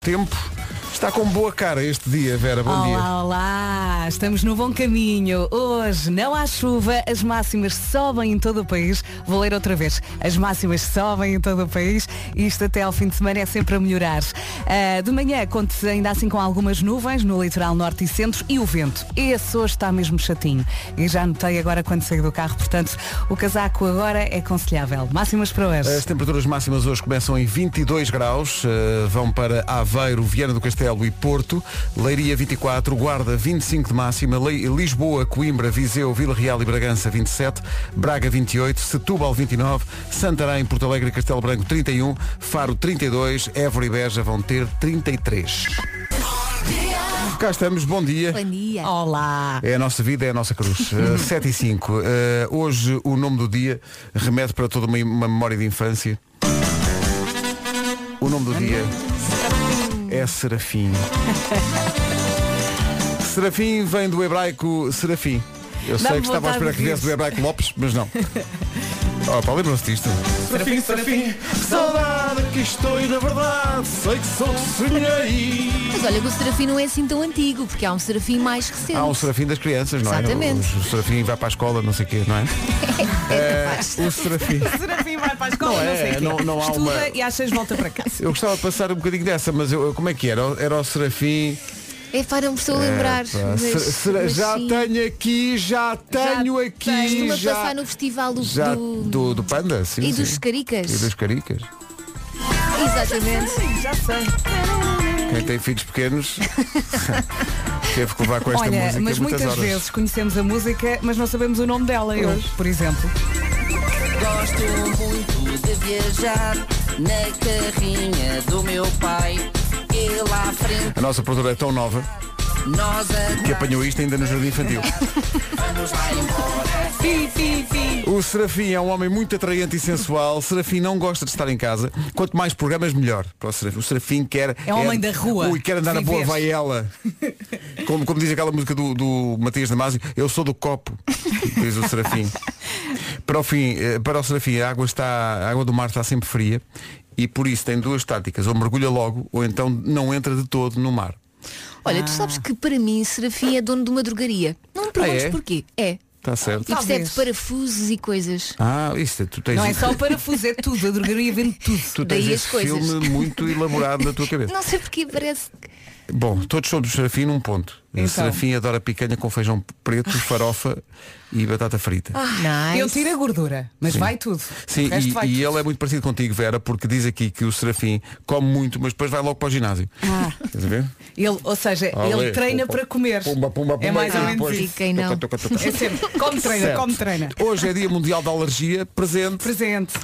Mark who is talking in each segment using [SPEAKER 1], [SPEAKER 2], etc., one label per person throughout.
[SPEAKER 1] tempo. Está com boa cara este dia, Vera. Bom dia.
[SPEAKER 2] Olá, olá, estamos no bom caminho. Hoje não há chuva, as máximas sobem em todo o país. Vou ler outra vez. As máximas sobem em todo o país. Isto até ao fim de semana é sempre a melhorar. Ah, de manhã conte ainda assim com algumas nuvens no litoral norte e centro e o vento. Esse hoje está mesmo chatinho. E já notei agora quando saí do carro, portanto, o casaco agora é aconselhável. Máximas para hoje.
[SPEAKER 1] As temperaturas máximas hoje começam em 22 graus, eh, vão para Aveiro, Viana do Castelo e Porto, Leiria 24, Guarda 25 de máxima, Lei- Lisboa, Coimbra, Viseu, Vila Real e Bragança 27, Braga 28, Setúbal 29, Santarém, Porto Alegre e Castelo Branco 31, Faro 32, Évora e Beja vão ter 33. Cá estamos, bom dia.
[SPEAKER 3] Bom dia.
[SPEAKER 2] Olá.
[SPEAKER 1] É a nossa vida, é a nossa cruz. 7 e 5. hoje o nome do dia remete para toda uma, uma memória de infância. O nome do dia é Serafim. Serafim vem do hebraico Serafim. Eu sei
[SPEAKER 2] Dá-me
[SPEAKER 1] que estava à
[SPEAKER 2] vontade
[SPEAKER 1] espera
[SPEAKER 2] de
[SPEAKER 1] que viesse do
[SPEAKER 2] rir.
[SPEAKER 1] hebraico Lopes, mas não. Opa, lembram-se disto? Serafim, Serafim, saudade que estou e na verdade sei que sou que sonhei.
[SPEAKER 3] Mas olha que o serafim não é assim tão antigo, porque há um serafim mais recente.
[SPEAKER 1] Há um serafim das crianças, não
[SPEAKER 3] Exatamente.
[SPEAKER 1] é? O, o serafim vai para a escola, não sei o quê, não é?
[SPEAKER 3] É
[SPEAKER 1] Eh,
[SPEAKER 3] capaz.
[SPEAKER 1] o serafim.
[SPEAKER 2] Serafim vai para a escola,
[SPEAKER 1] Não
[SPEAKER 2] não,
[SPEAKER 1] é,
[SPEAKER 2] sei o quê.
[SPEAKER 1] não- não há
[SPEAKER 2] Estuda
[SPEAKER 1] uma-
[SPEAKER 2] e às seis volta para casa.
[SPEAKER 1] Eu gostava de passar um bocadinho dessa, mas eu, eu- como é que era? Era o serafim.
[SPEAKER 3] É para não me estou a lembrar.
[SPEAKER 1] Epá,
[SPEAKER 3] mas-
[SPEAKER 1] ser- ser-
[SPEAKER 3] mas
[SPEAKER 1] já
[SPEAKER 3] sim.
[SPEAKER 1] tenho aqui, já tenho aqui.
[SPEAKER 3] Costuma
[SPEAKER 1] Já,
[SPEAKER 3] passar no festival do,
[SPEAKER 1] já
[SPEAKER 3] do-
[SPEAKER 1] do, do panda, sim.
[SPEAKER 3] e
[SPEAKER 1] sim.
[SPEAKER 3] dos caricas.
[SPEAKER 1] E dos caricas.
[SPEAKER 3] Exatamente.
[SPEAKER 2] Já sei.
[SPEAKER 1] Quem tem filhos pequenos teve que levar com esta
[SPEAKER 2] Olha,
[SPEAKER 1] música
[SPEAKER 2] mas muitas,
[SPEAKER 1] horas.
[SPEAKER 2] vezes conhecemos a música, mas não sabemos o nome dela. Eu, por exemplo.
[SPEAKER 4] Gosto muito de viajar na carrinha do meu pai. E lá à frente
[SPEAKER 1] A nossa produtora é tão nova
[SPEAKER 4] nós
[SPEAKER 1] que apanhou isto ainda no jardim infantil.
[SPEAKER 4] andamos lá embora. Fi, fi, fi.
[SPEAKER 1] O Serafim é um homem muito atraente e sensual. Serafim não gosta de estar em casa. Quanto mais programas, melhor para o Serafim. O Serafim quer.
[SPEAKER 2] É um homem da rua.
[SPEAKER 1] Ui, quer andar na boa
[SPEAKER 2] Viver.
[SPEAKER 1] vaiela. Como, como diz aquela música do, do Matias Damasio, eu sou do copo, diz o Serafim. Para o, fim, eh, para o Serafim, a água, está, a água do mar está sempre fria e por isso tem duas táticas. Ou mergulha logo ou então não entra de todo no mar.
[SPEAKER 3] Olha, tu sabes que para mim Serafim é dono de uma drogaria. Não me perguntes
[SPEAKER 1] Ah. Ah, é?
[SPEAKER 3] porquê. É.
[SPEAKER 1] Está
[SPEAKER 3] E
[SPEAKER 1] certo?
[SPEAKER 3] percebe de parafusos e coisas.
[SPEAKER 1] Ah, isso, tu tens,
[SPEAKER 2] Não é só o parafuso, é tudo. A drogaria vende tudo.
[SPEAKER 1] tu tens
[SPEAKER 3] daí as
[SPEAKER 1] esse
[SPEAKER 3] coisas.
[SPEAKER 1] filme muito elaborado na tua cabeça.
[SPEAKER 3] Não sei porque parece.
[SPEAKER 1] Bom, todos somos Serafim num ponto.
[SPEAKER 2] Então.
[SPEAKER 1] Serafim adora picanha com feijão preto, farofa e batata frita.
[SPEAKER 3] Ah. Nice.
[SPEAKER 2] Eu tiro a gordura, mas vai tudo.
[SPEAKER 1] Sim,
[SPEAKER 2] o resto
[SPEAKER 1] e,
[SPEAKER 2] vai
[SPEAKER 1] e
[SPEAKER 2] tudo.
[SPEAKER 1] ele é muito parecido contigo, Vera, porque diz aqui que o Serafim come muito, mas depois vai logo para o ginásio.
[SPEAKER 2] Ah.
[SPEAKER 1] Estás a ver?
[SPEAKER 2] Ele- ou seja,
[SPEAKER 1] Ale,
[SPEAKER 2] É, ele treina
[SPEAKER 1] pumba,
[SPEAKER 2] para comer.
[SPEAKER 1] pumba, pumba, pumba,
[SPEAKER 2] é mais
[SPEAKER 1] e
[SPEAKER 2] ou menos
[SPEAKER 1] depois-
[SPEAKER 2] isso.
[SPEAKER 3] Quem não?
[SPEAKER 1] Toca, toca, toca.
[SPEAKER 2] É sempre. Como treina,
[SPEAKER 1] Certo.
[SPEAKER 2] como treina.
[SPEAKER 1] Hoje é Dia Mundial da Alergia, presente.
[SPEAKER 2] Presente.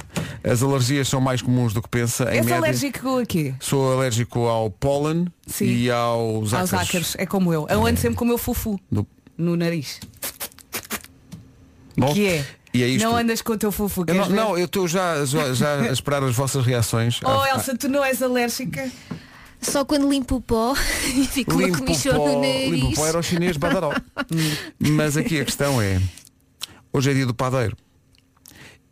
[SPEAKER 1] As alergias são mais comuns do que pensa. Em
[SPEAKER 2] És
[SPEAKER 1] média,
[SPEAKER 2] alérgico aqui.
[SPEAKER 1] Sou alérgico ao pólen
[SPEAKER 2] Sim.
[SPEAKER 1] e aos ácaros.
[SPEAKER 2] Aos ácaros. É como eu. Eu ando sempre com o meu fufu
[SPEAKER 1] Do-
[SPEAKER 2] no nariz.
[SPEAKER 1] Bom,
[SPEAKER 2] Que é.
[SPEAKER 1] E é isto.
[SPEAKER 2] Não andas com o teu fufu.
[SPEAKER 1] Eu
[SPEAKER 2] queres
[SPEAKER 1] não,
[SPEAKER 2] ver?
[SPEAKER 1] não, eu estou já, já, já a esperar as vossas reações. à-
[SPEAKER 2] Oh
[SPEAKER 1] à-
[SPEAKER 2] Elsa, tu não és alérgica?
[SPEAKER 3] Só quando limpo o pó e fico uma
[SPEAKER 1] Limpo o
[SPEAKER 3] comichão no
[SPEAKER 1] pó, limpo o
[SPEAKER 3] nariz.
[SPEAKER 1] pó era o chinês badaró. Mas aqui a questão é, hoje é dia do padeiro.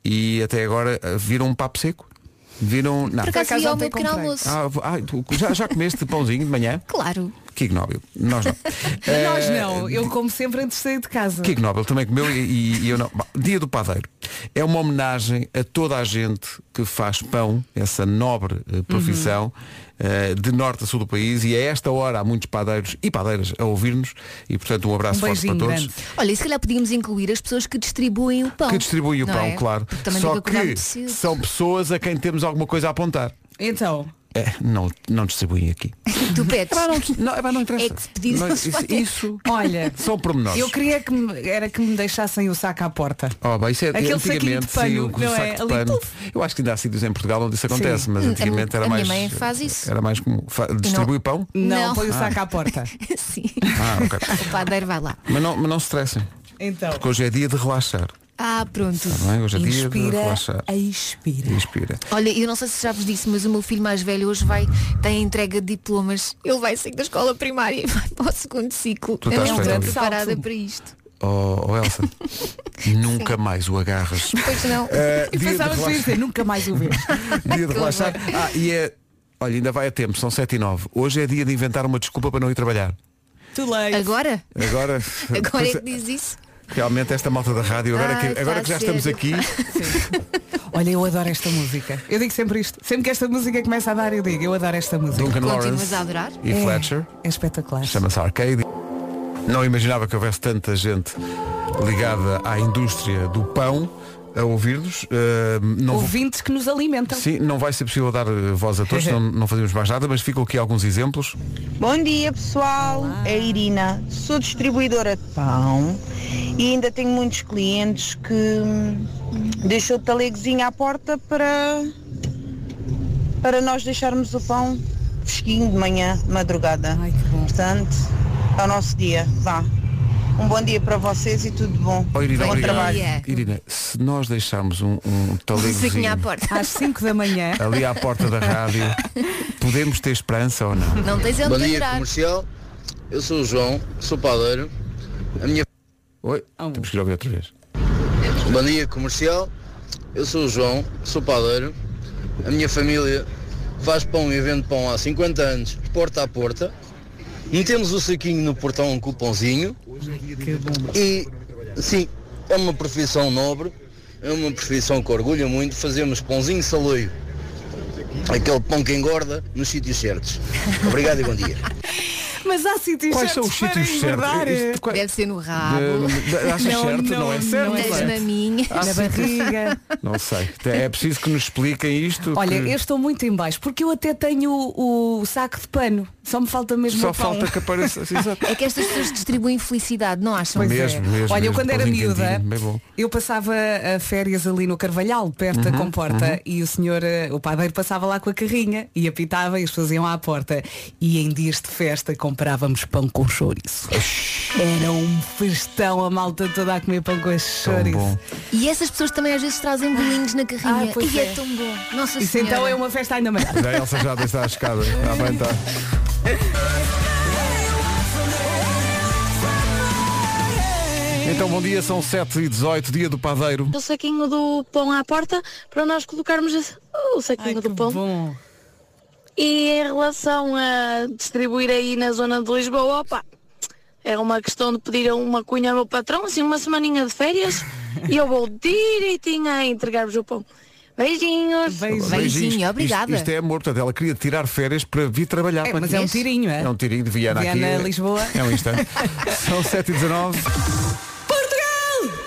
[SPEAKER 1] E até agora eh, viram um papo seco? Viram
[SPEAKER 3] Por
[SPEAKER 1] nada.
[SPEAKER 3] acaso
[SPEAKER 2] acaso
[SPEAKER 3] ia ao
[SPEAKER 2] ontem
[SPEAKER 3] meu pequeno
[SPEAKER 2] comprei.
[SPEAKER 3] almoço.
[SPEAKER 1] Ah, ah, tu já, já comeste pãozinho de manhã?
[SPEAKER 3] Claro.
[SPEAKER 1] Que ignóbil. Nós não. Eh,
[SPEAKER 2] Nós não. Eu como sempre antes de sair de casa.
[SPEAKER 1] Que ignóbil também comeu e, e- e eu não. Bom, Dia do Padeiro. É uma homenagem a toda a gente que faz pão, essa nobre eh,
[SPEAKER 3] Uhum.
[SPEAKER 1] profissão, eh, de norte a sul do país. E a esta hora há muitos padeiros e padeiras a ouvir-nos. E portanto um abraço
[SPEAKER 2] Um
[SPEAKER 1] forte para
[SPEAKER 2] beijinho
[SPEAKER 1] todos.
[SPEAKER 2] grande.
[SPEAKER 3] Olha, e se calhar podíamos incluir as pessoas que distribuem o pão.
[SPEAKER 1] Que distribui o
[SPEAKER 3] não
[SPEAKER 1] pão,
[SPEAKER 3] é?
[SPEAKER 1] claro.
[SPEAKER 3] Porque Também
[SPEAKER 1] Só
[SPEAKER 3] tem que acordar
[SPEAKER 1] que
[SPEAKER 3] muito cedo.
[SPEAKER 1] são pessoas a quem temos alguma coisa a apontar.
[SPEAKER 2] Então,
[SPEAKER 1] É, não, não distribuem aqui.
[SPEAKER 3] Tu pedes.
[SPEAKER 1] Ah, não, não, é, pá, não interessa.
[SPEAKER 3] É que se pedir,
[SPEAKER 1] Não,
[SPEAKER 3] não
[SPEAKER 1] isso,
[SPEAKER 3] se vai.
[SPEAKER 1] isso
[SPEAKER 2] olha,
[SPEAKER 1] são pormenores.
[SPEAKER 2] eu queria que me, era que me deixassem o saco à porta.
[SPEAKER 1] Oh, bem, isso é,
[SPEAKER 2] Aquele saquinho
[SPEAKER 1] antigamente,
[SPEAKER 2] de
[SPEAKER 1] sim,
[SPEAKER 2] pano,
[SPEAKER 1] o, o
[SPEAKER 2] não é?
[SPEAKER 1] saco de
[SPEAKER 2] Ali,
[SPEAKER 1] pano.
[SPEAKER 2] tuf.
[SPEAKER 1] Eu acho que ainda há sítios em Portugal onde isso acontece, mas
[SPEAKER 3] Hum,
[SPEAKER 1] antigamente
[SPEAKER 3] a-
[SPEAKER 1] era
[SPEAKER 3] a minha
[SPEAKER 1] mais.
[SPEAKER 3] mãe faz isso.
[SPEAKER 1] Era mais comum. Fa- Distribui pão?
[SPEAKER 2] Não,
[SPEAKER 3] Não.
[SPEAKER 2] põe o saco à porta.
[SPEAKER 3] Sim.
[SPEAKER 1] Ah, ok.
[SPEAKER 3] O padeiro vai lá.
[SPEAKER 1] Mas não, mas não se estressem,
[SPEAKER 2] Então,
[SPEAKER 1] porque hoje é dia de relaxar.
[SPEAKER 3] Ah, pronto.
[SPEAKER 1] Está bem? Hoje é dia de
[SPEAKER 2] inspira,
[SPEAKER 1] relaxar.
[SPEAKER 2] expira.
[SPEAKER 1] Inspira.
[SPEAKER 3] Olha, eu não sei se já vos disse, mas o meu filho mais velho hoje vai tem entrega de diplomas. Ele vai sair da escola primária e vai para o segundo ciclo.
[SPEAKER 1] Tu
[SPEAKER 3] eu
[SPEAKER 1] estás
[SPEAKER 3] não estou
[SPEAKER 1] fenomenal.
[SPEAKER 3] preparada
[SPEAKER 2] Salto.
[SPEAKER 3] para isto.
[SPEAKER 1] Oh, oh Elsa, nunca mais o agarras.
[SPEAKER 3] Pois não.
[SPEAKER 1] Eh,
[SPEAKER 2] E
[SPEAKER 1] dia de
[SPEAKER 2] pensava que ia
[SPEAKER 1] relaxar.
[SPEAKER 2] dizer, nunca mais o vejo.
[SPEAKER 1] Dia de relaxar. Ah, e é. Olha, ainda vai a tempo, são 7 e 9. Hoje é dia de inventar uma desculpa para não ir trabalhar.
[SPEAKER 2] Too late.
[SPEAKER 3] Agora?
[SPEAKER 1] Agora,
[SPEAKER 3] Agora é Ah, que diz isso?
[SPEAKER 1] realmente esta malta da rádio, agora,
[SPEAKER 3] Ai,
[SPEAKER 1] que, agora
[SPEAKER 3] pá,
[SPEAKER 1] que já
[SPEAKER 3] sério.
[SPEAKER 1] estamos aqui,
[SPEAKER 2] Olha, eu adoro esta música. Eu digo sempre isto. Sempre que esta música começa a dar, eu digo, eu adoro esta música.
[SPEAKER 1] Duncan
[SPEAKER 3] Continuas
[SPEAKER 1] Lawrence
[SPEAKER 3] a adorar?
[SPEAKER 1] e
[SPEAKER 2] É,
[SPEAKER 1] Fletcher.
[SPEAKER 2] É espetacular.
[SPEAKER 1] Chama-se Arcade. Não imaginava que houvesse tanta gente ligada à indústria do pão a ouvir-nos. Eh, não vou-
[SPEAKER 2] Ouvintes que nos alimentam.
[SPEAKER 1] Sim, não vai ser possível dar eh, voz a todos, senão não fazemos mais nada, mas ficam aqui alguns exemplos.
[SPEAKER 5] Bom dia pessoal, é Irina, sou distribuidora de pão e ainda tenho muitos clientes que hum, deixou o talegozinho à porta para, para nós deixarmos o pão fresquinho de manhã, madrugada.
[SPEAKER 2] Ai, que bom.
[SPEAKER 5] Portanto, é o nosso dia, vá. Um bom dia para vocês e tudo de bom.
[SPEAKER 1] Oh, Irina,
[SPEAKER 3] Bom
[SPEAKER 1] obrigado.
[SPEAKER 3] trabalho.
[SPEAKER 1] Irina, se nós deixarmos um, um
[SPEAKER 3] Fiquem à
[SPEAKER 1] talegozinho
[SPEAKER 3] porta.
[SPEAKER 2] Às 5 da manhã.
[SPEAKER 1] ali à porta da rádio, podemos ter esperança ou não?
[SPEAKER 3] Não tens
[SPEAKER 6] Bom
[SPEAKER 3] onde
[SPEAKER 6] dia
[SPEAKER 3] adorar.
[SPEAKER 6] comercial, eu sou o João, sou padeiro. A minha...
[SPEAKER 1] Oi? Temos que ir ouvir outra vez.
[SPEAKER 6] Bom dia comercial, eu sou o João, sou padeiro. A minha família faz pão e vende pão há 50 anos, porta a porta. Metemos o saquinho no portão com o pãozinho.
[SPEAKER 1] é
[SPEAKER 6] E sim, é uma profissão nobre, é uma profissão que orgulha muito. Fazemos pãozinho saloio, aquele pão que engorda nos sítios certos. Obrigado e bom dia.
[SPEAKER 2] Mas há sítios
[SPEAKER 1] Quais são
[SPEAKER 2] certos
[SPEAKER 1] os sítios
[SPEAKER 2] para engordar.
[SPEAKER 1] certos? Isto- qual-
[SPEAKER 3] Deve ser no rabo.
[SPEAKER 1] Eh, Achas
[SPEAKER 2] Não,
[SPEAKER 1] certo? Não,
[SPEAKER 2] não,
[SPEAKER 1] é
[SPEAKER 2] não
[SPEAKER 1] certo?
[SPEAKER 2] é
[SPEAKER 3] Nas
[SPEAKER 1] não é?
[SPEAKER 3] maminhas.
[SPEAKER 2] Na barriga.
[SPEAKER 1] Não sei. É preciso que nos expliquem isto.
[SPEAKER 2] Olha,
[SPEAKER 1] que
[SPEAKER 2] eu estou muito em baixo, porque eu até tenho o, o saco de pano. Só me falta mesmo
[SPEAKER 1] Só
[SPEAKER 2] o pão.
[SPEAKER 1] falta que apareça. Sim, exato.
[SPEAKER 3] É que estas pessoas distribuem felicidade, não acham?
[SPEAKER 2] Pois é.
[SPEAKER 1] Mesmo, mesmo,
[SPEAKER 2] Olha, eu
[SPEAKER 1] mesmo,
[SPEAKER 2] quando era
[SPEAKER 1] pauzinho
[SPEAKER 2] miúda,
[SPEAKER 1] quentinho, bem bom. Uhum,
[SPEAKER 2] eu passava a férias ali no Carvalhal, perto da comporta, e o senhor, eh, o padeiro, passava lá com a carrinha e apitava e as pessoas iam à porta. E em dias de festa comprávamos pão com chouriço. Era um festão, a malta toda a comer pão com
[SPEAKER 1] Tão bom.
[SPEAKER 2] chouriço.
[SPEAKER 3] E essas pessoas também às vezes trazem bolinhos na carrinha.
[SPEAKER 2] Ah, pois
[SPEAKER 3] e é.
[SPEAKER 2] é.
[SPEAKER 3] tão bom. Nossa
[SPEAKER 2] Isso
[SPEAKER 3] Senhora.
[SPEAKER 2] então é uma festa ainda maior.
[SPEAKER 1] Já a Elsa já deixa a escada. Ah, bem, tá. Então, bom dia, são 7 e 18 dia do padeiro.
[SPEAKER 7] o saquinho do pão à porta para nós colocarmos esse- oh, o saquinho do pão.
[SPEAKER 2] bom.
[SPEAKER 7] E em relação a distribuir aí na zona de Lisboa, opa, é uma questão de pedir uma cunha ao meu patrão, assim uma semaninha de férias, e eu vou direitinho a entregar-vos o pão. Beijinhos!
[SPEAKER 2] Beijo.
[SPEAKER 3] Beijinho,
[SPEAKER 1] Isto-
[SPEAKER 3] obrigada.
[SPEAKER 1] Isto, isto é amor, portanto, ela queria tirar férias para vir trabalhar.
[SPEAKER 2] É,
[SPEAKER 1] para
[SPEAKER 2] mas é um
[SPEAKER 1] ti.
[SPEAKER 2] tirinho, é?
[SPEAKER 1] É um tirinho de Viana,
[SPEAKER 2] Viana,
[SPEAKER 1] aqui.
[SPEAKER 2] Lisboa.
[SPEAKER 1] É um instante. São 7 e 19
[SPEAKER 2] Portugal!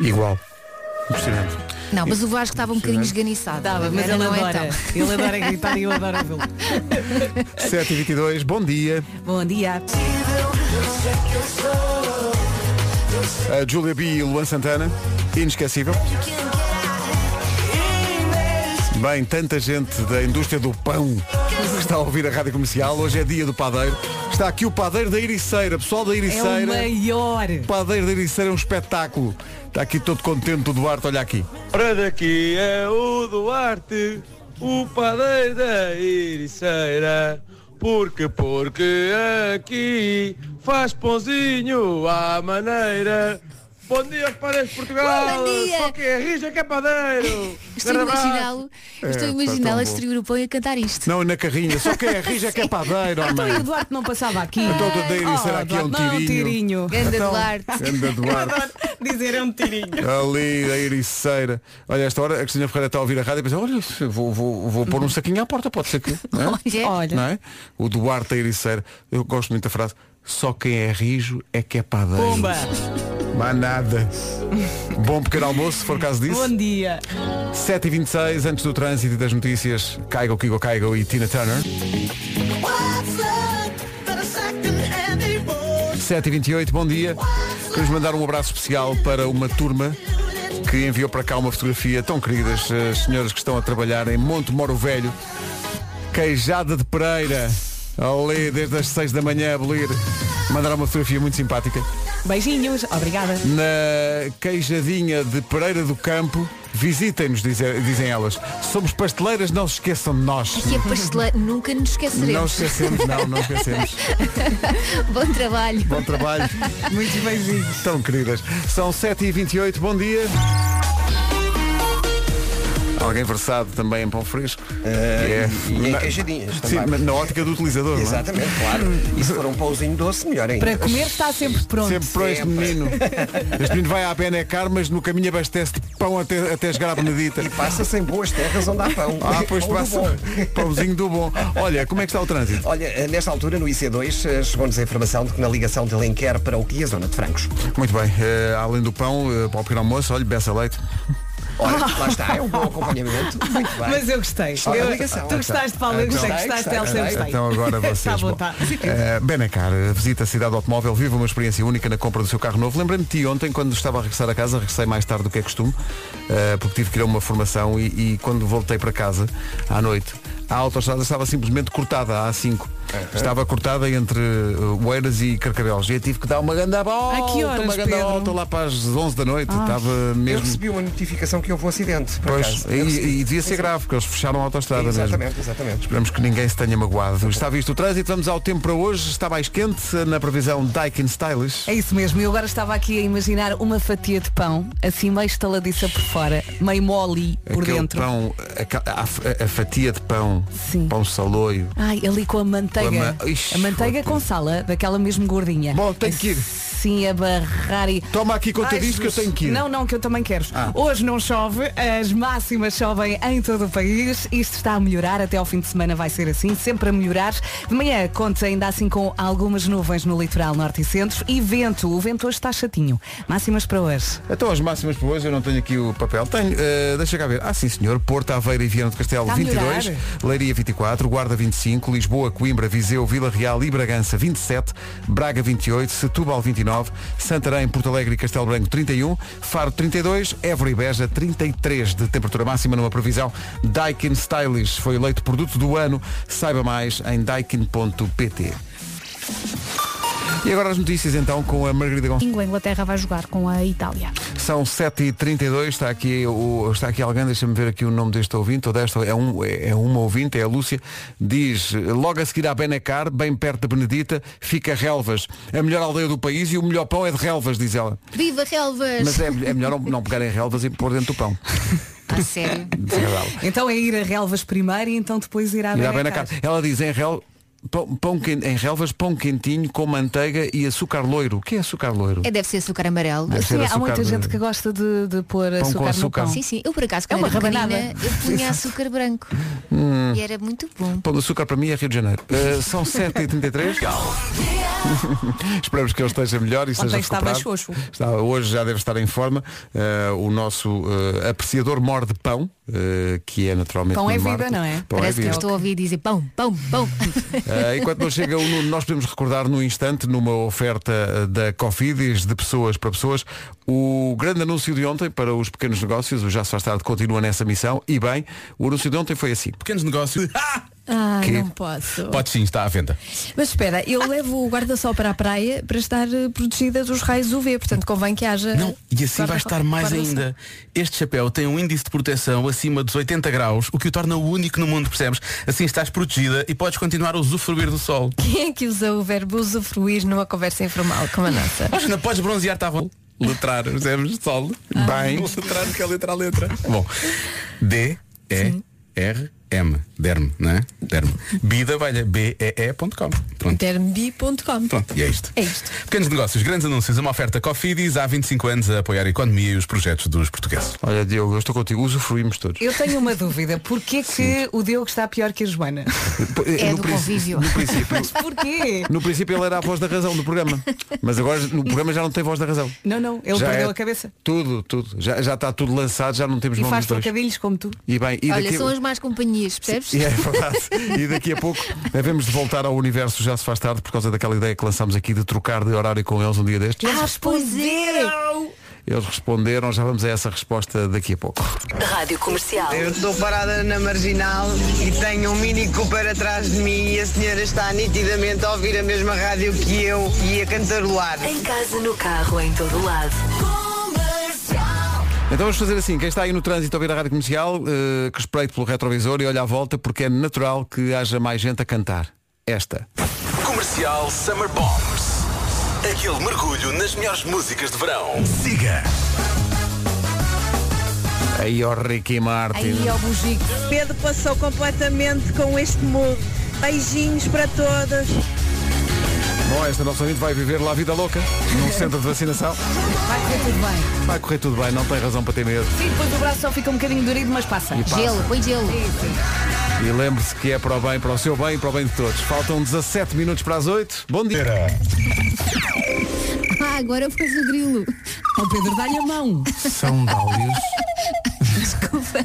[SPEAKER 1] Igual. Impressionante.
[SPEAKER 3] Não, mas o Vasco estava um bocadinho esganiçado.
[SPEAKER 2] Dava, mas
[SPEAKER 3] Agora
[SPEAKER 2] ele
[SPEAKER 3] não
[SPEAKER 2] adora.
[SPEAKER 3] é tão.
[SPEAKER 2] Ele adora gritar e eu adoro ouvi-lo.
[SPEAKER 1] 7 e 22 bom dia.
[SPEAKER 2] Bom dia.
[SPEAKER 1] A Julia B e o Luan Santana, inesquecível. Bem, tanta gente da indústria do pão que está a ouvir a rádio comercial. Hoje é dia do padeiro. Está aqui o padeiro da Iriceira, pessoal da
[SPEAKER 2] É o
[SPEAKER 1] Iriceira.
[SPEAKER 2] maior.
[SPEAKER 1] o padeiro da Iriceira é um espetáculo. Está aqui todo contente o Duarte, olha aqui.
[SPEAKER 8] Para daqui é o Duarte, o padeiro da Iriceira. Porque, porque aqui faz pãozinho à maneira. Bom dia aos padeiros de Portugal!
[SPEAKER 3] Bom dia.
[SPEAKER 8] Só que é rija que é padeiro!
[SPEAKER 3] Estou a
[SPEAKER 8] Gravado.
[SPEAKER 3] imaginá-lo estou a
[SPEAKER 1] pá,
[SPEAKER 3] imaginá-lo
[SPEAKER 1] É, tão
[SPEAKER 3] a
[SPEAKER 1] bom.
[SPEAKER 3] distribuir o pão e a cantar isto.
[SPEAKER 1] Não, na carrinha. Só quem é rija é que é padeiro,
[SPEAKER 2] Então e o
[SPEAKER 1] homem.
[SPEAKER 2] Duarte não passava aqui.
[SPEAKER 1] Então o da Iriceira
[SPEAKER 2] Oh,
[SPEAKER 1] aqui é um
[SPEAKER 2] Duarte, não,
[SPEAKER 1] tirinho.
[SPEAKER 3] Ganda
[SPEAKER 1] Então,
[SPEAKER 3] Duarte.
[SPEAKER 1] Ganda Duarte.
[SPEAKER 2] Dizer é um tirinho.
[SPEAKER 1] Ali, a ericeira. Olha, a esta hora a Cristina Ferreira está a ouvir a rádio e pensa, olha, se vou, vou, vou pôr um saquinho à porta, pode ser que. Não é?
[SPEAKER 3] Olha.
[SPEAKER 2] Uhum. Olha.
[SPEAKER 1] Não é? O Duarte a ericeira. Eu gosto muito da frase, só quem é rijo é que é padeiro.
[SPEAKER 2] Bomba.
[SPEAKER 1] Má nada. Bom pequeno almoço, se for caso disso.
[SPEAKER 2] Bom dia.
[SPEAKER 1] 7h26, antes do trânsito e das notícias, Caigo, Kigo, Caigo e Tina Turner. 7h28, bom dia. Queremos mandar um abraço especial para uma turma que enviou para cá uma fotografia tão queridas, as senhoras que estão a trabalhar em Monte Moro Velho, Queijada de Pereira, ali desde as 6 da manhã a abolir. Mandaram uma fotografia muito simpática.
[SPEAKER 2] Beijinhos. Obrigada.
[SPEAKER 1] Na Queijadinha de Pereira do Campo, visitem-nos, dizer- dizem elas. Somos pasteleiras, não se esqueçam de nós.
[SPEAKER 3] Aqui a pasteleira, é nunca nos
[SPEAKER 1] Não
[SPEAKER 3] esqueceremos.
[SPEAKER 1] esquecemos, não, não esquecemos.
[SPEAKER 3] Bom trabalho.
[SPEAKER 1] Bom trabalho. Muitos beijinhos. Tão queridas. São 7h28, bom dia. Alguém versado também em pão fresco. é-
[SPEAKER 9] Eh, e- e em
[SPEAKER 1] Na-
[SPEAKER 9] queijadinhas
[SPEAKER 1] Sim,
[SPEAKER 9] também.
[SPEAKER 1] mas na ótica do utilizador. não é?
[SPEAKER 9] Exatamente, claro. E se for um pãozinho doce, melhor ainda.
[SPEAKER 2] Para comer está sempre pronto.
[SPEAKER 1] Sempre para este menino. Este menino vai à Benecar, mas no caminho abastece de pão até, até chegar à Benedita.
[SPEAKER 9] E passa-se em boas terras onde há pão.
[SPEAKER 1] Ah, pois
[SPEAKER 9] Pão do
[SPEAKER 1] passa.
[SPEAKER 9] bom.
[SPEAKER 1] Pãozinho do bom. Olha, como é que está o trânsito?
[SPEAKER 9] Olha, eh, nesta altura no IC2 eh, chegou-nos a informação de que na ligação de Lenquer para o que é a zona de Francos.
[SPEAKER 1] Muito bem. eh, além do pão, eh, para o pequeno almoço, olha, beça leite.
[SPEAKER 9] Olha,
[SPEAKER 1] Ah.
[SPEAKER 9] lá está, é um bom acompanhamento. Muito bem.
[SPEAKER 2] Mas eu gostei.
[SPEAKER 9] Olha,
[SPEAKER 2] Eu-
[SPEAKER 9] ligação.
[SPEAKER 2] tu gostaste, Paulo, eu
[SPEAKER 1] Então,
[SPEAKER 2] gostei,
[SPEAKER 9] gostei,
[SPEAKER 2] gostaste,
[SPEAKER 9] gostei,
[SPEAKER 2] Elsa, eu
[SPEAKER 9] gostei.
[SPEAKER 2] gostei.
[SPEAKER 1] Então agora
[SPEAKER 2] Está
[SPEAKER 1] vocês.
[SPEAKER 2] bom,
[SPEAKER 1] bom.
[SPEAKER 2] tá.
[SPEAKER 1] Eh, Benacar, eh, visita a cidade do automóvel, vive uma experiência única na compra do seu carro novo. Lembrei-me de ti ontem, quando estava a regressar a casa, regressei mais tarde do que é costume, eh, porque tive que ir a uma formação e, e quando voltei para casa, à noite, a autoestrada estava simplesmente cortada, a A5. Estava cortada entre eh, Oeiras e Carcavelos. E eu tive que dar uma grande volta,
[SPEAKER 2] horas,
[SPEAKER 1] uma grande
[SPEAKER 2] Pedro? Ah.
[SPEAKER 1] volta lá para as 11 da noite. Ah. Estava
[SPEAKER 9] Eu
[SPEAKER 1] mesmo...
[SPEAKER 9] recebi uma notificação que houve um acidente. Por
[SPEAKER 1] Pois,
[SPEAKER 9] acaso.
[SPEAKER 10] é
[SPEAKER 1] e,
[SPEAKER 9] Eu recebi.
[SPEAKER 1] e devia ser grave, porque eles fecharam a autoestrada
[SPEAKER 9] Exatamente,
[SPEAKER 1] mesmo.
[SPEAKER 9] exatamente.
[SPEAKER 1] Esperamos que ninguém se tenha magoado. Está visto o trânsito, vamos ao tempo para hoje. Está mais quente na previsão Daikin Stylish.
[SPEAKER 2] É isso mesmo, eu agora estava aqui a imaginar uma fatia de pão, assim meio estaladiça por fora, meio mole por
[SPEAKER 1] Aquele
[SPEAKER 2] dentro.
[SPEAKER 1] pão, aca- a, a- a fatia de pão,
[SPEAKER 2] Sim.
[SPEAKER 1] pão saloio.
[SPEAKER 2] Ai, ali com a
[SPEAKER 1] Com
[SPEAKER 2] manteiga.
[SPEAKER 1] a ma- Ixi,
[SPEAKER 2] a manteiga
[SPEAKER 1] foda-se.
[SPEAKER 2] com sala, daquela mesmo gordinha.
[SPEAKER 1] Bom, tenho que ir.
[SPEAKER 2] Sim, a barrar e.
[SPEAKER 1] Toma aqui conta
[SPEAKER 2] Ai,
[SPEAKER 1] disto que eu
[SPEAKER 2] Jesus.
[SPEAKER 1] tenho que ir. Ah.
[SPEAKER 2] Não, não, que eu também quero. Hoje não chove, as máximas chovem em todo o país. Isto está a melhorar, até ao fim de semana vai ser assim, sempre a melhorar. De manhã conta ainda assim com algumas nuvens no litoral norte e centro e vento. O vento hoje está chatinho. Máximas para hoje.
[SPEAKER 1] Então as máximas para hoje, eu não tenho aqui o papel. Tenho, eh, deixa cá ver. Ah sim senhor, Porto, Aveiro e Viana do Castelo
[SPEAKER 2] Está a
[SPEAKER 1] 22,
[SPEAKER 2] melhorar.
[SPEAKER 1] Leiria 24, Guarda 25, Lisboa, Coimbra, Viseu, Vila Real e Bragança 27, Braga 28, Setúbal 29, Santarém, Porto Alegre e Castelo Branco 31, Faro 32, Évora e Beja 33 de temperatura máxima numa previsão Daikin Stylish. Foi eleito produto do ano. Saiba mais em daikin.pt. E agora as notícias então com a Margarida Gonçalves.
[SPEAKER 11] A Inglaterra vai jogar com a Itália.
[SPEAKER 1] São 7h32, está aqui, o, está aqui alguém, deixa-me ver aqui o nome deste ouvinte, ou desta, é, um, é, é uma ouvinte, é a Lúcia, diz, logo a seguir à Benacar, bem perto da Benedita, fica Relvas, a melhor aldeia do país e o melhor pão é de Relvas, diz ela.
[SPEAKER 3] Viva Relvas!
[SPEAKER 1] Mas é, é melhor não, não pegarem Relvas e pôr dentro do pão.
[SPEAKER 3] A Ah, sério.
[SPEAKER 1] Desagradável.
[SPEAKER 2] Então é ir a Relvas primeiro e então depois ir à
[SPEAKER 1] E à
[SPEAKER 2] Benacar.
[SPEAKER 1] Benacar, ela diz, em, rel, pão, pão quen- em Relvas, pão quentinho com manteiga e açúcar loiro. O que é açúcar loiro?
[SPEAKER 3] É, deve ser açúcar amarelo.
[SPEAKER 1] Deve ser
[SPEAKER 2] Sim, há
[SPEAKER 1] açúcar
[SPEAKER 2] muita
[SPEAKER 1] de-
[SPEAKER 2] gente que gosta de, de pôr
[SPEAKER 1] com
[SPEAKER 2] açúcar, no
[SPEAKER 1] açúcar.
[SPEAKER 2] pão.
[SPEAKER 3] Sim, sim. Eu por acaso,
[SPEAKER 2] É
[SPEAKER 3] quando
[SPEAKER 2] uma
[SPEAKER 3] era
[SPEAKER 2] rabanada.
[SPEAKER 3] pequenina, eu punha açúcar branco.
[SPEAKER 1] Hum.
[SPEAKER 3] E era muito bom.
[SPEAKER 1] Pão de açúcar para mim é Rio de Janeiro. Eh, são 7h33. Esperamos que ele esteja melhor e seja
[SPEAKER 2] estava
[SPEAKER 1] recuperado.
[SPEAKER 2] xoxo.
[SPEAKER 1] Está- hoje já deve estar em forma. Eh, o nosso eh, apreciador mor de pão, eh, que é naturalmente.
[SPEAKER 2] Pão é
[SPEAKER 1] Nuno
[SPEAKER 2] vida,
[SPEAKER 1] Marco.
[SPEAKER 2] não é?
[SPEAKER 1] Pão
[SPEAKER 3] Parece que
[SPEAKER 1] é
[SPEAKER 3] eu
[SPEAKER 1] vida.
[SPEAKER 3] estou a ouvir dizer pão, pão, pão.
[SPEAKER 1] Eh, enquanto não chega o Nuno, nós podemos recordar num instante, numa oferta eh, da Cofidis de pessoas para pessoas, o grande anúncio de ontem para os pequenos negócios, o Já Se Faz Tarde continua nessa missão, e bem, o anúncio de ontem foi assim.
[SPEAKER 12] Pequenos negócios. Ah!
[SPEAKER 11] Ah,
[SPEAKER 1] Que?
[SPEAKER 11] não posso.
[SPEAKER 12] Pode sim, está à venda.
[SPEAKER 11] Mas espera, eu levo o guarda-sol para a praia para estar eh, protegida dos raios UV, portanto convém que haja.
[SPEAKER 12] Não, e assim vai estar mais
[SPEAKER 11] guarda-sol.
[SPEAKER 12] ainda. Este chapéu tem um índice de proteção acima dos 80 graus, o que o torna o único no mundo, percebes? Assim estás protegida e podes continuar a usufruir do sol.
[SPEAKER 11] Quem é que usa o verbo usufruir numa conversa informal como a nossa?
[SPEAKER 12] Mas ainda podes bronzear-te à vontade. Letrar, percebes? Sol.
[SPEAKER 1] Bem.
[SPEAKER 12] Letrar, que é letra a letra. Bom. D, E, R, M. Derme, não é? Derme. Bida, velha. B-E-E.com. Pronto.
[SPEAKER 11] Termbi.com.
[SPEAKER 12] Pronto, e é isto.
[SPEAKER 11] É isto.
[SPEAKER 12] Pequenos negócios, grandes anúncios, uma oferta Cofidis há 25 anos a apoiar a economia e os projetos dos portugueses.
[SPEAKER 1] Olha, Diogo, eu estou contigo, usufruímos todos.
[SPEAKER 2] Eu tenho uma dúvida, porquê que o Diogo está pior que a Joana?
[SPEAKER 3] É
[SPEAKER 1] eh, No
[SPEAKER 3] do
[SPEAKER 1] princ-
[SPEAKER 3] convívio.
[SPEAKER 1] No princípio,
[SPEAKER 2] Mas porquê?
[SPEAKER 1] No princípio ele era a voz da razão do programa. Mas agora no programa já não tem voz da razão.
[SPEAKER 2] Não, não, ele
[SPEAKER 1] Já
[SPEAKER 2] perdeu
[SPEAKER 1] é
[SPEAKER 2] a cabeça.
[SPEAKER 1] Tudo, tudo. Já, já está tudo lançado, já não temos
[SPEAKER 2] E
[SPEAKER 1] nome
[SPEAKER 2] faz
[SPEAKER 1] dos dois.
[SPEAKER 2] trocadilhos como tu.
[SPEAKER 1] E bem, e
[SPEAKER 3] Olha,
[SPEAKER 1] daqui...
[SPEAKER 3] são as más companhias, percebes?
[SPEAKER 1] E é verdade. E daqui a pouco devemos de voltar ao universo já se faz tarde por causa daquela ideia que lançámos aqui de trocar de horário com eles um dia destes.
[SPEAKER 2] Ah, pois é!
[SPEAKER 1] Eles responderam, já vamos a essa resposta daqui a pouco.
[SPEAKER 4] Rádio Comercial.
[SPEAKER 5] Eu estou parada na marginal e tenho um mini Cooper atrás de mim e a senhora está nitidamente a ouvir a mesma rádio que eu e a cantarolar.
[SPEAKER 4] Em casa, no carro, em todo lado.
[SPEAKER 1] Então vamos fazer assim, quem está aí no trânsito a ouvir a rádio comercial, eh, que espreite pelo retrovisor e olha à volta porque é natural que haja mais gente a cantar. Esta.
[SPEAKER 13] Comercial Summer Bombs. Aquele mergulho nas melhores músicas de verão. Siga.
[SPEAKER 1] Aí ó Ricky Martin.
[SPEAKER 14] Pedro passou completamente com este mundo. Beijinhos para todos.
[SPEAKER 1] Bom, esta nossa ouvinte vai viver lá a vida louca, num centro de vacinação.
[SPEAKER 2] Vai correr tudo bem.
[SPEAKER 1] Vai correr tudo bem, não tem razão para ter medo.
[SPEAKER 2] Sim, depois o braço só fica um bocadinho dorido, mas passa.
[SPEAKER 1] E passa. Gelo,
[SPEAKER 2] põe gelo.
[SPEAKER 1] E lembre-se que é para o bem, para o seu bem e para o bem de todos. Faltam 17 minutos para as 8. Bom dia.
[SPEAKER 3] Ah, agora fez o grilo. Ao Pedro, dá-lhe a mão.
[SPEAKER 1] São Dálios.
[SPEAKER 3] Desculpa.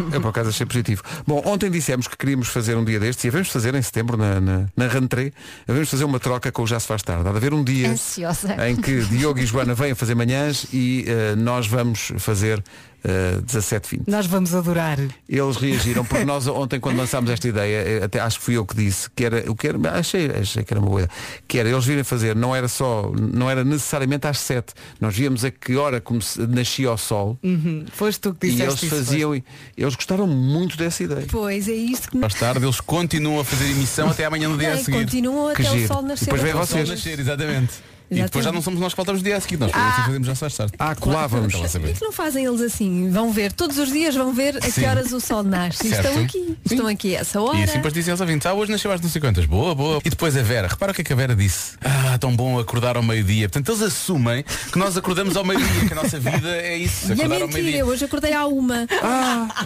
[SPEAKER 1] Eu, eu, por acaso achei positivo. Bom, ontem dissemos que queríamos fazer um dia destes e havemos de fazer em setembro na, na, na rentrée, havemos de fazer uma troca com o Já se faz tarde. Há de haver um dia
[SPEAKER 3] Ansiosa.
[SPEAKER 1] em que Diogo e Joana vêm a fazer manhãs e eh, nós vamos fazer eh, 17, 20.
[SPEAKER 2] Nós vamos adorar.
[SPEAKER 1] Eles reagiram, porque nós ontem quando lançámos esta ideia, eh, até acho que fui eu que disse, que era, o que era, achei, achei que era uma boa ideia, que era eles virem fazer, não era só, não era necessariamente às 7, nós víamos a que hora como se- nascia o sol
[SPEAKER 2] Uhum. Foste tu que
[SPEAKER 1] e
[SPEAKER 2] disseste
[SPEAKER 1] eles
[SPEAKER 2] isso,
[SPEAKER 1] faziam, e eles gostaram muito dessa ideia.
[SPEAKER 11] Pois é isto que me
[SPEAKER 12] Mais tarde eles continuam a fazer emissão até amanhã no dia
[SPEAKER 11] É,
[SPEAKER 12] a seguir.
[SPEAKER 11] continuam até Que o giro. sol nascer.
[SPEAKER 12] E depois vem
[SPEAKER 11] Até o sol
[SPEAKER 12] vocês.
[SPEAKER 11] nascer,
[SPEAKER 12] exatamente. E depois já não somos nós que faltamos dia a seguir, nós
[SPEAKER 11] Ah.
[SPEAKER 12] fazemos já se faz tarde.
[SPEAKER 1] Ah, colávamos.
[SPEAKER 12] Ela
[SPEAKER 11] Por
[SPEAKER 12] saber.
[SPEAKER 11] que que não fazem eles assim? Vão ver, todos os dias vão ver a que
[SPEAKER 12] Sim.
[SPEAKER 11] horas o sol nasce. E
[SPEAKER 12] Certo.
[SPEAKER 11] Estão aqui, estão aqui a essa hora.
[SPEAKER 12] E assim depois dizem aos ouvintes, ah, hoje nasceu às não sei quantas, boa, boa. E depois a Vera, repara o que é que a Vera disse. Ah, tão bom acordar ao meio-dia. Portanto, eles assumem que nós acordamos ao meio-dia, que a nossa vida é isso,
[SPEAKER 11] E é
[SPEAKER 12] acordar ao
[SPEAKER 11] mentira,
[SPEAKER 12] meio-dia. Ah.
[SPEAKER 11] eu hoje acordei à uma.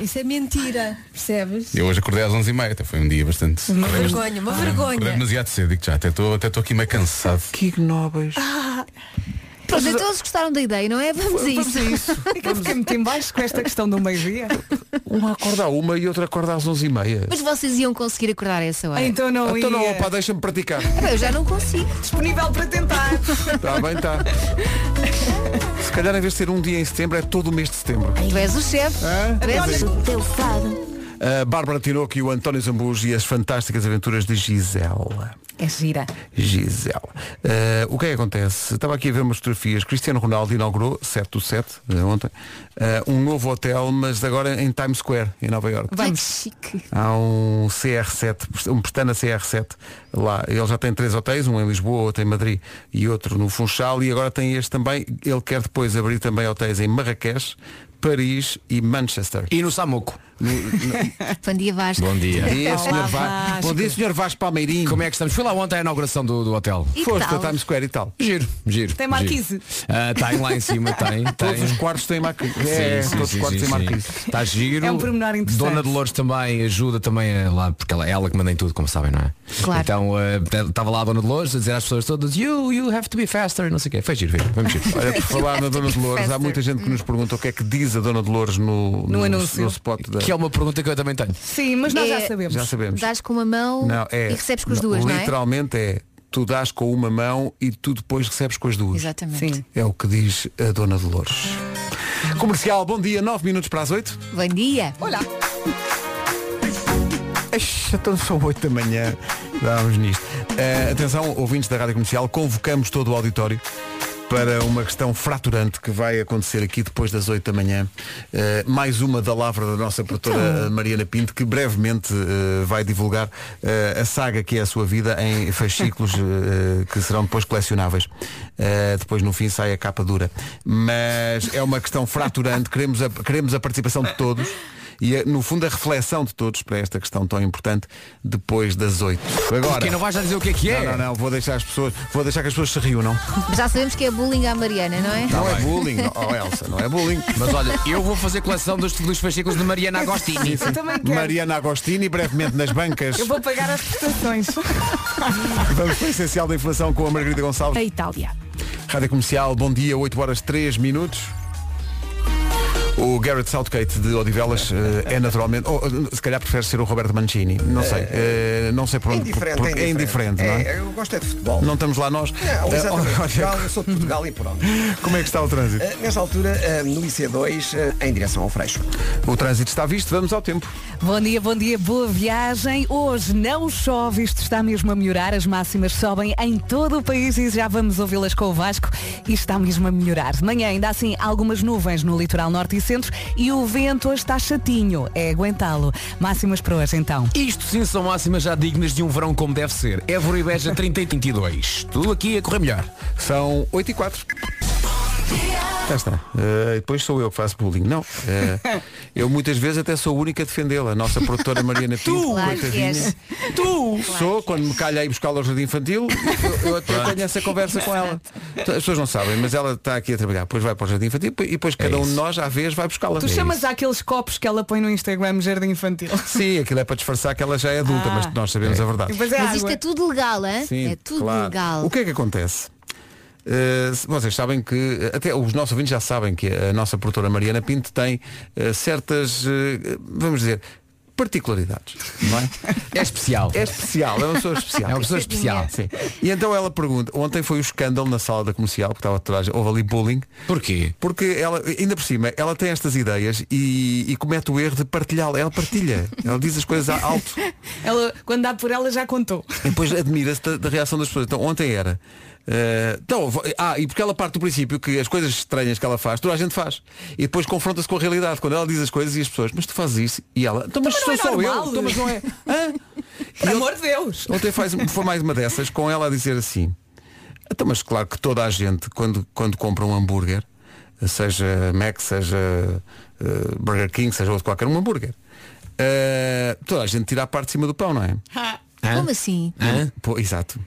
[SPEAKER 11] Isso é mentira, percebes?
[SPEAKER 12] Eu hoje acordei às 11h30, até foi um dia bastante.
[SPEAKER 11] Uma
[SPEAKER 12] acordei-
[SPEAKER 11] vergonha, uma
[SPEAKER 12] acordei-
[SPEAKER 11] vergonha.
[SPEAKER 12] acordei demasiado cedo, digo já, até estou até estou aqui meio cansado.
[SPEAKER 1] Que ignóbeis.
[SPEAKER 3] Ah. Pronto, então eles gostaram da ideia, não é? Vamos a isso.
[SPEAKER 2] Vamos a isso. Eu fiquei muito em baixo com esta questão do meio-dia.
[SPEAKER 1] Uma Um acorda à uma e outra acorda às onze e meia.
[SPEAKER 3] Mas vocês iam conseguir acordar a essa hora.
[SPEAKER 2] Então não
[SPEAKER 1] Então não, opa, deixa-me praticar.
[SPEAKER 3] Ah, bem, Eu já não consigo.
[SPEAKER 2] Disponível para tentar.
[SPEAKER 1] Está bem, está. Se calhar em vez de ser um dia em setembro, é todo o mês de setembro.
[SPEAKER 3] Tu és o chefe. Tu és o teu fado.
[SPEAKER 1] A Eh, Bárbara Tinoco e o António Zambujo e as fantásticas aventuras de Gisela.
[SPEAKER 2] É gira.
[SPEAKER 1] Gisela. Eh, o que é que acontece? Estava aqui a ver umas fotografias. Cristiano Ronaldo inaugurou, 7 do 7, eh, ontem, eh, um novo hotel, mas agora em Times Square, em Nova Iorque.
[SPEAKER 3] Vamos. chique.
[SPEAKER 1] Há um CR7, um Pestana CR7 lá. Ele já tem três hotéis, um em Lisboa, outro em Madrid e outro no Funchal. E agora tem este também. Ele quer depois abrir também hotéis em Marrakech, Paris e Manchester. E no Samuco.
[SPEAKER 3] Bom dia, Vasco.
[SPEAKER 10] Bom dia.
[SPEAKER 1] Bom dia, Sr. Vasco. Bom dia, Sr. Vasco Palmeirinho.
[SPEAKER 10] Como é que estamos? Fui lá ontem à inauguração do, do hotel.
[SPEAKER 3] E que Foste tal? a Times
[SPEAKER 1] Square e tal.
[SPEAKER 10] Giro, giro.
[SPEAKER 3] Tem
[SPEAKER 10] giro.
[SPEAKER 3] marquise?
[SPEAKER 10] Ah, tem lá em cima, tem. tem.
[SPEAKER 1] Todos os quartos têm marquise. É, todos os quartos têm marquise.
[SPEAKER 10] Está Tá giro.
[SPEAKER 1] É um pormenor interessante.
[SPEAKER 10] Dona Dolores também ajuda também eh, lá, porque ela é ela que manda em tudo, como sabem, não é?
[SPEAKER 3] Claro.
[SPEAKER 10] Então eh, estava lá a Dona Dolores a dizer às pessoas todas, you, you have to be faster, e não sei o quê. Foi giro, foi giro. Vamos giro.
[SPEAKER 1] Olha, por falar na Dona Dolores, há muita gente que nos pergunta o que é que diz a Dona Dolores no,
[SPEAKER 2] anúncio.
[SPEAKER 1] no spot da...
[SPEAKER 10] Que é uma pergunta que eu também tenho.
[SPEAKER 2] Sim, mas nós
[SPEAKER 3] É-
[SPEAKER 2] já sabemos.
[SPEAKER 1] Já sabemos.
[SPEAKER 3] Dás com uma mão
[SPEAKER 1] Não, é,
[SPEAKER 3] e recebes com as
[SPEAKER 1] não,
[SPEAKER 3] duas, não é?
[SPEAKER 1] Literalmente é, tu dás com uma mão e tu depois recebes com as duas.
[SPEAKER 3] Exatamente. Sim.
[SPEAKER 1] É o que diz a Dona Dolores. Comercial, bom dia, 9 minutos para as 8.
[SPEAKER 3] Bom dia.
[SPEAKER 2] Olá.
[SPEAKER 1] Então são 8 da manhã. Vamos nisto. Eh, atenção, ouvintes da Rádio Comercial, convocamos todo o auditório para uma questão fraturante que vai acontecer aqui depois das 8 da manhã. Eh, mais uma da lavra da nossa produtora eh, Mariana Pinto, que brevemente eh, vai divulgar eh, a saga que é a sua vida em fascículos eh, que serão depois colecionáveis. Eh, depois no fim sai a capa dura. Mas é uma questão fraturante, queremos a, queremos a participação de todos. E, eh, no fundo, a reflexão de todos para esta questão tão importante depois das 8. Agora.
[SPEAKER 10] Porque não vais já dizer o que é que é? Tá
[SPEAKER 1] Não, não, não, vou deixar as pessoas, vou deixar que as pessoas se reúnam.
[SPEAKER 3] Já sabemos que é bullying à Mariana, não é?
[SPEAKER 1] Não é bullying, não- oh Elsa, não é bullying.
[SPEAKER 10] Mas olha, eu vou fazer coleção dos, dos fascículos de Mariana Agostini.
[SPEAKER 1] Sim, sim. Mariana Agostini, brevemente nas bancas.
[SPEAKER 2] Eu vou pagar as prestações.
[SPEAKER 1] Vamos para o essencial da informação com a Margarida Gonçalves.
[SPEAKER 2] A Itália.
[SPEAKER 1] Rádio Comercial, bom dia, 8 horas 3 minutos. O Garrett Southgate de Odivelas eh, é naturalmente, ou, eh, se calhar prefere ser o Roberto Mancini, não sei, eh, não sei por onde,
[SPEAKER 15] indiferente,
[SPEAKER 1] porque
[SPEAKER 15] é
[SPEAKER 1] é
[SPEAKER 15] indiferente.
[SPEAKER 1] indiferente, não é?
[SPEAKER 15] É, eu gosto é de futebol. É,
[SPEAKER 1] Não estamos lá nós.
[SPEAKER 15] Não,
[SPEAKER 1] Eh,
[SPEAKER 15] exatamente.
[SPEAKER 1] olha,
[SPEAKER 15] Portugal, eu sou de Portugal e pronto.
[SPEAKER 1] como é que está o trânsito?
[SPEAKER 15] Eh, Nesta altura, eh, no IC2, eh, em direção ao Freixo.
[SPEAKER 1] O trânsito está visto, vamos ao tempo.
[SPEAKER 2] Bom dia, bom dia, boa viagem. Hoje não chove, isto está mesmo a melhorar. As máximas sobem em todo o país e já vamos ouvi-las com o Vasco. E está mesmo a melhorar. De manhã ainda assim algumas nuvens no litoral norte e centro e o vento hoje está chatinho. É aguentá-lo. Máximas para hoje então.
[SPEAKER 10] Isto sim são máximas já dignas de um verão como deve ser. Évora e Beja 30 e 32. Tudo aqui a correr melhor.
[SPEAKER 1] São 8 e 4. Cá está. Eh, depois sou eu que faço bullying. Não. eh, eu muitas vezes até sou a única a defendê-la. A nossa produtora Mariana Pinto,
[SPEAKER 4] Claro é que
[SPEAKER 1] coitadinha.
[SPEAKER 4] és.
[SPEAKER 1] Tu! Sou, quando me calha aí buscá-la ao jardim infantil, eu, eu até tenho essa conversa com ela. Então, As pessoas não sabem, mas ela está aqui a trabalhar. Depois vai para o jardim infantil e depois cada um de nós, à vez, vai buscá-la. É
[SPEAKER 2] Tu chamas aqueles copos que ela põe no Instagram Jardim Infantil.
[SPEAKER 1] Sim, aquilo é para disfarçar que ela já é adulta,
[SPEAKER 2] Ah.
[SPEAKER 1] mas que nós sabemos a verdade.
[SPEAKER 2] Mas é
[SPEAKER 3] Mas
[SPEAKER 2] água.
[SPEAKER 3] isto é tudo legal, é?
[SPEAKER 1] Sim,
[SPEAKER 3] é tudo
[SPEAKER 1] claro.
[SPEAKER 3] legal.
[SPEAKER 1] O que é que acontece? Eh, se- vocês sabem que, eh, até os nossos ouvintes já sabem que a nossa produtora Mariana Pinto tem eh, certas, eh, vamos dizer, particularidades, não é? É especial. É especial, é uma pessoa especial.
[SPEAKER 10] É uma pessoa especial.
[SPEAKER 1] Sim. E então ela pergunta, ontem foi o escândalo na sala da comercial, porque estava atrás, houve ali bullying. Porquê? Porque ela, ainda por cima, ela tem estas ideias e, e comete o erro de partilhá-la. Ela partilha, ela diz as coisas a- alto.
[SPEAKER 2] Ela, quando dá por ela, já contou.
[SPEAKER 1] E depois admira-se da, da reação das pessoas. Então, ontem era. eh, então, vo- ah, e porque ela parte do princípio que as coisas estranhas que ela faz, toda a gente faz. E depois confronta-se com a realidade. Quando ela diz as coisas e as pessoas, mas tu fazes isso. E ela, então,
[SPEAKER 2] Também
[SPEAKER 1] mas sou
[SPEAKER 2] não é
[SPEAKER 1] só eu.
[SPEAKER 2] normal.
[SPEAKER 1] Então, mas não é. Hã? Por amor
[SPEAKER 2] de Deus.
[SPEAKER 1] Ontem faz, foi mais uma dessas com ela a dizer assim. Então, mas claro que toda a gente, quando, quando compra um hambúrguer, seja Mac, seja eh, Burger King, seja outro qualquer, um hambúrguer, eh, toda a gente tira a parte de cima do pão, não é? Hã?
[SPEAKER 3] Como assim?
[SPEAKER 1] Pô, exato.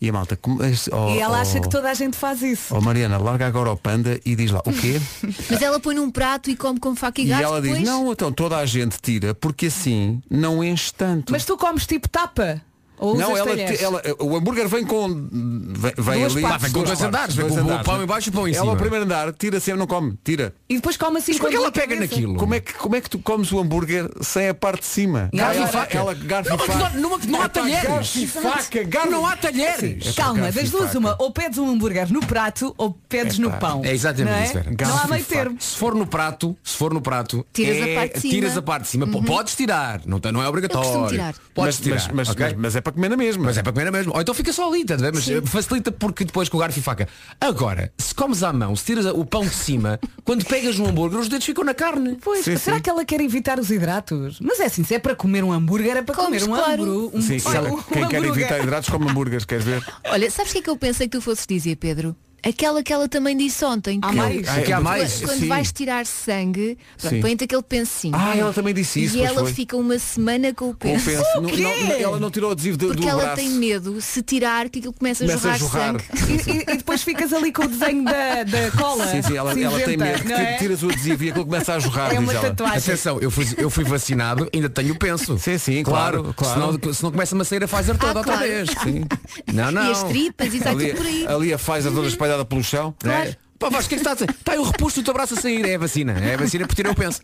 [SPEAKER 1] E a malta. como- Oh,
[SPEAKER 2] e ela acha
[SPEAKER 1] oh,
[SPEAKER 2] que toda a gente faz isso.
[SPEAKER 1] oh, Mariana, larga agora o panda e diz lá o quê?
[SPEAKER 3] Mas ela põe num prato e come com faca e,
[SPEAKER 1] e
[SPEAKER 3] garfo
[SPEAKER 1] ela diz,
[SPEAKER 3] depois?
[SPEAKER 1] não, então toda a gente tira, porque assim não enche tanto.
[SPEAKER 2] Mas tu comes tipo tapa? Ou
[SPEAKER 1] não,
[SPEAKER 2] usas
[SPEAKER 1] ela,
[SPEAKER 2] talheres?
[SPEAKER 1] te- ela- o hambúrguer vem com vem, vem
[SPEAKER 10] Duas
[SPEAKER 1] ali
[SPEAKER 10] partes. Vem com dois andares, vem com o pão em baixo e o pão em
[SPEAKER 1] ela
[SPEAKER 10] cima.
[SPEAKER 1] ao primeiro andar tira sempre não come tira
[SPEAKER 2] E depois come assim
[SPEAKER 10] Mas como é que
[SPEAKER 2] com a
[SPEAKER 10] ela pega
[SPEAKER 2] cabeça?
[SPEAKER 10] naquilo?
[SPEAKER 1] como é que como é que tu comes o hambúrguer sem a parte de cima
[SPEAKER 10] Garfo e
[SPEAKER 1] Ela-
[SPEAKER 10] faca.
[SPEAKER 1] ela garfo
[SPEAKER 10] Não,
[SPEAKER 1] e
[SPEAKER 10] mas
[SPEAKER 1] faca
[SPEAKER 10] não- não- não há
[SPEAKER 1] Epá,
[SPEAKER 10] talheres.
[SPEAKER 1] garfo e
[SPEAKER 10] Exato.
[SPEAKER 1] faca garfo-
[SPEAKER 10] Não há talheres.
[SPEAKER 1] Sim, é pá,
[SPEAKER 2] Calma,
[SPEAKER 1] garfo
[SPEAKER 2] das
[SPEAKER 1] e
[SPEAKER 2] duas
[SPEAKER 1] faca.
[SPEAKER 2] uma, ou pedes um hambúrguer no prato ou pedes no pão.
[SPEAKER 10] É exatamente
[SPEAKER 2] não é?
[SPEAKER 10] isso, Vera.
[SPEAKER 2] Não há
[SPEAKER 10] Garfo e
[SPEAKER 2] meio
[SPEAKER 10] faca.
[SPEAKER 2] termo.
[SPEAKER 10] Se for no prato, se for no prato,
[SPEAKER 2] Tiras
[SPEAKER 10] é-
[SPEAKER 2] a parte de cima.
[SPEAKER 10] tiras a parte de cima. P-
[SPEAKER 2] Uhum.
[SPEAKER 10] Podes tirar, não, tem- não é obrigatório.
[SPEAKER 2] Eu costumo tirar.
[SPEAKER 10] Podes
[SPEAKER 1] Mas-
[SPEAKER 10] tirar.
[SPEAKER 1] mas- mas- mas- é para comer na mesma.
[SPEAKER 10] Mas é para comer na mesma. Ou então fica só ali, tá, a ver? mas eh, facilita porque depois com o garfo e faca. Agora, se comes à mão, se tiras o pão de cima, quando pegas no hambúrguer, os dedos ficam na carne.
[SPEAKER 2] Pois, será que ela quer evitar os hidratos? Mas é assim, se é para comer um hambúrguer, é para
[SPEAKER 3] Comes,
[SPEAKER 2] comer um
[SPEAKER 3] claro.
[SPEAKER 2] hambúrguer. Um,
[SPEAKER 1] Sim,
[SPEAKER 2] olha,
[SPEAKER 1] ela-
[SPEAKER 2] um
[SPEAKER 1] quem quer
[SPEAKER 2] hambúrguer.
[SPEAKER 1] evitar hidratos come hambúrgueres queres ver
[SPEAKER 3] Olha, sabes o que é que eu pensei que tu fosses dizer, Pedro? Aquela que ela também disse ontem.
[SPEAKER 1] Há
[SPEAKER 3] que
[SPEAKER 1] mais? Ah,
[SPEAKER 3] Quando,
[SPEAKER 1] que há mais?
[SPEAKER 3] quando
[SPEAKER 1] Sim.
[SPEAKER 3] vais tirar sangue,
[SPEAKER 1] Sim.
[SPEAKER 3] pronto, põe-te aquele pensinho.
[SPEAKER 1] Ah, ela também disse isso,
[SPEAKER 3] E
[SPEAKER 1] pois
[SPEAKER 3] ela
[SPEAKER 1] foi.
[SPEAKER 3] fica uma semana com o
[SPEAKER 1] Com o
[SPEAKER 3] penso.
[SPEAKER 1] penso. Não- não- ela não tirou o adesivo do, do
[SPEAKER 3] Porque ela
[SPEAKER 1] braço
[SPEAKER 3] tem medo, se tirar, que aquilo começa a
[SPEAKER 1] Começa a
[SPEAKER 3] jorrar,
[SPEAKER 1] jorrar.
[SPEAKER 3] sangue.
[SPEAKER 2] E, e- e depois ficas ali com o desenho da, da cola.
[SPEAKER 10] Sim, sim,
[SPEAKER 1] ela, ela tem
[SPEAKER 2] cinzenta,
[SPEAKER 1] medo
[SPEAKER 2] não é?
[SPEAKER 1] Tu tiras o adesivo e aquilo começa a jorrar
[SPEAKER 2] É uma
[SPEAKER 1] diz ela.
[SPEAKER 2] tatuagem.
[SPEAKER 10] Atenção, eu fui, eu fui vacinado, ainda tenho o penso. Sim, sim,
[SPEAKER 1] claro, claro.
[SPEAKER 10] Senão, senão começa-me a sair a Pfizer
[SPEAKER 2] Ah,
[SPEAKER 10] toda outra
[SPEAKER 3] claro.
[SPEAKER 10] vez. Não, não.
[SPEAKER 3] E as tripas,
[SPEAKER 10] tá
[SPEAKER 3] e sai
[SPEAKER 1] ali,
[SPEAKER 3] tudo por aí.
[SPEAKER 1] ali a Pfizer toda espalhada pelo chão né?
[SPEAKER 10] Claro. Pá, Vasco, o que é que está a dizer?
[SPEAKER 1] Tá
[SPEAKER 10] Está aí o reposto do teu braço a sair. É a vacina. É a vacina porque eu penso.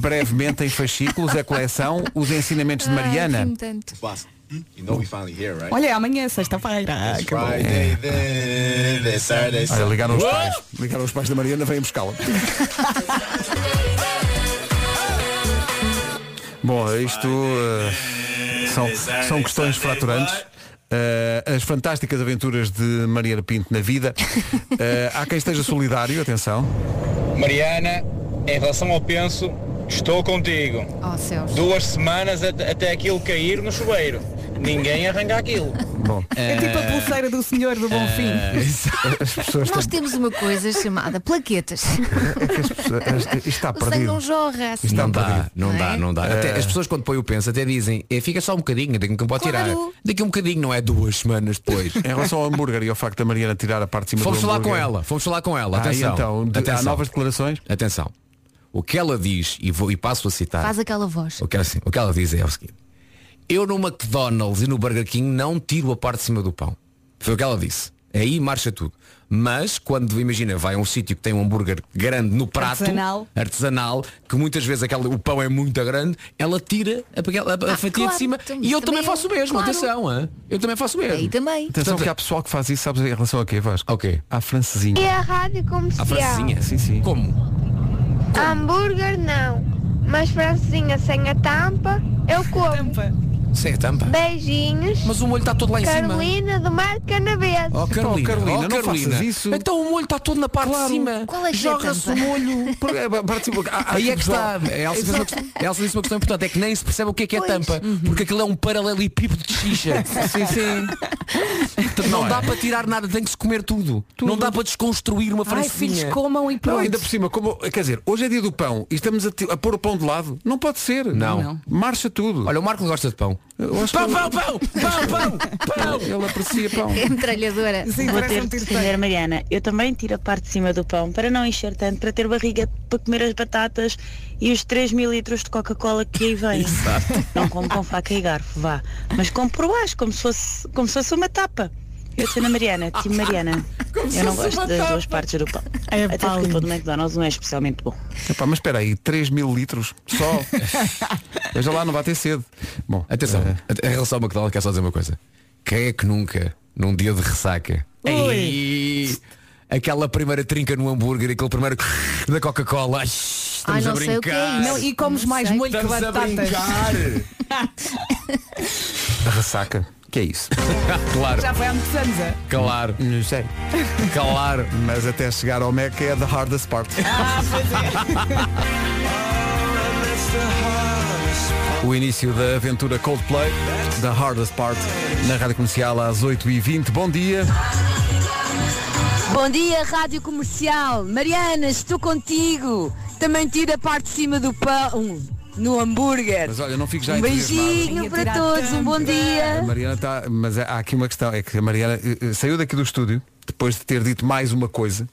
[SPEAKER 1] brevemente em fascículos a coleção os ensinamentos de
[SPEAKER 2] Ai,
[SPEAKER 1] Mariana
[SPEAKER 2] ri-me tanto. Olha, amanhã é sexta-feira. É. Que bom.
[SPEAKER 1] Olha, ligaram os pais ligaram os pais da Mariana vêm buscá-la bom isto eh, são, são questões fraturantes Eh, as fantásticas aventuras de Mariana Pinto na vida Eh, há quem esteja solidário atenção
[SPEAKER 16] Mariana, em relação ao penso, estou contigo.
[SPEAKER 3] Oh, céus.
[SPEAKER 16] Duas semanas at- até aquilo cair no chuveiro. Ninguém arranca aquilo.
[SPEAKER 1] Bom,
[SPEAKER 2] É tipo a pulseira do senhor do bom fim.
[SPEAKER 1] É, as pessoas É
[SPEAKER 3] Nós temos uma coisa chamada plaquetas.
[SPEAKER 1] Isto está
[SPEAKER 3] o sangue não jorra assim.
[SPEAKER 10] não dá, não
[SPEAKER 3] Não é?
[SPEAKER 10] dá, não dá. Até
[SPEAKER 1] Eh,
[SPEAKER 3] É.
[SPEAKER 10] as pessoas quando põem o penso até dizem, "Eh, fica só um bocadinho, daqui não pode
[SPEAKER 3] Claro.
[SPEAKER 10] tirar. Daqui a um bocadinho, não é duas semanas depois.
[SPEAKER 1] Em relação ao hambúrguer e ao facto da Mariana tirar a parte de cima
[SPEAKER 10] Fomos
[SPEAKER 1] do
[SPEAKER 10] falar
[SPEAKER 1] hambúrguer.
[SPEAKER 10] com ela, fomos falar com ela.
[SPEAKER 1] Ah,
[SPEAKER 10] Atenção.
[SPEAKER 1] e então, de- há novas declarações?
[SPEAKER 10] Atenção. O que ela diz, e, vou, e passo a citar.
[SPEAKER 3] Faz aquela voz.
[SPEAKER 10] O que, ela, assim, o que ela diz é o seguinte. Eu no McDonald's e no Burger King não tiro a parte de cima do pão. Foi o que ela disse. Aí marcha tudo. Mas quando, imagina, vai a um sítio que tem um hambúrguer grande no prato,
[SPEAKER 2] Artesanal.
[SPEAKER 10] artesanal, que muitas vezes aquela, o pão é muito grande, ela tira a, pequena- a- a
[SPEAKER 3] Ah,
[SPEAKER 10] fatia
[SPEAKER 3] claro,
[SPEAKER 10] de cima.
[SPEAKER 3] tam-
[SPEAKER 10] E
[SPEAKER 3] também
[SPEAKER 10] eu também,
[SPEAKER 3] eu,
[SPEAKER 10] faço o mesmo,
[SPEAKER 3] claro.
[SPEAKER 10] atenção, hã? eu também faço o mesmo.
[SPEAKER 3] Aí também.
[SPEAKER 1] Atenção que há pessoal que faz isso, sabes em relação a quê, Vasco? Ok. À francesinha.
[SPEAKER 17] E a
[SPEAKER 13] É.
[SPEAKER 17] rádio
[SPEAKER 10] À
[SPEAKER 17] comercial.
[SPEAKER 10] francesinha? Sim, sim. Como?
[SPEAKER 17] Hambúrguer não. Mas francesinha sem a tampa, eu como.
[SPEAKER 10] Sim, a tampa.
[SPEAKER 17] Beijinhos.
[SPEAKER 10] Mas o molho está todo lá em cima.
[SPEAKER 17] Carolina do Mar de Canaveses.
[SPEAKER 10] Oh, Carolina,
[SPEAKER 1] Oh, Carolina,
[SPEAKER 10] oh,
[SPEAKER 1] não
[SPEAKER 10] Carolina.
[SPEAKER 1] faças isso.
[SPEAKER 10] Então o molho está todo na parte
[SPEAKER 1] Claro.
[SPEAKER 10] de cima.
[SPEAKER 1] Qual é que é a
[SPEAKER 10] Joga-se o
[SPEAKER 1] tampa?
[SPEAKER 10] molho. por- é, parte de cima. Há- há
[SPEAKER 1] Aí é
[SPEAKER 10] tipo
[SPEAKER 1] que
[SPEAKER 10] de
[SPEAKER 1] está.
[SPEAKER 10] jo- A Elsa, fez uma questão, a Elsa disse uma questão importante, é que nem se percebe o que é que é tampa, porque aquilo é um paralelepípedo de xixa.
[SPEAKER 2] Uhum. Sim, é. sim.
[SPEAKER 10] Portanto, Não, dá para tirar nada, tem que se comer tudo. Não dá para desconstruir uma
[SPEAKER 2] Ai,
[SPEAKER 10] francesinha.
[SPEAKER 2] filhos, comam e
[SPEAKER 1] Não,
[SPEAKER 2] pronto.
[SPEAKER 1] ainda por cima, como, quer dizer, hoje é dia do pão e estamos a, ti- a pôr o pão de lado. Não pode ser.
[SPEAKER 10] Não. Não.
[SPEAKER 1] Marcha tudo.
[SPEAKER 10] Olha, o Marco gosta de pão.
[SPEAKER 1] Eu acho que é
[SPEAKER 10] Pão, pão,
[SPEAKER 1] ele-
[SPEAKER 10] pão! Pão, pão! Pão!
[SPEAKER 1] Ele aprecia pão.
[SPEAKER 3] É metralhadora.
[SPEAKER 18] Vou ter
[SPEAKER 1] um
[SPEAKER 18] de defender a Mariana. Eu também tiro a parte de cima do pão para não encher tanto, para ter barriga para comer as batatas e os 3 mil litros de Coca-Cola que aí vem. Não como com faca e garfo, vá. Mas como por baixo, como se fosse, como se fosse uma tapa. Eu sou na Mariana, time Mariana.
[SPEAKER 1] se
[SPEAKER 18] Eu não
[SPEAKER 1] fosse
[SPEAKER 18] gosto
[SPEAKER 1] uma
[SPEAKER 18] das
[SPEAKER 1] tapa. É
[SPEAKER 18] duas partes do pão. Até porque o pão do McDonald's não é especialmente bom.
[SPEAKER 1] Epá, mas espera aí, 3 mil litros só. Veja lá, não vai ter cedo. Bom,
[SPEAKER 2] É.
[SPEAKER 10] Atenção, em relação ao McDonald's quero só dizer uma coisa. Quem é que nunca, num dia de ressaca, Ei, aquela primeira trinca no hambúrguer, aquele primeiro da Coca-Cola, ai, estamos a brincar.
[SPEAKER 1] é
[SPEAKER 2] Não, e comes mais molho que
[SPEAKER 10] Estamos a
[SPEAKER 2] batatas.
[SPEAKER 10] brincar.
[SPEAKER 1] Ressaca. Que é isso?
[SPEAKER 10] claro.
[SPEAKER 2] Já foi há muitos anos, é?
[SPEAKER 10] Claro.
[SPEAKER 1] Hum, Não sei.
[SPEAKER 10] Claro.
[SPEAKER 1] Mas até chegar ao Mac é the hardest part. O início da aventura Coldplay, The Hardest Part, na Rádio Comercial às 8h20. Bom dia.
[SPEAKER 19] Bom dia, Rádio Comercial. Mariana, estou contigo. Também tira a parte de cima do pão no hambúrguer.
[SPEAKER 1] Mas olha, não fico já
[SPEAKER 19] um
[SPEAKER 1] entusiasmado.
[SPEAKER 19] beijinho para todos, um bom
[SPEAKER 1] A
[SPEAKER 19] dia.
[SPEAKER 1] Mariana está. Mas há aqui uma questão, é que a Mariana eh, eh, saiu daqui do estúdio, depois de ter dito mais uma coisa.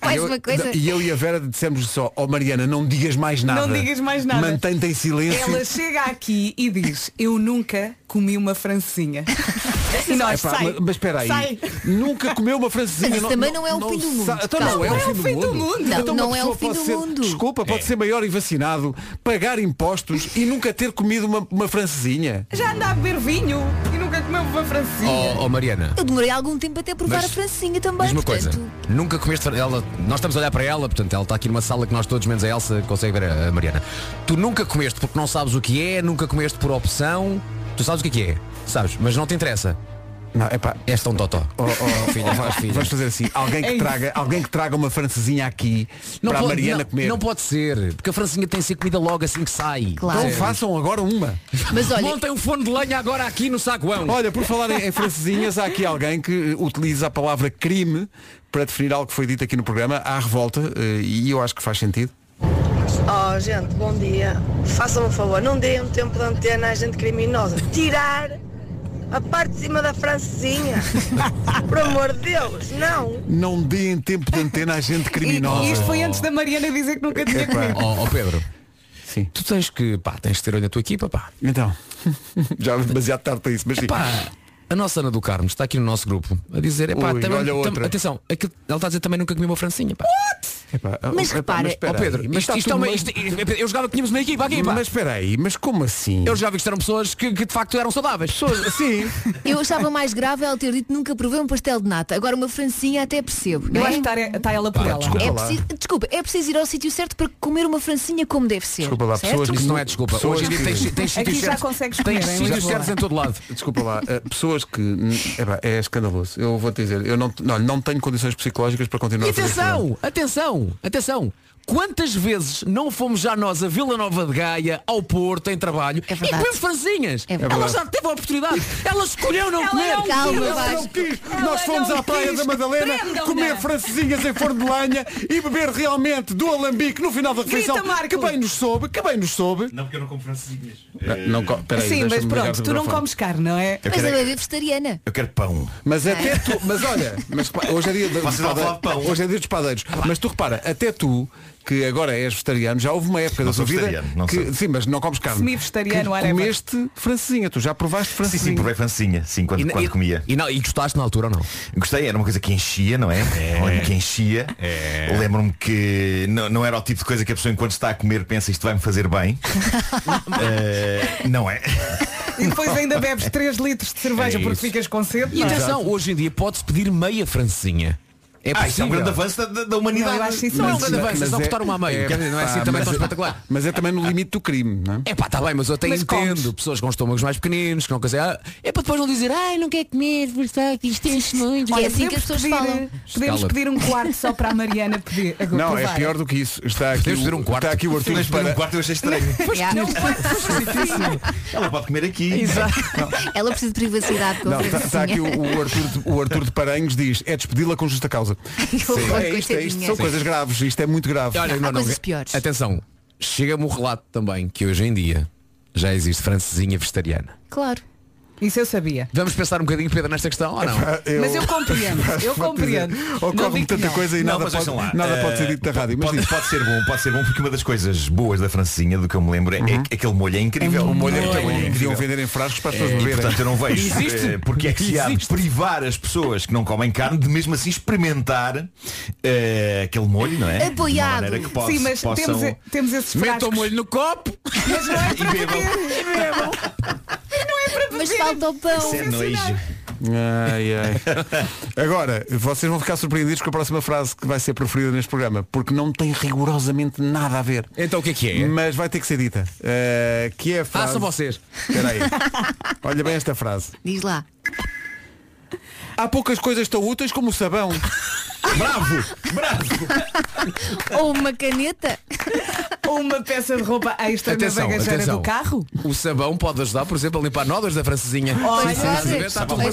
[SPEAKER 3] Mais
[SPEAKER 1] E eu-
[SPEAKER 3] uma coisa.
[SPEAKER 1] E eu e a Vera dissemos só, ó Mariana, não digas mais nada.
[SPEAKER 2] é. Não digas mais nada.
[SPEAKER 1] Mantém-te em silêncio.
[SPEAKER 2] Ela chega aqui e diz, eu nunca comi uma francesinha. E nós,
[SPEAKER 1] Epá,
[SPEAKER 2] sai,
[SPEAKER 1] mas, mas espera aí.
[SPEAKER 2] sai.
[SPEAKER 1] Nunca comeu uma francesinha.
[SPEAKER 3] Mas isso também não é o fim do mundo,
[SPEAKER 1] sa- Então não,
[SPEAKER 3] calma.
[SPEAKER 1] é o fim, do, mundo. É.
[SPEAKER 3] Não,
[SPEAKER 1] Então uma
[SPEAKER 3] não é o
[SPEAKER 1] pessoa
[SPEAKER 3] fim
[SPEAKER 1] pode
[SPEAKER 3] do
[SPEAKER 1] ser-
[SPEAKER 3] mundo.
[SPEAKER 1] Desculpa, pode ser maior e vacinado, pagar impostos e nunca ter comido uma, uma francesinha.
[SPEAKER 2] Já anda a beber vinho e nunca comeu uma francesinha.
[SPEAKER 10] Oh, oh, Mariana.
[SPEAKER 3] Eu demorei algum tempo até provar
[SPEAKER 10] Mas-
[SPEAKER 3] a francinha também.
[SPEAKER 10] Diz uma coisa,
[SPEAKER 3] portanto,
[SPEAKER 10] nunca comeste ela, nós estamos a olhar para ela, portanto, ela está aqui numa sala que nós todos, menos a Elsa, consegue ver a, a Mariana. Tu nunca comeste porque não sabes o que é, nunca comeste por opção, tu sabes o que é que é, sabes, mas não te interessa.
[SPEAKER 1] Não, é pá.
[SPEAKER 10] És tão totó.
[SPEAKER 1] Oh, oh,
[SPEAKER 10] filha,
[SPEAKER 1] oh,
[SPEAKER 10] faz filha.
[SPEAKER 1] Vamos fazer assim, alguém
[SPEAKER 10] É
[SPEAKER 1] que,
[SPEAKER 10] isso.
[SPEAKER 1] traga, alguém que traga uma francesinha aqui para a Mariana
[SPEAKER 10] não,
[SPEAKER 1] comer.
[SPEAKER 10] Não pode ser, porque a francinha tem que ser comida logo assim que sai.
[SPEAKER 1] Então façam agora uma.
[SPEAKER 3] Mas olha-
[SPEAKER 10] Montem um forno de lenha agora aqui no saguão.
[SPEAKER 1] Olha, por falar em, em francesinhas, há aqui alguém que eh, utiliza a palavra crime para definir algo que foi dito aqui no programa, à revolta, eh, e eu acho que faz sentido.
[SPEAKER 20] Oh, gente, bom dia. Façam um favor, não deem tempo de antena à gente criminosa. Tirar a parte de cima da francesinha. Por amor de Deus, não.
[SPEAKER 1] Não deem tempo de antena à gente criminosa. oh.
[SPEAKER 2] E isto foi antes da Mariana dizer que nunca tinha comido.
[SPEAKER 10] Ó ó, Oh, Pedro.
[SPEAKER 1] Sim.
[SPEAKER 10] Tu tens que, pá, tens de ter olho na tua equipa, pá.
[SPEAKER 1] Então. Já demasiado tarde para isso, mas sim.
[SPEAKER 10] Epá, a nossa Ana do Carmo está aqui no nosso grupo a dizer, epá,
[SPEAKER 1] Ui,
[SPEAKER 10] também,
[SPEAKER 1] olha
[SPEAKER 10] tam-
[SPEAKER 1] outra.
[SPEAKER 10] atenção, aquilo- ela está a dizer também nunca comi uma francinha, pá.
[SPEAKER 1] Epá, oh,
[SPEAKER 10] Mas
[SPEAKER 1] epá,
[SPEAKER 10] repara-
[SPEAKER 1] espera
[SPEAKER 10] Ó, Pedro,
[SPEAKER 1] aí,
[SPEAKER 10] isto-
[SPEAKER 1] está
[SPEAKER 10] isto é
[SPEAKER 1] tudo
[SPEAKER 10] uma-
[SPEAKER 1] meio-
[SPEAKER 10] isto- eu jogava que tínhamos uma equipa aqui, pá.
[SPEAKER 1] Mas espera aí, mas como assim?
[SPEAKER 10] Eu já vi que isto eram pessoas que, que de facto eram saudáveis.
[SPEAKER 1] Pessoas, sim.
[SPEAKER 3] Eu achava mais grave ela ter dito nunca provei um pastel de nata. Agora uma francinha até percebo.
[SPEAKER 2] Eu
[SPEAKER 3] não
[SPEAKER 2] acho
[SPEAKER 3] é?
[SPEAKER 2] que está está ela por
[SPEAKER 10] Pá,
[SPEAKER 2] ela.
[SPEAKER 10] desculpa
[SPEAKER 3] É
[SPEAKER 10] lá.
[SPEAKER 3] preciso, desculpa, é preciso ir ao sítio certo para comer uma francinha como deve ser.
[SPEAKER 1] Desculpa lá,
[SPEAKER 3] certo?
[SPEAKER 1] pessoas
[SPEAKER 10] Isso não é desculpa.
[SPEAKER 1] pessoas
[SPEAKER 10] Hoje em dia
[SPEAKER 1] que-
[SPEAKER 10] tens- tens
[SPEAKER 2] Aqui
[SPEAKER 10] sítios
[SPEAKER 2] já
[SPEAKER 10] certos-
[SPEAKER 2] consegues comer,
[SPEAKER 10] Tens
[SPEAKER 2] em
[SPEAKER 10] sítios
[SPEAKER 2] Lisboa.
[SPEAKER 10] certos em todo lado.
[SPEAKER 1] Desculpa lá, eh, pessoas que. hum, epá, é escandaloso. Eu vou te dizer, eu não, não, não tenho condições psicológicas para continuar
[SPEAKER 10] E
[SPEAKER 1] a fazer este programa.
[SPEAKER 10] atenção, atenção, atenção. Quantas vezes não fomos já nós a Vila Nova de Gaia, ao Porto, em trabalho, e
[SPEAKER 3] verdade.
[SPEAKER 10] comemos franzinhas?
[SPEAKER 13] É
[SPEAKER 10] Ela
[SPEAKER 1] É verdade.
[SPEAKER 10] já teve a oportunidade. Ela escolheu não
[SPEAKER 1] Ela
[SPEAKER 10] comer.
[SPEAKER 1] não
[SPEAKER 3] Calma,
[SPEAKER 1] Ela
[SPEAKER 3] Vasco.
[SPEAKER 1] não quis.
[SPEAKER 3] Ela
[SPEAKER 1] Nós fomos
[SPEAKER 3] não
[SPEAKER 1] à Praia
[SPEAKER 3] quis.
[SPEAKER 1] da Madalena
[SPEAKER 3] Prendam-na.
[SPEAKER 1] comer francesinhas em forno de lenha e beber realmente do alambique no final da refeição.
[SPEAKER 2] Grita, Marco.
[SPEAKER 1] que bem nos soube, que bem nos soube.
[SPEAKER 21] Não, porque eu não como francesinhas.
[SPEAKER 1] Não, co- peraí,
[SPEAKER 2] Sim, mas
[SPEAKER 1] deixa-me ligar
[SPEAKER 2] pronto,
[SPEAKER 1] o
[SPEAKER 2] tu não
[SPEAKER 1] microfone.
[SPEAKER 2] comes carne, não é?
[SPEAKER 3] Mas ela é vegetariana.
[SPEAKER 21] Eu quero pão.
[SPEAKER 1] Mas até tu, mas olha, mas repara, hoje é dia de-
[SPEAKER 21] Vocês não falam de pão.
[SPEAKER 1] hoje é dia dos padeiros. Mas tu repara, até tu que agora és vegetariano, já houve uma época
[SPEAKER 21] Não
[SPEAKER 1] da
[SPEAKER 21] sou
[SPEAKER 1] tua vida
[SPEAKER 21] vegetariano, não
[SPEAKER 1] que
[SPEAKER 21] sou.
[SPEAKER 1] sim, mas não comes carne.
[SPEAKER 2] Semi-vegetariano,
[SPEAKER 1] que
[SPEAKER 2] whatever.
[SPEAKER 1] comeste francesinha, tu já provaste
[SPEAKER 21] Sim,
[SPEAKER 1] francesinha.
[SPEAKER 21] sim, provei francinha, sim, quando,
[SPEAKER 10] E na-
[SPEAKER 21] quando
[SPEAKER 10] e-
[SPEAKER 21] comia.
[SPEAKER 10] E, não, e gostaste na altura ou não?
[SPEAKER 21] Gostei, era uma coisa que enchia, não é? Lembro-me que enchia. Lembro-me que não, não era o tipo de coisa que a pessoa enquanto está a comer pensa isto vai-me fazer bem. Eh, não é?
[SPEAKER 2] E depois ainda bebes 3 litros de cerveja
[SPEAKER 21] É
[SPEAKER 2] porque
[SPEAKER 21] isso.
[SPEAKER 2] ficas com sede. é?
[SPEAKER 10] E atenção, hoje em dia pode-se pedir meia francesinha.
[SPEAKER 1] É
[SPEAKER 21] ah, isso é um grande avanço da, da- da humanidade.
[SPEAKER 10] Não é um grande avanço, é só cortar uma à meia. Quer dizer, não é assim também tão espetacular.
[SPEAKER 1] Mas é também no limite do crime, não é?
[SPEAKER 10] É pá, está bem, mas eu até
[SPEAKER 1] Mas
[SPEAKER 10] entendo
[SPEAKER 1] comes.
[SPEAKER 10] pessoas com estômagos mais pequeninos, que não quer ah, é para depois não dizer, ai, não quer comer, porque isto enche muito.
[SPEAKER 3] é assim que as pessoas falam.
[SPEAKER 2] Podemos
[SPEAKER 1] Escala.
[SPEAKER 2] pedir um quarto só para a Mariana pedir. agora
[SPEAKER 1] Não, é
[SPEAKER 2] provar.
[SPEAKER 1] pior do que isso. Está aqui, o, está aqui o Arthur
[SPEAKER 21] Mas para um quarto eu achei estranho.
[SPEAKER 2] Não, um quarto
[SPEAKER 21] Ela pode comer aqui.
[SPEAKER 3] Ela precisa de privacidade com a
[SPEAKER 1] Não, está, está aqui o, o Arthur de, o Arthur de Paranhos diz, é despedi-la com justa causa.
[SPEAKER 3] horror,
[SPEAKER 10] É
[SPEAKER 1] isto, é isto, são
[SPEAKER 10] Sim.
[SPEAKER 1] coisas graves, isto é muito grave.
[SPEAKER 10] Olha, não, não, Atenção, chega-me o relato também que hoje em dia já existe francesinha vegetariana.
[SPEAKER 2] Claro. Isso eu sabia.
[SPEAKER 10] Vamos pensar um bocadinho, Pedro, nesta questão ou não?
[SPEAKER 2] Mas É eu compreendo, eu compreendo. Não
[SPEAKER 21] Ocorre-me
[SPEAKER 2] digo
[SPEAKER 21] tanta
[SPEAKER 2] que
[SPEAKER 21] coisa e Não, nada mas
[SPEAKER 1] pode-
[SPEAKER 21] vejam lá,
[SPEAKER 1] nada
[SPEAKER 21] eh,
[SPEAKER 1] pode ser dito da rádio, mas
[SPEAKER 21] pode, pode ser bom, pode ser bom porque uma das coisas boas da francesinha, do que eu me lembro, é que aquele molho é incrível.
[SPEAKER 1] O molho Uhum. é
[SPEAKER 21] Aquele
[SPEAKER 1] incrível.
[SPEAKER 21] incrível.
[SPEAKER 1] Deviam vender em frascos para as pessoas
[SPEAKER 21] Eh,
[SPEAKER 1] beberem.
[SPEAKER 21] E, portanto, eu não vejo
[SPEAKER 1] Existe?
[SPEAKER 21] eh, porque é que se há de privar as pessoas que não comem carne de mesmo assim experimentar eh, aquele molho, não é? De uma
[SPEAKER 2] Apoiado.
[SPEAKER 21] maneira que possa,
[SPEAKER 2] Sim, mas
[SPEAKER 21] possam...
[SPEAKER 2] temos, temos esses frascos.
[SPEAKER 10] Metam o molho no copo.
[SPEAKER 2] Mas não é para beber. Não é para beber.
[SPEAKER 3] Mas falta o
[SPEAKER 10] é
[SPEAKER 3] pão.
[SPEAKER 13] é
[SPEAKER 1] Ai, ai. Agora, vocês vão ficar surpreendidos com a próxima frase que vai ser preferida neste programa, porque não tem rigorosamente nada a ver.
[SPEAKER 10] Então o que é que é? Ah,
[SPEAKER 1] Mas vai ter que ser dita. Eh, que é a frase.
[SPEAKER 10] são vocês.
[SPEAKER 1] Espera aí. Olha bem esta frase.
[SPEAKER 3] Diz lá.
[SPEAKER 1] Há poucas coisas tão úteis como o sabão. Bravo!
[SPEAKER 3] Ou uma caneta.
[SPEAKER 2] Ou uma peça de roupa extra na
[SPEAKER 10] Atenção,
[SPEAKER 2] bagageira
[SPEAKER 10] atenção.
[SPEAKER 2] do carro.
[SPEAKER 10] O sabão pode ajudar, por exemplo, a limpar nódoas da francesinha.
[SPEAKER 2] Olha,
[SPEAKER 10] estás a ver? Está
[SPEAKER 2] sabão
[SPEAKER 10] tudo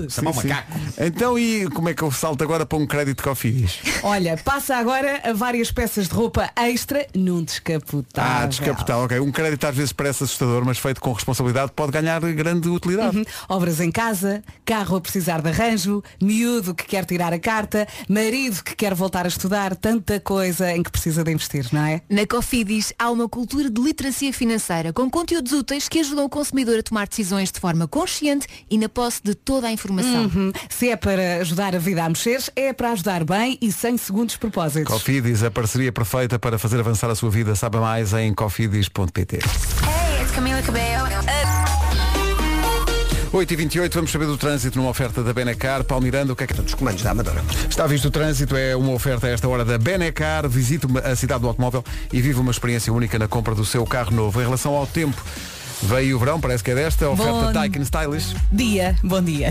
[SPEAKER 2] macaco.
[SPEAKER 10] marcado.
[SPEAKER 1] Sim, sim. Então e como é que eu salto agora para um crédito que ofidis?
[SPEAKER 2] Olha, passa agora a várias peças de roupa extra num descapotável.
[SPEAKER 1] Ah, descapital, ok. Um crédito às vezes parece assustador, mas feito com responsabilidade pode ganhar grande utilidade.
[SPEAKER 2] Uhum. Obras em casa, carro a precisar de arranjo, miúdo que quer tirar a carta, marido que quer voltar a estudar, tanta coisa em que precisa de investir, não é?
[SPEAKER 3] Na Cofidis há uma cultura de literacia financeira com conteúdos úteis que ajudam o consumidor a tomar decisões de forma consciente e na posse de toda a informação.
[SPEAKER 2] Uhum. Se é para ajudar a vida a mexer, é para ajudar bem e sem segundos propósitos.
[SPEAKER 1] Cofidis, a parceria perfeita para fazer avançar a sua vida. Sabe mais em cofidis.pt.
[SPEAKER 4] Hey,
[SPEAKER 3] É
[SPEAKER 4] it's Camila Cabello.
[SPEAKER 1] 8h28, vamos saber do trânsito numa oferta da Benecar. Paulo Miranda, o que é que dos comandos da Amadora? Está visto o trânsito, é uma oferta a esta hora da Benecar. Visite uma- a cidade do automóvel e vive uma experiência única na compra do seu carro novo. Em relação ao tempo, veio o verão, parece que é desta, a oferta
[SPEAKER 2] Bom.
[SPEAKER 1] Taiken Stylish.
[SPEAKER 2] Dia, bom dia.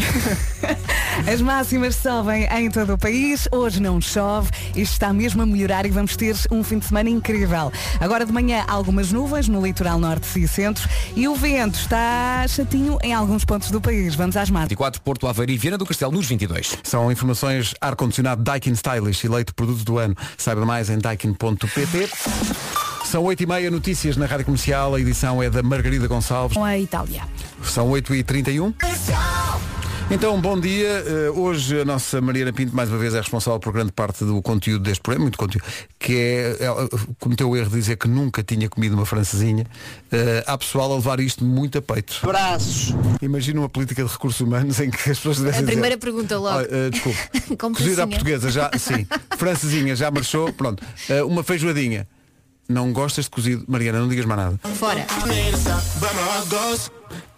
[SPEAKER 2] As máximas sobem em todo o país, hoje não chove, isto está mesmo a melhorar e vamos ter um fim de semana incrível. Agora de manhã algumas nuvens no litoral norte e centro e o vento está chatinho em alguns pontos do país. Vamos às marcas.
[SPEAKER 10] 24 Porto Aveiro e Viana do Castelo nos 22.
[SPEAKER 1] São informações ar-condicionado Daikin Stylish, eleito produto do ano. Saiba mais em daikin.pt. São 8h30 notícias na Rádio Comercial. A edição é da Margarida Gonçalves.
[SPEAKER 2] A Itália.
[SPEAKER 1] São 8h31. Então, bom dia. Eh, hoje a nossa Mariana Pinto, mais uma vez, é responsável por grande parte do conteúdo deste programa, muito conteúdo, que é, ela cometeu o erro de dizer que nunca tinha comido uma francesinha. Eh, há pessoal a levar isto muito a peito.
[SPEAKER 3] Braços.
[SPEAKER 1] Imagina uma política de recursos humanos em que as pessoas
[SPEAKER 3] A
[SPEAKER 1] devessem
[SPEAKER 3] primeira
[SPEAKER 1] dizer,
[SPEAKER 3] pergunta logo.
[SPEAKER 1] "Olha, eh, desculpe,
[SPEAKER 3] Como
[SPEAKER 1] Cozida
[SPEAKER 3] francesinha.
[SPEAKER 1] à portuguesa, já, sim. Francesinha, já marchou, pronto. Ah, uma feijoadinha. Não gostas de cozido? Mariana, não digas mais nada.
[SPEAKER 3] Fora.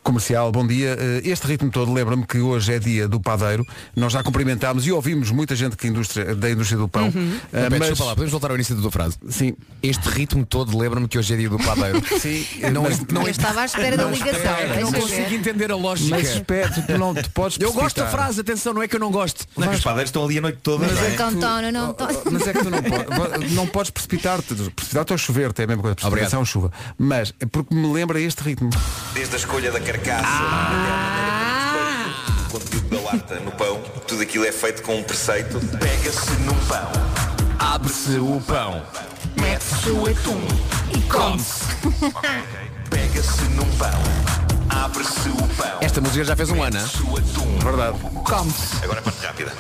[SPEAKER 1] Comercial, bom dia. Ah, Este ritmo todo lembra-me que hoje é dia do padeiro. Nós já cumprimentámos e ouvimos muita gente que indústria, da indústria do pão.
[SPEAKER 10] Uhum.
[SPEAKER 1] Ah,
[SPEAKER 10] Repete, desculpa lá, podemos voltar ao início da tua frase?
[SPEAKER 1] Sim.
[SPEAKER 10] Este ritmo todo lembra-me que hoje é dia do padeiro.
[SPEAKER 1] Sim.
[SPEAKER 10] Não, é-
[SPEAKER 1] mas-
[SPEAKER 10] não,
[SPEAKER 3] Eu estava à espera da ligação.
[SPEAKER 10] espera, não é
[SPEAKER 3] Deixa
[SPEAKER 10] consigo
[SPEAKER 3] ver.
[SPEAKER 10] entender a lógica.
[SPEAKER 1] Mas espera, tu não te podes
[SPEAKER 10] Eu gosto da
[SPEAKER 1] precipitar.
[SPEAKER 10] frase, atenção, não é que eu não gosto.
[SPEAKER 21] Não é que os padeiros estão ali a noite toda. não é?
[SPEAKER 3] Então, não, não, então.
[SPEAKER 1] Mas é que tu não, po- não podes precipitar-te. Precipitar-te ao chover-te, é a mesma coisa. Precipitação, chuva. Mas é porque me lembra este ritmo.
[SPEAKER 13] Desde a escolha da carcaça, até a maneira como se escolhe o conteúdo da lata no pão, tudo aquilo é feito com um preceito. Pega-se no pão, abre-se o pão, mete-se o atum e come-se. Pega-se no pão, abre-se o pão.
[SPEAKER 10] Esta música já fez um ano.
[SPEAKER 13] mete-se o atum.
[SPEAKER 1] Verdade.
[SPEAKER 13] Come-se. Agora é parte rápida.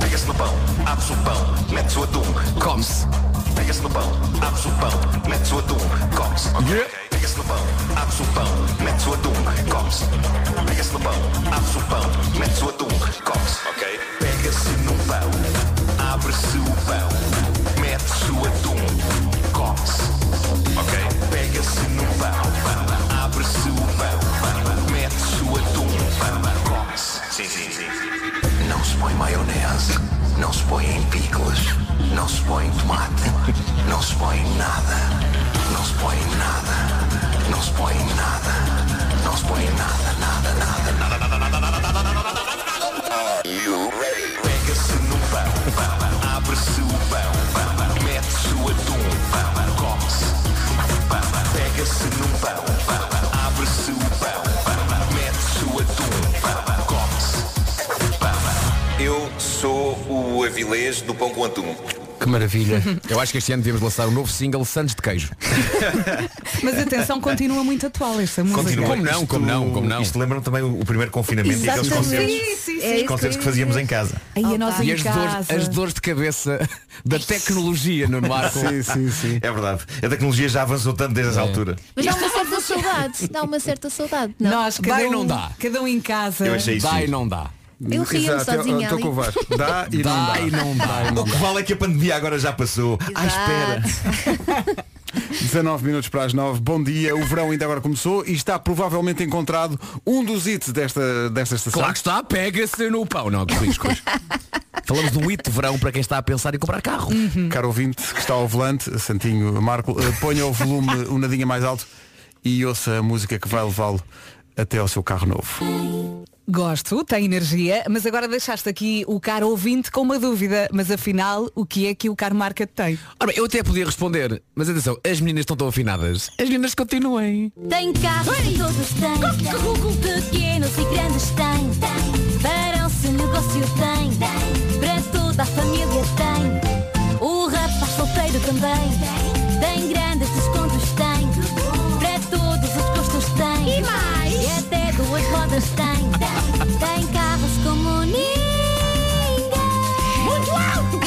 [SPEAKER 13] Pega-se no pão, abres o pão, metes o atum. Come-se. Pega-se no pão, abres o pão, metes o atum. Come-se. Ok, ok. Pega-se no pão, abres o pão, metes o atum. Come-se. Pega-se no pão, abres o pão, metes o atum. Come-se. Ok? Pega-se no pão, abre-se o pão, metes o atum. Come-se. Ok? Pega-se no pão, abre-se o pão, mete-se o atum. Come-se. Sim, sim, sim. Não se põe maionese, não se põe empim, do avilés do pão com atum.
[SPEAKER 10] Que maravilha. Eu acho que este ano devíamos lançar um novo single Santos de Queijo.
[SPEAKER 2] Mas atenção, continua muito atual esta música.
[SPEAKER 10] Como não, como não, como não.
[SPEAKER 21] Isto lembra-me também o, o primeiro confinamento e aqueles concertos,
[SPEAKER 2] Sim, sim,
[SPEAKER 21] os
[SPEAKER 3] É
[SPEAKER 2] sim.
[SPEAKER 21] concertos que fazíamos em casa.
[SPEAKER 2] Aí a nossa
[SPEAKER 10] e
[SPEAKER 2] em
[SPEAKER 10] as dores,
[SPEAKER 2] casa.
[SPEAKER 10] as dores de cabeça da tecnologia no Marco. É.
[SPEAKER 21] Sim,
[SPEAKER 10] sim.
[SPEAKER 21] É verdade. A tecnologia já avançou tanto desde essa altura.
[SPEAKER 3] Mas dá uma certa saudade. Dá uma certa saudade. Não.
[SPEAKER 2] Nós, cada
[SPEAKER 10] Dá e
[SPEAKER 2] um,
[SPEAKER 10] não dá.
[SPEAKER 2] Cada um em casa.
[SPEAKER 10] Eu achei isso. Dá e não dá.
[SPEAKER 3] Eu ria-me
[SPEAKER 21] Exato, eu- eu
[SPEAKER 3] sozinha
[SPEAKER 21] tô
[SPEAKER 3] ali.
[SPEAKER 21] com o Vasco. Dá e
[SPEAKER 10] Dá
[SPEAKER 21] não dá.
[SPEAKER 10] e não dá, e não
[SPEAKER 21] o que vale é que a pandemia agora já passou. Ah, espera.
[SPEAKER 1] 19 minutos para as 9, bom dia. O verão ainda agora começou e está provavelmente encontrado um dos hits desta, desta estação.
[SPEAKER 10] Claro que está, pega-se no pau, não, que riscos. Falamos de um hit de verão para quem está a pensar em comprar carro.
[SPEAKER 1] Caro ouvinte que está ao volante, Santinho, Marco, eh, ponha o volume um nadinha mais alto e ouça a música que vai levá-lo até ao seu carro novo.
[SPEAKER 2] Gosto, tem energia, mas agora deixaste aqui o caro ouvinte com uma dúvida. Mas afinal, o que é que o caro market tem?
[SPEAKER 10] Ora bem, eu até podia responder, mas atenção, as meninas estão tão afinadas.
[SPEAKER 2] As meninas continuem.
[SPEAKER 6] Tem carros que todos têm Pequenos e grandes tem Para o seu negócio tem Para toda a família tem O rapaz solteiro também Tem grandes descontos tem Para todos os gostos tem E mais! E até duas rodas tem Tem carros como ninguém Muito alto!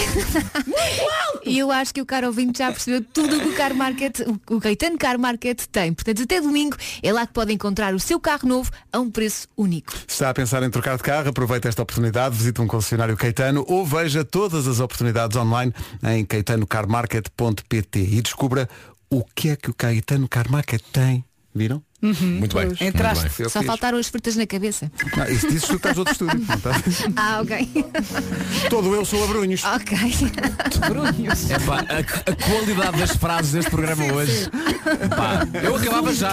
[SPEAKER 3] E eu acho que o caro ouvinte já percebeu tudo o que o Car Market, o o Caetano Car Market tem. Portanto, até domingo é lá que pode encontrar o seu carro novo a um preço único.
[SPEAKER 1] Se está a pensar em trocar de carro, aproveita esta oportunidade, visite um concessionário Caetano ou veja todas as oportunidades online em caetanocarmarket.pt e descubra o que é que o Caetano Car Market tem. Viram? Muito bem.
[SPEAKER 3] Uhum. Entraste.
[SPEAKER 1] Muito bem.
[SPEAKER 3] Só faltaram as frutas na cabeça.
[SPEAKER 1] Não, isso dizes tu que estás outro estúdio. não estás?
[SPEAKER 3] Ah, ok.
[SPEAKER 1] Todo eu sou abrunhos.
[SPEAKER 3] Ok.
[SPEAKER 2] Brunhos.
[SPEAKER 10] Epá, a, a qualidade das frases deste programa hoje. Pá, eu acabava já.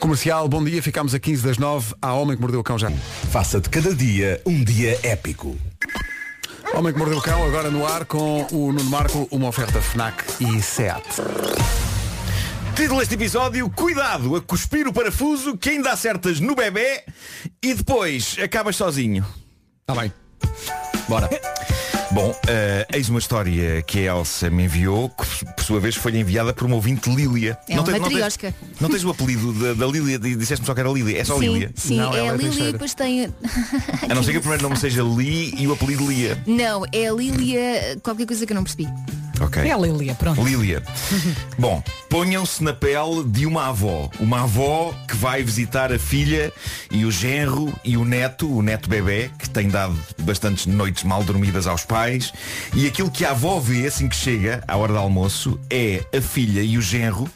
[SPEAKER 1] Comercial, bom dia, ficámos a 15 das 9, há Homem que Mordeu o Cão já.
[SPEAKER 22] Faça de cada dia um dia épico.
[SPEAKER 1] Homem que Mordeu o Cão, agora no ar com o Nuno Marco, uma oferta FNAC e SEAT.
[SPEAKER 21] Título deste episódio, cuidado a cuspir o parafuso que ainda acertas no bebê e depois acabas sozinho.
[SPEAKER 10] Está bem. Bora.
[SPEAKER 21] Bom, eh, eis uma história que a Elsa me enviou, que por sua vez foi enviada por uma ouvinte Lília.
[SPEAKER 3] É uma matriosca.
[SPEAKER 21] Não tens, não tens o apelido da, da Lília, di- disseste-me só que era Lília, é só
[SPEAKER 3] sim,
[SPEAKER 21] Lília.
[SPEAKER 3] sim, é a Lília e depois tem.
[SPEAKER 21] A não ser que o primeiro nome seja Li e o apelido Lia.
[SPEAKER 3] Não, é a Lília, qualquer coisa que eu não percebi.
[SPEAKER 21] Ok.
[SPEAKER 3] É a
[SPEAKER 2] Lília, pronto.
[SPEAKER 21] Lília. Bom, ponham-se na pele de uma avó. Uma avó que vai visitar a filha e o genro e o neto, o neto bebê, que tem dado bastantes noites mal dormidas aos pais. E aquilo que a avó vê assim que chega à hora do almoço é a filha e o genro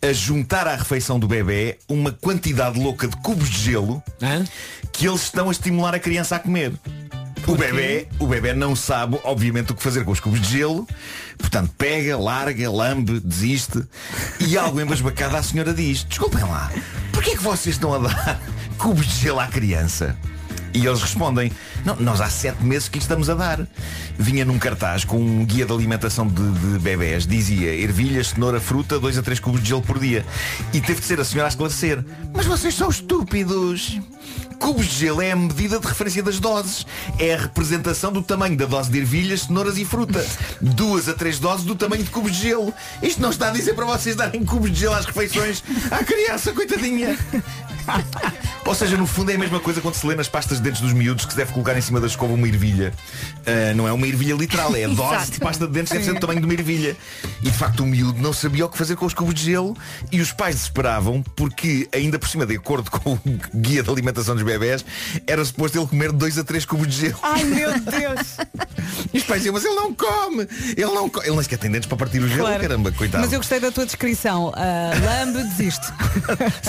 [SPEAKER 21] a juntar à refeição do bebê uma quantidade louca de cubos de gelo que eles estão a estimular a criança a comer. O bebê, o bebê não sabe, obviamente, o que fazer com os cubos de gelo. Portanto, pega, larga, lambe, desiste. E algo embasbacado à senhora diz, desculpem lá, porquê é que vocês estão a dar cubos de gelo à criança? E eles respondem, não, nós há sete meses que lhe estamos a dar. Vinha num cartaz com um guia de alimentação de, de bebés, dizia ervilhas, cenoura, fruta, dois a três cubos de gelo por dia. E teve de ser a senhora a esclarecer, mas vocês são estúpidos. Cubos de gelo é a medida de referência das doses. É a representação do tamanho da dose de ervilhas, cenouras e fruta. Duas a três doses do tamanho de cubos de gelo. Isto não está a dizer para vocês darem cubos de gelo às refeições à criança, coitadinha. Ou seja, no fundo é a mesma coisa quando se lê nas pastas de dentes dos miúdos que se deve colocar em cima da escova uma ervilha. Ah, não é uma ervilha literal, é a dose
[SPEAKER 13] Exato.
[SPEAKER 21] de pasta de dentes deve ser do
[SPEAKER 13] Sim.
[SPEAKER 21] tamanho de uma ervilha. E de facto o miúdo não sabia o que fazer com os cubos de gelo e os pais desesperavam porque, ainda por cima, de acordo com o guia de alimentação dos bebés, era suposto ele comer dois a três cubos de gelo.
[SPEAKER 13] Ai meu Deus!
[SPEAKER 21] E os pais diziam, mas ele não come, ele não come. Ele nem sequer tem dentes para partir o gelo,
[SPEAKER 2] Claro.
[SPEAKER 21] caramba, coitado.
[SPEAKER 2] Mas eu gostei da tua descrição. Ah, lambe, desisto.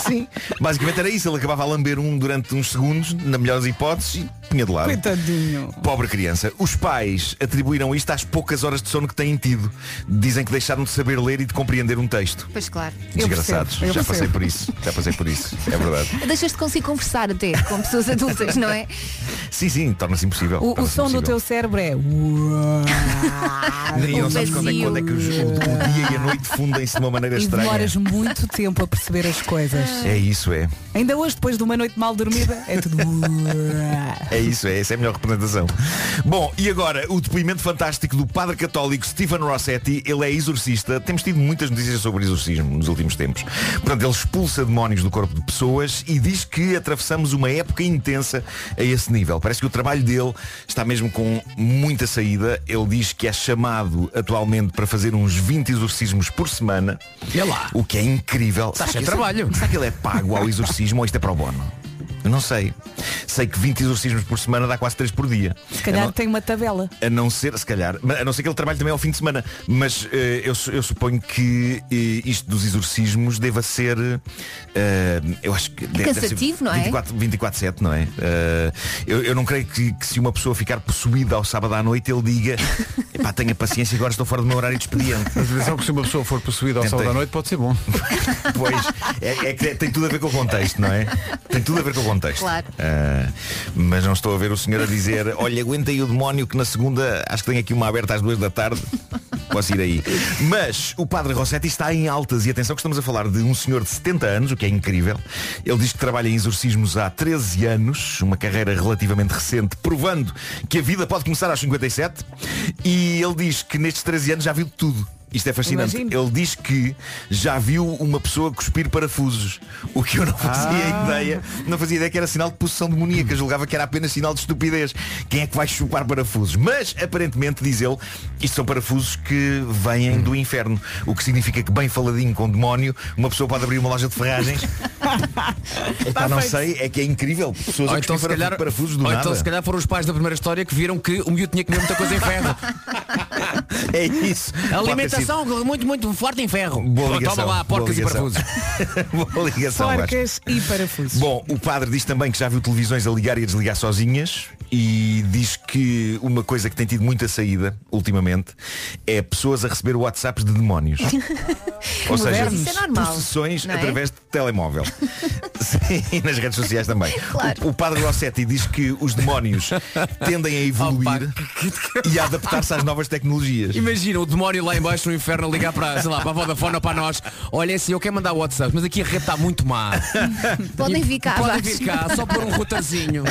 [SPEAKER 21] Sim. Basicamente era isso, ele acabava a lamber um durante uns segundos, na melhor das hipóteses, e punha de lado.
[SPEAKER 2] Coitadinho.
[SPEAKER 21] Pobre criança. Os pais atribuíram isto às poucas horas de sono que têm tido. Dizem que deixaram de saber ler e de compreender um texto.
[SPEAKER 3] Pois claro.
[SPEAKER 21] Desgraçados. Já passei por isso. Já passei por isso. É verdade.
[SPEAKER 3] Deixas de conseguir conversar até com pessoas adultas, não é?
[SPEAKER 21] Sim, sim, torna-se impossível.
[SPEAKER 2] O, o
[SPEAKER 21] torna-se
[SPEAKER 2] som do
[SPEAKER 21] impossível.
[SPEAKER 2] teu cérebro é. Um
[SPEAKER 21] Nem
[SPEAKER 2] o
[SPEAKER 21] eu sabes quando é,
[SPEAKER 2] vazio.
[SPEAKER 21] quando é que os- o, o dia e a noite fundem-se de uma maneira
[SPEAKER 2] E
[SPEAKER 21] estranha.
[SPEAKER 2] demoras muito tempo a perceber as coisas.
[SPEAKER 21] É isso, é.
[SPEAKER 2] Ainda hoje, depois de uma noite mal dormida, é tudo.
[SPEAKER 21] É isso, é, essa é a melhor representação. Bom, e agora, o depoimento fantástico do padre católico Stephen Rossetti, ele é exorcista, temos tido muitas notícias sobre exorcismo nos últimos tempos. Portanto, ele expulsa demónios do corpo de pessoas e diz que atravessamos uma época intensa a esse nível. Parece que o trabalho dele está mesmo com muita saída. Ele diz que é chamado atualmente para fazer uns 20 exorcismos por semana.
[SPEAKER 10] É lá.
[SPEAKER 21] O que é incrível.
[SPEAKER 10] Está
[SPEAKER 21] Sabe
[SPEAKER 10] cheio de
[SPEAKER 21] que-
[SPEAKER 10] trabalho.
[SPEAKER 21] Será que ele é pago ao exorcismo ou isto é para o bono? Eu não sei. Sei que 20 exorcismos por semana dá quase 3 por dia.
[SPEAKER 2] Se calhar
[SPEAKER 21] a não,
[SPEAKER 2] tem uma tabela.
[SPEAKER 21] a não ser, se calhar, mas a não ser que ele trabalhe também ao fim de semana. Mas eh, eu, su- eu suponho que eh, isto dos exorcismos deva ser. eh, eu acho que. deve- deve ser
[SPEAKER 3] cansativo, não é?
[SPEAKER 21] 24, 24-7, não é? Eh, eu, eu não creio que, que se uma pessoa ficar possuída ao sábado à noite, ele diga, pá, tenha paciência, agora estou fora do meu horário de expediente.
[SPEAKER 1] Mas atenção que se uma pessoa for possuída ao
[SPEAKER 21] Tentei.
[SPEAKER 1] sábado da noite pode ser bom.
[SPEAKER 21] Pois, é, é que tem tudo a ver com o contexto, não é? Tem tudo a ver com o contexto.
[SPEAKER 1] Claro.
[SPEAKER 21] Ah, mas não estou a ver o senhor a dizer, olha, aguenta aí o demónio que na segunda acho que tem aqui uma aberta às duas da tarde. Posso ir aí. Mas o padre Rossetti está em altas e atenção que estamos a falar de um senhor de 70 anos, o que é incrível. Ele diz que trabalha em exorcismos há 13 anos, uma carreira relativamente recente, provando que a vida pode começar aos 57. E ele diz que nestes 13 anos já viu de tudo. Isto é fascinante.
[SPEAKER 2] Imagino.
[SPEAKER 21] Ele diz que já viu uma pessoa cuspir parafusos, o que eu não fazia
[SPEAKER 13] Ah.
[SPEAKER 21] ideia. Não fazia ideia que era sinal de possessão demoníaca. Julgava que era apenas sinal de estupidez. Quem é que vai chupar parafusos? Mas, aparentemente, diz ele, isto são parafusos que vêm do inferno. O que significa que, bem faladinho com o demónio, uma pessoa pode abrir uma loja de ferragens. Epá, não sei, é que é incrível. Pessoas
[SPEAKER 10] Ou
[SPEAKER 21] a
[SPEAKER 10] então, se
[SPEAKER 21] cuspir
[SPEAKER 10] calhar,
[SPEAKER 21] parafusos do
[SPEAKER 10] ou
[SPEAKER 21] nada.
[SPEAKER 10] então se calhar foram os pais da primeira história que viram que o miúdo tinha que comer muita coisa em ferro.
[SPEAKER 21] é isso. assim.
[SPEAKER 10] Alimentação muito, muito forte em ferro.
[SPEAKER 21] Boa
[SPEAKER 10] Toma
[SPEAKER 21] ligação.
[SPEAKER 10] lá, porcas e
[SPEAKER 21] boa
[SPEAKER 10] parafusos.
[SPEAKER 21] ligação. boa ligação, Vasco.
[SPEAKER 2] Porcas e parafusos.
[SPEAKER 21] Bom, o padre diz também que já viu televisões a ligar e a desligar sozinhas e diz que uma coisa que tem tido muita saída ultimamente é pessoas a receber WhatsApps de demónios. Ou seja,
[SPEAKER 13] Modernos. Isso é normal,
[SPEAKER 21] possessões
[SPEAKER 13] não é?
[SPEAKER 21] através de telemóvel. Sim, e nas redes sociais também.
[SPEAKER 13] Claro.
[SPEAKER 21] O, o padre Rossetti diz que os demónios tendem a evoluir e a adaptar-se às novas tecnologias.
[SPEAKER 10] Imagina o demónio lá embaixo no inferno a ligar para, sei lá, para a Vodafone ou para nós. Olha assim, eu quero mandar WhatsApp, mas aqui a rede está muito má.
[SPEAKER 3] Podem vir cá
[SPEAKER 10] Podem
[SPEAKER 3] abaixo.
[SPEAKER 10] vir cá, só por um rotazinho.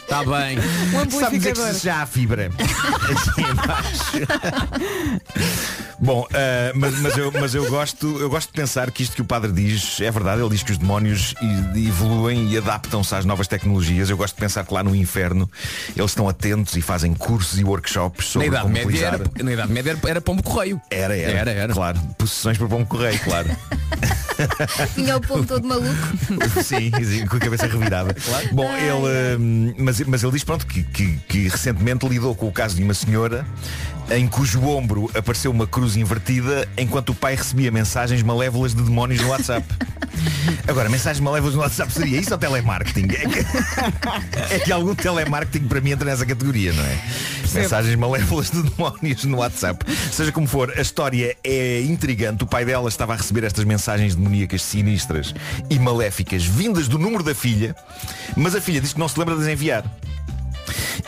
[SPEAKER 10] Está bem.
[SPEAKER 3] Um
[SPEAKER 10] é
[SPEAKER 21] Sabe dizer que já há fibra. Assim embaixo. Bom, ah, mas, mas eu, mas eu gosto, eu gosto de pensar que isto que o padre diz é verdade. Ele diz que os demónios e- evoluem e adaptam-se às novas tecnologias. Eu gosto de pensar que lá no inferno eles estão atentos e fazem cursos e workshops
[SPEAKER 10] Na
[SPEAKER 21] sobre
[SPEAKER 10] idade,
[SPEAKER 21] como
[SPEAKER 10] média
[SPEAKER 21] utilizar.
[SPEAKER 10] era, na idade média era- era pombo correio.
[SPEAKER 21] Era, era, era, Claro, possessões por bom correio, claro.
[SPEAKER 3] Tinha o povo todo maluco.
[SPEAKER 21] sim, sim, com a cabeça revirada. Bom, ele, hum, mas, mas ele diz pronto que, que- que recentemente lidou com o caso de uma senhora em cujo ombro apareceu uma cruz invertida enquanto o pai recebia mensagens malévolas de demónios no WhatsApp. Agora, mensagens malévolas no WhatsApp seria isso ou telemarketing? É que, é que algum telemarketing para mim entra nessa categoria, não é? Mensagens malévolas de demónios no WhatsApp. Seja como for, a história é intrigante. O pai dela estava a receber estas mensagens demoníacas sinistras e maléficas vindas do número da filha, mas a filha diz que não se lembra de as enviar.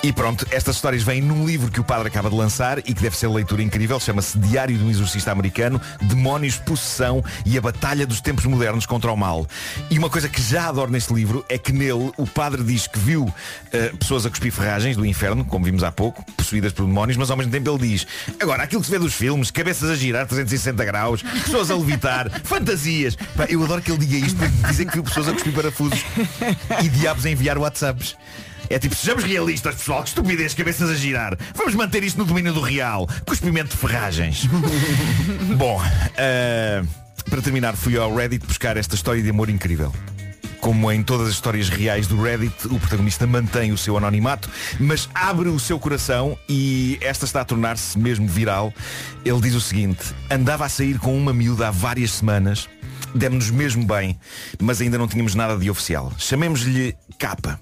[SPEAKER 21] E pronto, estas histórias vêm num livro que o padre acaba de lançar e que deve ser leitura incrível, chama-se Diário de um Exorcista Americano, Demónios, Possessão e a Batalha dos Tempos Modernos contra o Mal. E uma coisa que já adoro neste livro é que nele o padre diz que viu eh, pessoas a cuspir ferragens do inferno, como vimos há pouco, possuídas por demónios, mas ao mesmo tempo ele diz, agora, aquilo que se vê dos filmes, cabeças a girar 360 graus, pessoas a levitar, fantasias. Pá, eu adoro que ele diga isto, porque dizem que viu pessoas a cuspir parafusos e diabos a enviar WhatsApps. É tipo, sejamos realistas, pessoal, que estupidez, cabeças a girar. Vamos manter isto no domínio do real. Cuspimento de ferragens. Bom, ah, para terminar, fui ao Reddit buscar esta história de amor incrível. Como em todas as histórias reais do Reddit, o protagonista mantém o seu anonimato, mas abre o seu coração e esta está a tornar-se mesmo viral. Ele diz o seguinte, andava a sair com uma miúda há várias semanas, demos-nos mesmo bem, mas ainda não tínhamos nada de oficial. Chamemos-lhe Capa.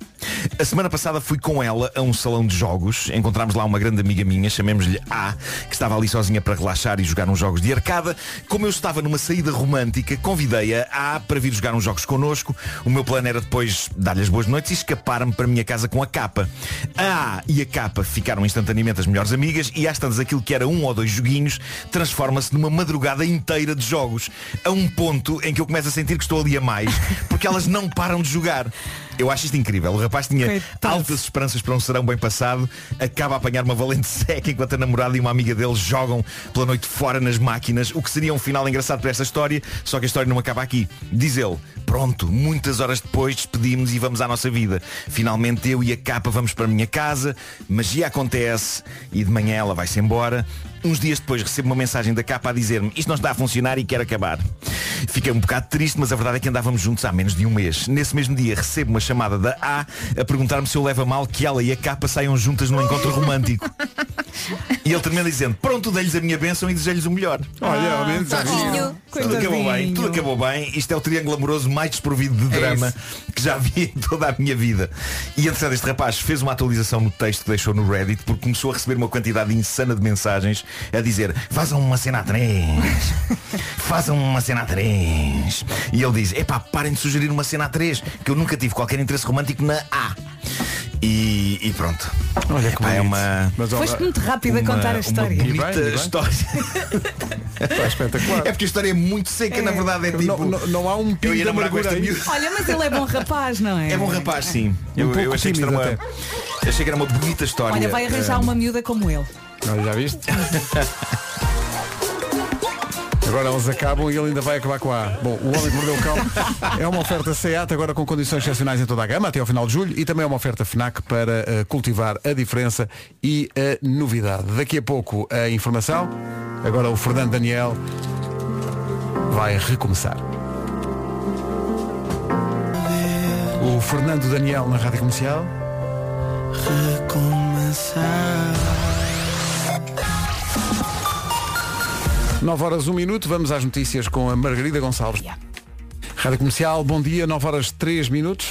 [SPEAKER 21] A semana passada fui com ela a um salão de jogos. Encontramos lá uma grande amiga minha, chamemos-lhe A, que estava ali sozinha para relaxar e jogar uns jogos de arcada. Como eu estava numa saída romântica, convidei-a a A para vir jogar uns jogos connosco. O meu plano era depois dar-lhe as boas noites e escapar-me para a minha casa com a capa. A A e a capa ficaram instantaneamente as melhores amigas e às tantas aquilo que era um ou dois joguinhos transforma-se numa madrugada inteira de jogos. A um ponto em que eu começo a sentir que estou ali a mais, porque elas não param de jogar. Eu acho isto incrível. O rapaz tinha altas esperanças para um serão bem passado, acaba a apanhar uma valente seca enquanto a namorada e uma amiga dele jogam pela noite fora nas máquinas, o que seria um final engraçado para esta história, só que a história não acaba aqui. Diz ele, pronto, muitas horas depois despedimos e vamos à nossa vida. Finalmente eu e a capa vamos para a minha casa, magia acontece e de manhã ela vai-se embora. Uns dias depois recebo uma mensagem da capa a dizer-me isto não está a funcionar e quer acabar. Fiquei um bocado triste, mas a verdade é que andávamos juntos há menos de um mês. Nesse mesmo dia recebo uma chamada da A a perguntar-me se eu levo a mal que ela e a capa saiam juntas num encontro romântico. E ele termina dizendo, pronto, dei-lhes a minha bênção e desejei-lhes o melhor.
[SPEAKER 1] Olha, ao menos já viu.
[SPEAKER 21] Tudo acabou bem, tudo acabou bem. Isto é o triângulo amoroso mais desprovido de
[SPEAKER 1] É
[SPEAKER 21] drama que já vi em toda a minha vida. E entretanto este rapaz fez uma atualização no texto que deixou no Reddit porque começou a receber uma quantidade insana de mensagens a dizer fazam uma cena a três, fazam uma cena a três. E ele diz, epá, parem de sugerir uma cena a três, que eu nunca tive qualquer interesse romântico na A. E, e pronto. Olha que é uma,
[SPEAKER 2] Foste muito rápido a contar a história.
[SPEAKER 21] Uma bonita história.
[SPEAKER 1] espetacular.
[SPEAKER 21] É porque a história é muito seca, na verdade é tipo.
[SPEAKER 1] Não, não- não há um
[SPEAKER 21] Eu
[SPEAKER 1] pingo
[SPEAKER 21] ia
[SPEAKER 1] de
[SPEAKER 21] namorar com
[SPEAKER 1] amargura
[SPEAKER 21] esta
[SPEAKER 1] aí.
[SPEAKER 21] miúda.
[SPEAKER 2] Olha, mas ele é bom rapaz, não é?
[SPEAKER 21] É bom rapaz, sim. eu, eu
[SPEAKER 1] Um pouco
[SPEAKER 21] achei, que isto era
[SPEAKER 1] tímido
[SPEAKER 21] uma, achei que era uma bonita história. Eh,
[SPEAKER 2] Olha, vai
[SPEAKER 21] é.
[SPEAKER 2] arranjar uma miúda como ele.
[SPEAKER 1] Olha, já viste? Agora eles acabam e ele ainda vai acabar com a A. Bom, o Homem que Mordeu o Cão é uma oferta SEAT agora com condições excepcionais em toda a gama até ao final de julho e também é uma oferta FNAC para eh, cultivar a diferença e a novidade. Daqui a pouco a informação, agora o Fernando Daniel vai recomeçar. O Fernando Daniel na Rádio Comercial. Nove horas, um minuto, vamos às notícias com a Margarida Gonçalves. Rádio Comercial, bom dia, Nove horas, três minutos.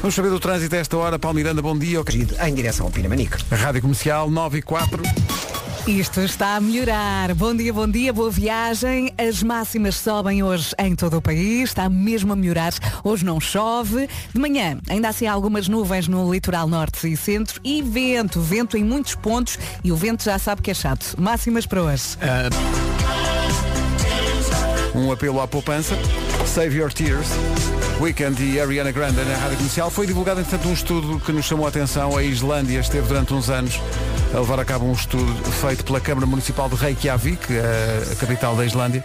[SPEAKER 1] Vamos saber do trânsito a esta hora. Paulo Miranda, bom dia.
[SPEAKER 15] Em direção ao Pinamanique.
[SPEAKER 1] Rádio Comercial, 9 e 4.
[SPEAKER 2] Isto está a melhorar. Bom dia, bom dia, boa viagem. As máximas sobem hoje em todo o país, está mesmo a melhorar. Hoje não chove. De manhã, ainda assim há algumas nuvens no litoral norte e centro e vento, vento em muitos pontos e o vento já sabe que é chato. Máximas para hoje.
[SPEAKER 1] É. Ah, Um apelo à poupança. Save Your Tears. Weekend e Ariana Grande na Rádio Comercial. Foi divulgado, entretanto, um estudo que nos chamou a atenção. A Islândia esteve durante uns anos a levar a cabo um estudo feito pela Câmara Municipal de Reykjavik, a a capital da Islândia.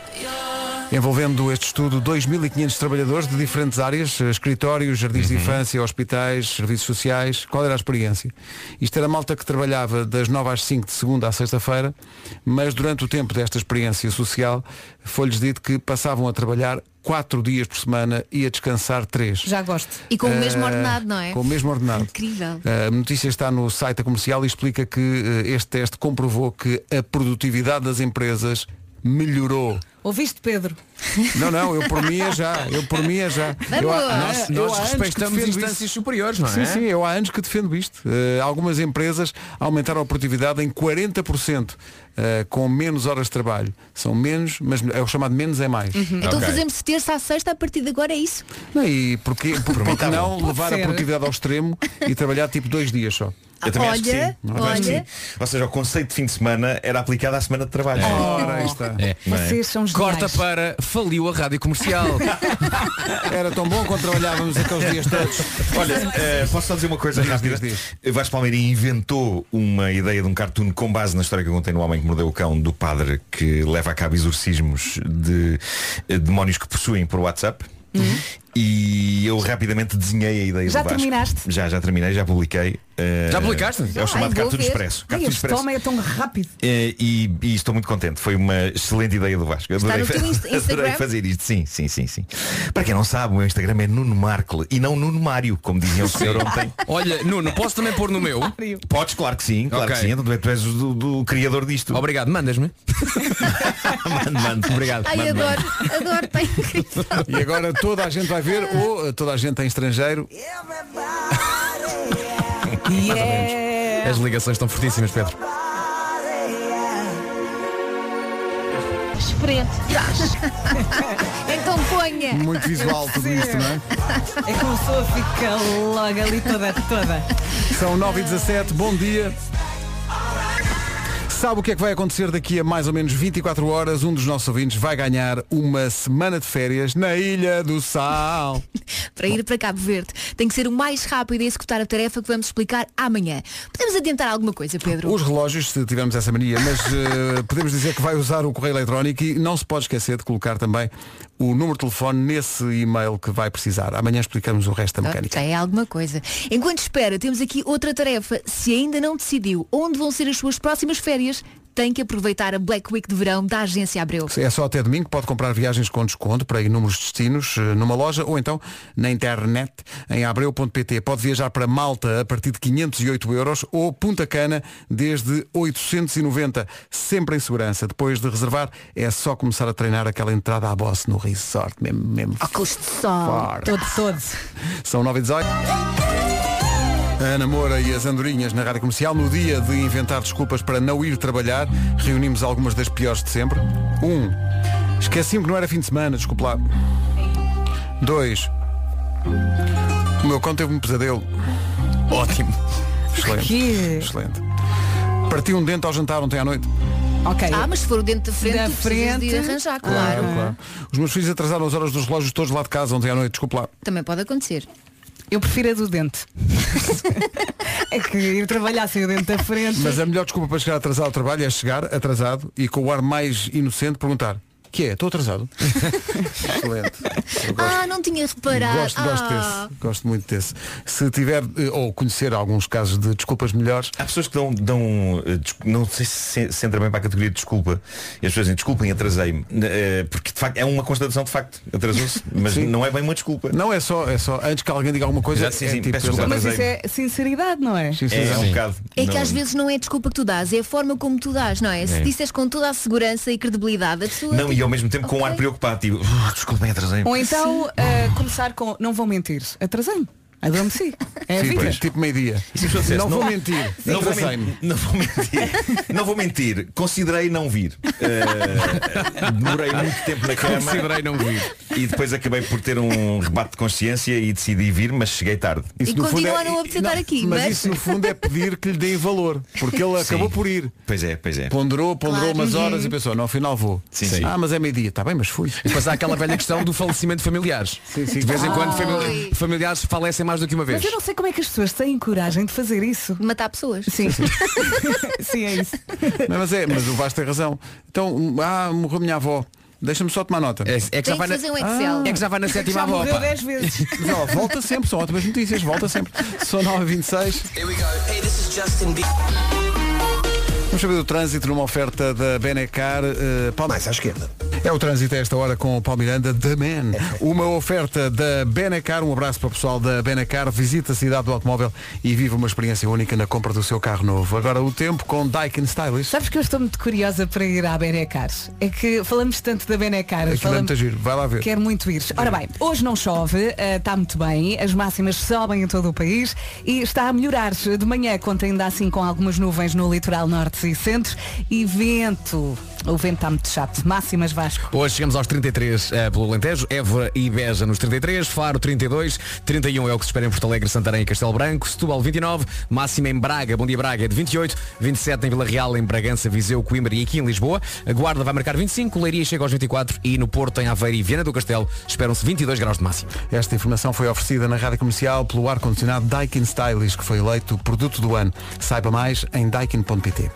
[SPEAKER 1] Envolvendo este estudo 2.500 trabalhadores de diferentes áreas, eh, escritórios, jardins de infância, hospitais, serviços sociais. Qual era a experiência? Isto era malta que trabalhava das 9 às 5 de segunda à sexta-feira, mas durante o tempo desta experiência social foi-lhes dito que passavam a trabalhar 4 dias por semana e a descansar 3.
[SPEAKER 2] Já gosto.
[SPEAKER 3] E com o mesmo ordenado, não é?
[SPEAKER 1] Eh, Com o mesmo ordenado. Eh,
[SPEAKER 3] Incrível.
[SPEAKER 1] A notícia está no site da comercial e explica que eh, este teste comprovou que a produtividade das empresas melhorou.
[SPEAKER 2] Ouviste, Pedro?
[SPEAKER 1] Não, não, eu por mim é já. Eu por mim é já. Eu, há-
[SPEAKER 10] Nós,
[SPEAKER 1] eu há
[SPEAKER 10] nós
[SPEAKER 1] anos que
[SPEAKER 10] respeitamos
[SPEAKER 1] defendo
[SPEAKER 10] instâncias
[SPEAKER 1] isso.
[SPEAKER 10] superiores, não é?
[SPEAKER 1] Sim, sim, eu há anos que defendo isto. Eh, algumas empresas aumentaram a produtividade em 40% eh, com menos horas de trabalho. São menos, mas é o chamado menos é mais.
[SPEAKER 3] Uhum. Então fazemos de terça à sexta, a partir de agora é isso.
[SPEAKER 1] Não, e porque, porque,
[SPEAKER 21] mim tá bom.
[SPEAKER 1] não
[SPEAKER 21] Pode
[SPEAKER 1] levar a
[SPEAKER 3] ser.
[SPEAKER 1] produtividade ao extremo e trabalhar tipo dois dias só?
[SPEAKER 21] Eu também acho que
[SPEAKER 3] Olha,
[SPEAKER 21] sim. Eu também acho que
[SPEAKER 3] olha.
[SPEAKER 21] sim. Ou seja, o conceito de fim de semana era aplicado à semana de trabalho.
[SPEAKER 1] Ora, aí está.
[SPEAKER 10] É. Corta para faliu a rádio comercial.
[SPEAKER 1] Era tão bom quando trabalhávamos aqueles dias todos.
[SPEAKER 21] Olha, eh, posso só dizer uma coisa rápida? Vasco Palmeirim inventou uma ideia de um cartoon com base na história que eu contei no Homem que Mordeu o Cão do padre que leva a cabo exorcismos de eh, demónios que possuem por WhatsApp. E eu rapidamente desenhei a ideia
[SPEAKER 2] Uhum. Já
[SPEAKER 21] do Vasco.
[SPEAKER 2] terminaste?
[SPEAKER 21] Já, já terminei, já publiquei. Eh,
[SPEAKER 10] Já publicaste?
[SPEAKER 21] É o chamado
[SPEAKER 2] Ai, vou
[SPEAKER 21] Cartoon
[SPEAKER 2] ver.
[SPEAKER 21] Expresso.
[SPEAKER 2] Ai,
[SPEAKER 21] Cartoon
[SPEAKER 2] este
[SPEAKER 21] Expresso.
[SPEAKER 2] homem é tão rápido.
[SPEAKER 21] Eh, E, e estou muito contente, foi uma excelente ideia do Vasco.
[SPEAKER 2] Está
[SPEAKER 21] Adorei,
[SPEAKER 2] no teu Inst-
[SPEAKER 21] adorei
[SPEAKER 2] Instagram?
[SPEAKER 21] fazer isto, sim, sim, sim, sim. Para quem não sabe, o meu Instagram é Nuno Marco e não Nuno Mário, como diziam o senhor ontem.
[SPEAKER 10] Olha, Nuno, posso também pôr no meu?
[SPEAKER 21] Podes, claro que sim, claro que sim. Então, tu és- Tu és o do, do criador disto.
[SPEAKER 10] Obrigado, mandas-me.
[SPEAKER 21] mando, mando.
[SPEAKER 10] Obrigado.
[SPEAKER 3] Ai,
[SPEAKER 1] Ah,
[SPEAKER 21] Mando, mando.
[SPEAKER 3] adoro, adoro, tem
[SPEAKER 1] E agora toda a gente vai ver, ou eh, toda a gente é estrangeiro.
[SPEAKER 2] Yeah.
[SPEAKER 10] As ligações estão fortíssimas, Pedro.
[SPEAKER 3] Diferente. então ponha.
[SPEAKER 1] Muito visual tudo isto, não é?
[SPEAKER 2] É que começou a ficar logo ali toda, toda.
[SPEAKER 1] São 9 e 17 bom dia. Sabe o que é que vai acontecer daqui a mais ou menos 24 horas? Um dos nossos ouvintes vai ganhar uma semana de férias na Ilha do Sal.
[SPEAKER 3] Para ir para Cabo Verde, tem que ser o mais rápido a executar a tarefa que vamos explicar amanhã. Podemos adiantar alguma coisa, Pedro?
[SPEAKER 1] Os relógios, se tivermos essa mania, mas eh, podemos dizer que vai usar o correio eletrónico e não se pode esquecer de colocar também o número de telefone nesse e-mail que vai precisar. Amanhã explicamos o resto da
[SPEAKER 3] Ah,
[SPEAKER 1] mecânica.
[SPEAKER 3] Já é alguma coisa. Enquanto espera, temos aqui outra tarefa. Se ainda não decidiu onde vão ser as suas próximas férias, tem que aproveitar a Black Week de verão da Agência Abreu.
[SPEAKER 1] É só até domingo, pode comprar viagens com desconto para inúmeros destinos eh, numa loja ou então na internet em abreu.pt. Pode viajar para Malta a partir de 508 euros ou Punta Cana desde 890, sempre em segurança. Depois de reservar, é só começar a treinar aquela entrada à bosse no resort, mesmo, mesmo
[SPEAKER 3] Óculos de sol.
[SPEAKER 1] Fora.
[SPEAKER 2] Todo, todo.
[SPEAKER 1] São 9 e 18. A Ana Moura e as Andorinhas na Rádio Comercial, no dia de inventar desculpas para não ir trabalhar, reunimos algumas das piores de sempre. 1. Um, Esqueci-me que não era fim de semana, desculpe lá. 2. O meu cão teve um pesadelo. Ótimo. Excelente.
[SPEAKER 2] Que?
[SPEAKER 1] Excelente. Parti um dente ao jantar ontem à noite.
[SPEAKER 2] Ok.
[SPEAKER 3] Ah, mas se for o dente da frente,
[SPEAKER 2] Da
[SPEAKER 3] tu precisas de ir
[SPEAKER 2] frente.
[SPEAKER 3] arranjar, claro.
[SPEAKER 1] Ah, Os meus filhos atrasaram as horas dos relógios todos lá de casa ontem à noite, desculpe lá.
[SPEAKER 3] Também pode acontecer.
[SPEAKER 2] Eu prefiro a do dente. é que ir trabalhar sem o dente da frente.
[SPEAKER 1] Mas a melhor desculpa para chegar atrasado ao trabalho é chegar atrasado e com o ar mais inocente perguntar que é? Estou atrasado? Excelente. Eu gosto.
[SPEAKER 3] Ah, não tinha reparado.
[SPEAKER 1] Gosto,
[SPEAKER 3] ah.
[SPEAKER 1] gosto desse, gosto muito desse. Se tiver eh, ou conhecer alguns casos de desculpas melhores,
[SPEAKER 21] Há pessoas que dão, dão eh, des- não sei se se se entra bem para a categoria de desculpa. E as pessoas dizem, desculpem, atrasei-me. Eh, Porque de facto é uma constatação de facto. Atrasou-se. Mas
[SPEAKER 1] Sim.
[SPEAKER 21] não é bem uma desculpa.
[SPEAKER 1] não é só, é só antes que alguém diga alguma coisa,
[SPEAKER 21] Exato, sim,
[SPEAKER 1] é
[SPEAKER 21] sim,
[SPEAKER 1] tipo,
[SPEAKER 21] peço
[SPEAKER 1] eu
[SPEAKER 21] desculpa,
[SPEAKER 2] Mas
[SPEAKER 1] atrasei.
[SPEAKER 2] isso é sinceridade, não é?
[SPEAKER 1] Sim, sim,
[SPEAKER 21] É,
[SPEAKER 1] sim.
[SPEAKER 21] um bocado.
[SPEAKER 3] É que
[SPEAKER 21] Não-
[SPEAKER 3] às vezes não é a desculpa que tu dás, é a forma como tu dás, não é? Se
[SPEAKER 21] É.
[SPEAKER 3] disseres com toda a segurança e credibilidade, a pessoa.
[SPEAKER 21] Não,
[SPEAKER 3] tipo,
[SPEAKER 21] e ao mesmo tempo com um ar
[SPEAKER 3] ok.
[SPEAKER 21] preocupado. Tipo, "Ah, desculpem, atrasei-me.
[SPEAKER 2] Ou então ah, começar com não vão mentir. Atrasei-me. Adormeci. É a
[SPEAKER 21] Sim,
[SPEAKER 2] vida.
[SPEAKER 21] pois.
[SPEAKER 1] Tipo meio-dia.
[SPEAKER 21] E se a pessoa dissesse,
[SPEAKER 1] Não vou mentir,
[SPEAKER 21] Não vou,
[SPEAKER 1] atrasei-me.
[SPEAKER 21] men- não vou mentir. Não vou mentir. Considerei não vir. Eh, demorei muito tempo na cama.
[SPEAKER 10] Considerei não vir.
[SPEAKER 21] E depois acabei por ter um rebate de consciência e decidi vir, mas cheguei tarde.
[SPEAKER 1] Isso,
[SPEAKER 3] E
[SPEAKER 1] no fundo, é-
[SPEAKER 3] continua a não apresentar aqui,
[SPEAKER 1] Mas,
[SPEAKER 3] mas-
[SPEAKER 1] isso no fundo é pedir que lhe deem valor, porque ele acabou
[SPEAKER 21] Sim.
[SPEAKER 1] por ir.
[SPEAKER 21] Pois é, pois é.
[SPEAKER 1] Ponderou, ponderou
[SPEAKER 3] Claro.
[SPEAKER 1] umas
[SPEAKER 3] Uhum.
[SPEAKER 1] horas e pensou, no final vou.
[SPEAKER 21] Sim, sim.
[SPEAKER 1] Ah, mas é meio-dia, está bem, mas fui.
[SPEAKER 10] E depois há aquela velha questão do falecimento de familiares. De vez em quando famili- familiares falecem mais do que uma vez.
[SPEAKER 2] Mas eu não sei como é que as pessoas têm coragem de fazer isso.
[SPEAKER 3] Matar pessoas.
[SPEAKER 2] Sim. Sim, é isso.
[SPEAKER 1] Não, mas é, mas o Vasco tem razão. Então, ah, morreu a minha avó. Deixa-me só tomar nota.
[SPEAKER 10] É, é que
[SPEAKER 3] Tem
[SPEAKER 10] já vai
[SPEAKER 3] que
[SPEAKER 10] na,
[SPEAKER 3] fazer um
[SPEAKER 1] Ah,
[SPEAKER 3] Excel.
[SPEAKER 10] é que já vai na sétima
[SPEAKER 2] Já
[SPEAKER 10] avó.
[SPEAKER 2] morreu
[SPEAKER 10] pá.
[SPEAKER 2] 10 vezes.
[SPEAKER 1] Mas, ó, volta sempre, são ótimas notícias, volta sempre. São 9h26. Vamos saber do trânsito numa oferta da Benecar. eh, Paulo-
[SPEAKER 15] Mais à esquerda. É.
[SPEAKER 1] É o trânsito a esta hora com o Paulo Miranda, The Man. Uma oferta da Benacar, um abraço para o pessoal da Benacar. Visita a cidade do automóvel e viva uma experiência única na compra do seu carro novo. Agora o tempo com Daikin Stylish.
[SPEAKER 2] Sabes que eu estou muito curiosa para ir à Benecar. É que falamos tanto da Benecar.
[SPEAKER 1] Aquilo é
[SPEAKER 2] falamos-
[SPEAKER 1] muito giro, vai lá ver.
[SPEAKER 2] Quero muito ir. Ora bem, hoje não chove, eh, está muito bem, as máximas sobem em todo o país e está a melhorar. De manhã conta ainda assim com algumas nuvens no litoral norte e centro e vento. O vento está muito chato. Máximas Vasco.
[SPEAKER 10] Hoje chegamos aos 33 eh, pelo Alentejo, Évora e Beja nos 33, Faro 32, 31 é o que se espera em Porto Alegre, Santarém e Castelo Branco, Setúbal 29, máxima em Braga, Bom Dia Braga é de 28, 27 em Vila Real, em Bragança, Viseu, Coimbra e aqui em Lisboa, a Guarda vai marcar 25, Leiria chega aos 24 e no Porto, em Aveiro e Viana do Castelo esperam-se 22 graus de máximo.
[SPEAKER 1] Esta informação foi oferecida na Rádio Comercial pelo ar-condicionado Daikin Stylish, que foi eleito o produto do ano. Saiba mais em daikin.pt.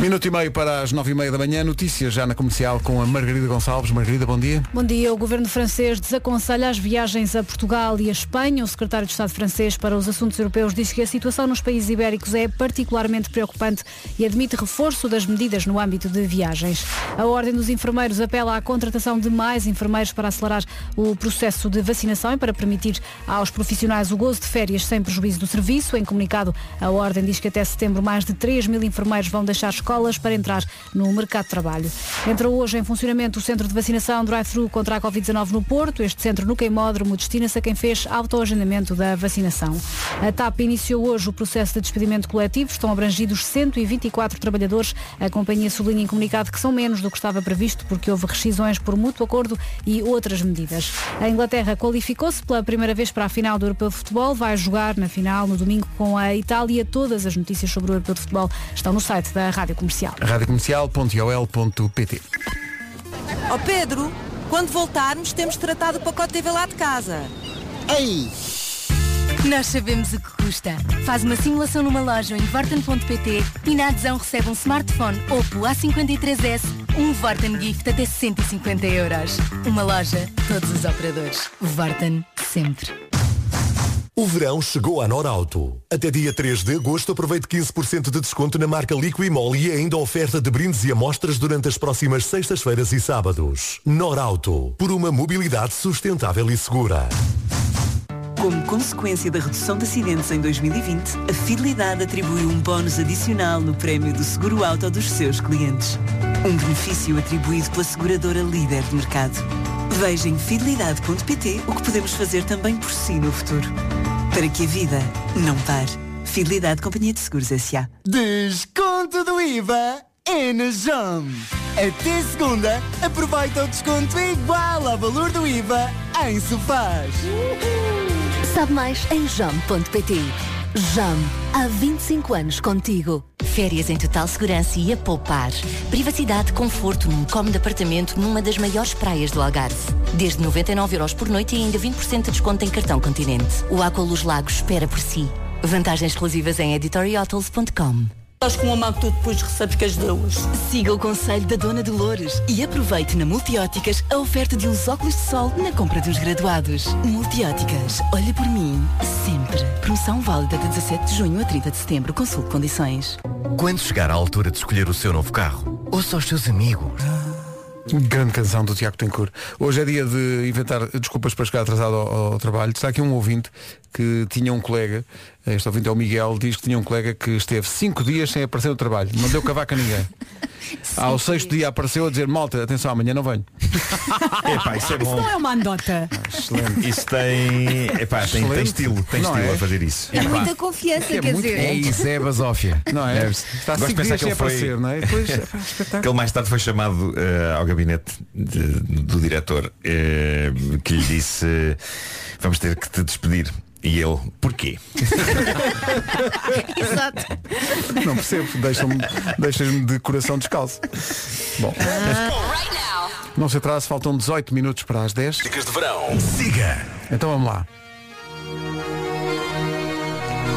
[SPEAKER 1] Minuto e meio para as nove e meia da manhã, notícias já na comercial com a Margarida Gonçalves. Margarida, bom dia.
[SPEAKER 7] Bom dia. O governo francês desaconselha as viagens a Portugal e a Espanha. O secretário de Estado francês para os assuntos europeus diz que a situação nos países ibéricos é particularmente preocupante e admite reforço das medidas no âmbito de viagens. A Ordem dos Enfermeiros apela à contratação de mais enfermeiros para acelerar o processo de vacinação e para permitir aos profissionais o gozo de férias sem prejuízo do serviço. Em comunicado, a Ordem diz que até setembro mais de 3 mil enfermeiros vão deixar escolas escolas para entrar no mercado de trabalho. Entra hoje em funcionamento o centro de vacinação drive-thru contra a Covid-19 no Porto. Este centro no Queimódromo destina-se a quem fez autoagendamento da vacinação. A TAP iniciou hoje o processo de despedimento coletivo. Estão abrangidos 124 trabalhadores. A companhia sublinha em comunicado que são menos do que estava previsto porque houve rescisões por mútuo acordo e outras medidas. A Inglaterra qualificou-se pela primeira vez para a final do Europeu de Futebol. Vai jogar na final no domingo com a Itália. Todas as notícias sobre o Europeu de Futebol estão no site da Rádio Comercial.
[SPEAKER 1] Radiocomercial.ol.pt
[SPEAKER 8] Ó Pedro, quando voltarmos temos de tratar do pacote de TV lá de casa.
[SPEAKER 9] Ei! Nós sabemos o que custa. Faz uma simulação numa loja em Vorten.pt e na adesão recebe um smartphone Oppo A53s, um Vorten Gift até 150 euros. Uma loja, todos os operadores. Vorten, sempre.
[SPEAKER 23] O verão chegou à Norauto. Até dia 3 de agosto aproveite 15% de desconto na marca Liquimol e ainda oferta de brindes e amostras durante as próximas sextas-feiras e sábados. Norauto, por uma mobilidade sustentável e segura.
[SPEAKER 24] Como consequência da redução de acidentes em 2020, a Fidelidade atribuiu um bónus adicional no prémio do seguro auto dos seus clientes. Um benefício atribuído pela seguradora líder de mercado. Veja em fidelidade.pt o que podemos fazer também por si no futuro. Para que a vida não pare. Fidelidade Companhia de Seguros S.A.
[SPEAKER 25] Desconto do IVA é na JAM. Até segunda, aproveita o desconto igual ao valor do IVA em sofás.
[SPEAKER 9] Sabe mais em jam.pt. Jam, há 25 anos contigo. Férias em total segurança e a poupar. Privacidade, conforto num cômodo apartamento numa das maiores praias do Algarve. Desde 99 euros por noite e ainda 20% de desconto em cartão continente. O Aqualus Lagos espera por si. Vantagens exclusivas em editorialhotels.com.
[SPEAKER 26] Estás com uma mão que tu depois recebes com as duas.
[SPEAKER 27] Siga o conselho da Dona Dolores e aproveite na Multióticas a oferta de uns óculos de sol na compra dos graduados. Multióticas, olha por mim, sempre. Promoção válida de 17 de junho a 30 de setembro. Consulte condições.
[SPEAKER 28] Quando chegar à altura de escolher o seu novo carro, ouça os seus amigos.
[SPEAKER 1] Grande canção do Tiago Tencour. Hoje é dia de inventar desculpas para chegar atrasado ao, ao trabalho. Está aqui um ouvinte que tinha um colega, este ouvinte é o Miguel, diz que tinha um colega que esteve cinco dias sem aparecer no trabalho. Não deu cavaco a ninguém. Ao sexto dia apareceu a dizer, malta, atenção, amanhã não venho.
[SPEAKER 21] Epá, isso é
[SPEAKER 2] Isso
[SPEAKER 21] bom.
[SPEAKER 2] não é uma anedota.
[SPEAKER 21] Excelente. Isso tem. Epá, tem, tem
[SPEAKER 1] Excelente.
[SPEAKER 21] estilo, tem
[SPEAKER 1] Não
[SPEAKER 21] estilo
[SPEAKER 1] é?
[SPEAKER 21] a fazer isso.
[SPEAKER 3] É
[SPEAKER 21] Epá.
[SPEAKER 3] muita confiança, quer dizer.
[SPEAKER 21] é basófia. Não é?
[SPEAKER 1] Deve-se. Está
[SPEAKER 21] Gosto de
[SPEAKER 1] cinco
[SPEAKER 21] pensar
[SPEAKER 1] dias
[SPEAKER 21] que ele
[SPEAKER 1] sem aparecer, não é? E depois, epá, espetáculo.
[SPEAKER 21] que ele mais tarde foi chamado eh, ao gabinete de- do diretor eh, que lhe disse eh, vamos ter que te despedir. E ele, porquê?
[SPEAKER 3] Exato.
[SPEAKER 1] Não percebo, deixam-me deixas-me de coração descalço. Bom. Não se atrase, faltam 18 minutos para as 10.
[SPEAKER 22] Dicas de verão. Siga.
[SPEAKER 1] Então vamos lá.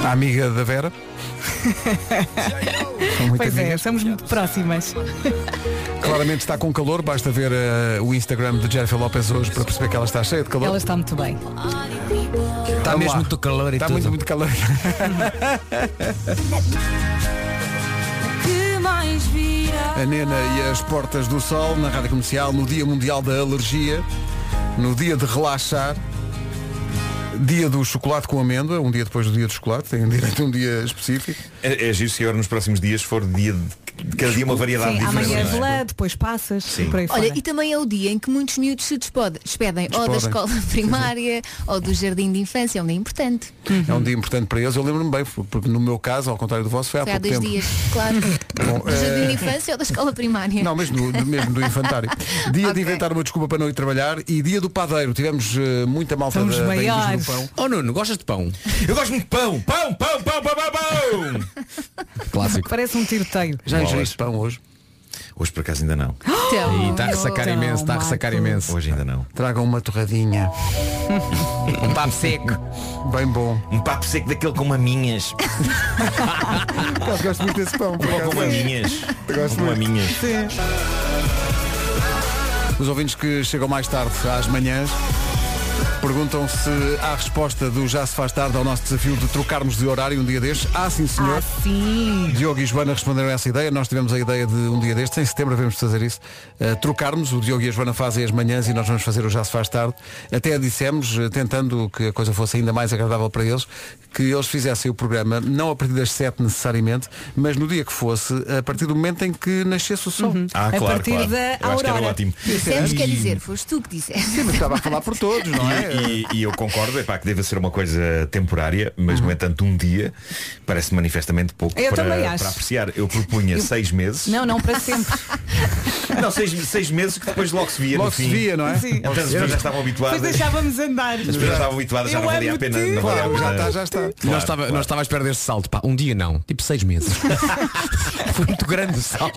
[SPEAKER 1] A amiga da Vera. São muito
[SPEAKER 2] pois é,
[SPEAKER 1] amigas.
[SPEAKER 2] estamos muito próximas.
[SPEAKER 1] Claramente está com calor, basta ver eh, o Instagram de Jennifer Lopes hoje para perceber que ela está cheia de calor. Tá,
[SPEAKER 2] Ela está muito bem.
[SPEAKER 1] Está
[SPEAKER 10] mesmo
[SPEAKER 1] muito calor
[SPEAKER 10] e
[SPEAKER 1] Está
[SPEAKER 10] tudo.
[SPEAKER 1] muito, muito calor.
[SPEAKER 4] Que mais virá?
[SPEAKER 1] A Nena e as Portas do Sol na Rádio Comercial no Dia Mundial da Alergia, no dia de relaxar, dia do chocolate com amêndoa, um dia depois do dia do chocolate, tem direito a um dia específico.
[SPEAKER 21] É, é giro se agora nos próximos dias for dia de cada dia uma variedade
[SPEAKER 2] Sim,
[SPEAKER 21] diferente.
[SPEAKER 2] amanhã é
[SPEAKER 21] não é?
[SPEAKER 2] velã, depois passas e por aí fora.
[SPEAKER 3] Olha, e também é o dia em que muitos miúdos se despode- despedem, ou da
[SPEAKER 1] Despodem.
[SPEAKER 3] escola primária ou do jardim de infância, é um dia importante.
[SPEAKER 1] É um dia importante para eles, eu lembro-me bem, porque no meu caso, ao contrário do vosso, foi há
[SPEAKER 3] Foi há dois
[SPEAKER 1] pouco tempo.
[SPEAKER 3] dias, claro.
[SPEAKER 1] Bom,
[SPEAKER 3] Do jardim
[SPEAKER 1] eh,
[SPEAKER 3] de infância ou da escola primária.
[SPEAKER 1] Não, mesmo do, mesmo do infantário. Dia de inventar uma desculpa para não ir trabalhar e dia do padeiro. Tivemos eh, muita malta
[SPEAKER 10] Somos
[SPEAKER 1] da, da indústria do
[SPEAKER 10] maiores.
[SPEAKER 1] pão.
[SPEAKER 10] Oh Nuno, gostas de pão?
[SPEAKER 21] Eu gosto muito de pão! Pão, pão, pão, pão, pão, pão!
[SPEAKER 10] Clássico.
[SPEAKER 2] Parece um tiroteio.
[SPEAKER 1] Já
[SPEAKER 21] Bolas.
[SPEAKER 1] ingeriste pão hoje? tá
[SPEAKER 21] Hoje por acaso ainda não.
[SPEAKER 2] Então,
[SPEAKER 10] E está a ressacar
[SPEAKER 2] então,
[SPEAKER 10] imenso, está a ressacar
[SPEAKER 2] Marco.
[SPEAKER 10] imenso.
[SPEAKER 21] Hoje ainda não.
[SPEAKER 1] Tragam uma torradinha.
[SPEAKER 10] Um papo seco.
[SPEAKER 1] Bem bom.
[SPEAKER 21] Um papo seco daquele com maminhas.
[SPEAKER 1] Eu gosto muito desse pão. por
[SPEAKER 21] Um pão
[SPEAKER 1] acaso.
[SPEAKER 21] com maminhas.
[SPEAKER 1] Eu gosto
[SPEAKER 21] Um pão com
[SPEAKER 1] muito.
[SPEAKER 21] maminhas.
[SPEAKER 1] Os ouvintes que chegam mais tarde às manhãs Perguntam se há resposta do Já se faz tarde ao nosso desafio de trocarmos de horário um dia destes. Ah, sim, senhor.
[SPEAKER 2] Sim.
[SPEAKER 1] Diogo e Joana responderam a essa ideia. Nós tivemos a ideia de um dia destes, em setembro devemos fazer isso. Uh, trocarmos, o Diogo e a Joana fazem as manhãs e nós vamos fazer o Já se faz tarde. Até dissemos, eh, tentando que a coisa fosse ainda mais agradável para eles, que eles fizessem o programa não a partir das sete necessariamente, mas no dia que fosse, a partir do momento em que nascesse o sol.
[SPEAKER 21] Ah,
[SPEAKER 2] A
[SPEAKER 21] claro,
[SPEAKER 2] partir
[SPEAKER 21] claro.
[SPEAKER 2] da
[SPEAKER 21] Eu acho que era
[SPEAKER 2] aurora.
[SPEAKER 21] ótimo.
[SPEAKER 24] Dissemos,
[SPEAKER 3] é
[SPEAKER 24] quer
[SPEAKER 21] E-
[SPEAKER 24] dizer, foste tu que disseste.
[SPEAKER 1] Sim, mas estava a falar por todos, não é?
[SPEAKER 21] E, e eu concordo, é pá, que deve ser uma coisa temporária, mas no entanto um dia parece manifestamente pouco
[SPEAKER 2] Uhum. Eu
[SPEAKER 21] para,
[SPEAKER 2] também acho.
[SPEAKER 21] para apreciar. Eu propunha
[SPEAKER 2] Eu-
[SPEAKER 21] seis meses.
[SPEAKER 2] Não, não para sempre.
[SPEAKER 21] Não, seis, seis meses que depois logo se via
[SPEAKER 1] Logo
[SPEAKER 21] no fim.
[SPEAKER 1] se via, não é? Sim.
[SPEAKER 21] Então as pessoas já estavam habituadas.
[SPEAKER 2] Depois deixávamos andar.
[SPEAKER 21] As pessoas já estavam habituadas, já
[SPEAKER 2] Eu
[SPEAKER 21] não valia a
[SPEAKER 2] amo-te.
[SPEAKER 21] pena. Não valia a pena.
[SPEAKER 10] Nós
[SPEAKER 21] Claro,
[SPEAKER 10] estava,
[SPEAKER 21] claro.
[SPEAKER 10] nós estava à espera deste salto. Pá, um dia não. Tipo seis meses. Foi muito grande o salto.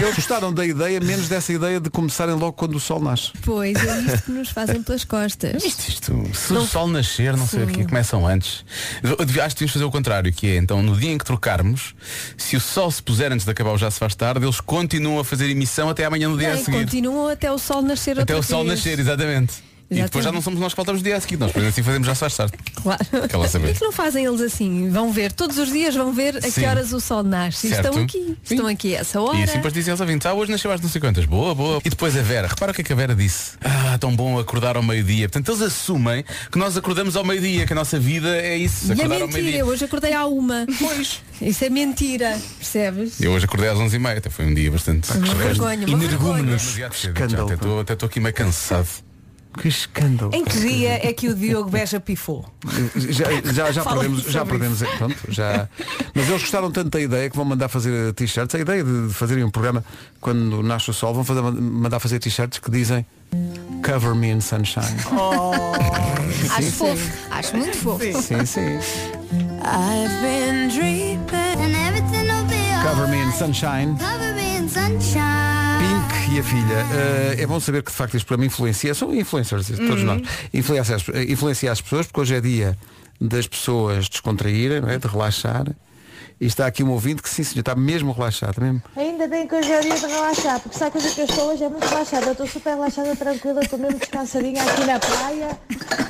[SPEAKER 1] Eles gostaram da ideia, menos dessa ideia de começarem logo quando o sol nasce.
[SPEAKER 11] Pois, é isto que nos fazem pelas costas.
[SPEAKER 12] Se o sol nascer, não sei o que começam antes. Eu devia- Acho que devíamos fazer o contrário, que é então no dia em que trocarmos, se o sol se puser antes de acabar o já se faz tarde, eles continuam a fazer emissão até amanhã no dia a
[SPEAKER 11] Bem,
[SPEAKER 12] seguir.
[SPEAKER 11] continuam até o sol nascer
[SPEAKER 12] Até
[SPEAKER 11] outra
[SPEAKER 12] o sol
[SPEAKER 11] vez.
[SPEAKER 12] nascer, exatamente. E depois
[SPEAKER 11] Exatamente.
[SPEAKER 12] já não somos nós que faltamos no dia a seguir, nós depois assim fazemos já se faz tarde.
[SPEAKER 11] Claro.
[SPEAKER 12] Quer lá saber.
[SPEAKER 11] E que não fazem eles assim? Vão ver, todos os dias vão ver a
[SPEAKER 12] Sim.
[SPEAKER 11] que horas o sol nasce. E
[SPEAKER 12] Certo.
[SPEAKER 11] Estão aqui. Estão aqui a essa hora.
[SPEAKER 12] E assim depois dizem aos ouvintes, ah, hoje nasceu às não sei quantas, boa, boa. E depois a Vera, repara o que é que a Vera disse. Ah, tão bom acordar ao meio-dia. Portanto, eles assumem que nós acordamos ao meio-dia, que a nossa vida é isso,
[SPEAKER 11] E é
[SPEAKER 12] acordar ao
[SPEAKER 11] mentira,
[SPEAKER 12] meio-dia.
[SPEAKER 11] eu hoje acordei à uma. Pois. Isso é mentira, percebes?
[SPEAKER 12] Eu hoje acordei às 11h30, até foi um dia bastante
[SPEAKER 11] Uma vergonha, uma vergonha.
[SPEAKER 12] Escândalo. Até estou- até estou aqui meio cansado.
[SPEAKER 1] Que escândalo.
[SPEAKER 2] Em que dia é que o Diogo Beja pifou?
[SPEAKER 1] Já, já, já
[SPEAKER 2] Fala
[SPEAKER 1] perdemos, já
[SPEAKER 2] sobre
[SPEAKER 1] perdemos,
[SPEAKER 2] isso.
[SPEAKER 1] pronto, já. Mas eles gostaram tanto da ideia que vão mandar fazer t-shirts. A ideia de de fazerem um programa quando nasce o sol, vão fazer- mandar fazer t-shirts que dizem Cover me in sunshine.
[SPEAKER 24] Acho
[SPEAKER 1] Sim.
[SPEAKER 24] fofo, acho muito fofo.
[SPEAKER 1] Sim, sim.
[SPEAKER 13] I've been dreaming and everything will be
[SPEAKER 1] Cover me in sunshine.
[SPEAKER 13] covered in sunshine.
[SPEAKER 1] Pink e a filha. Eh, é bom saber que de facto este programa influencia. São influencers, todos
[SPEAKER 13] Uhum.
[SPEAKER 1] nós. Influencia as, eh, influencia as pessoas, porque hoje é dia das pessoas descontraírem, não é? de relaxar. E está aqui um ouvinte que sim senhor, está mesmo relaxado. Mesmo.
[SPEAKER 4] Ainda bem que hoje é o dia de relaxar, porque sabe a coisa que eu estou hoje é muito relaxada. Eu estou super relaxada, tranquila, estou mesmo descansadinha aqui na praia,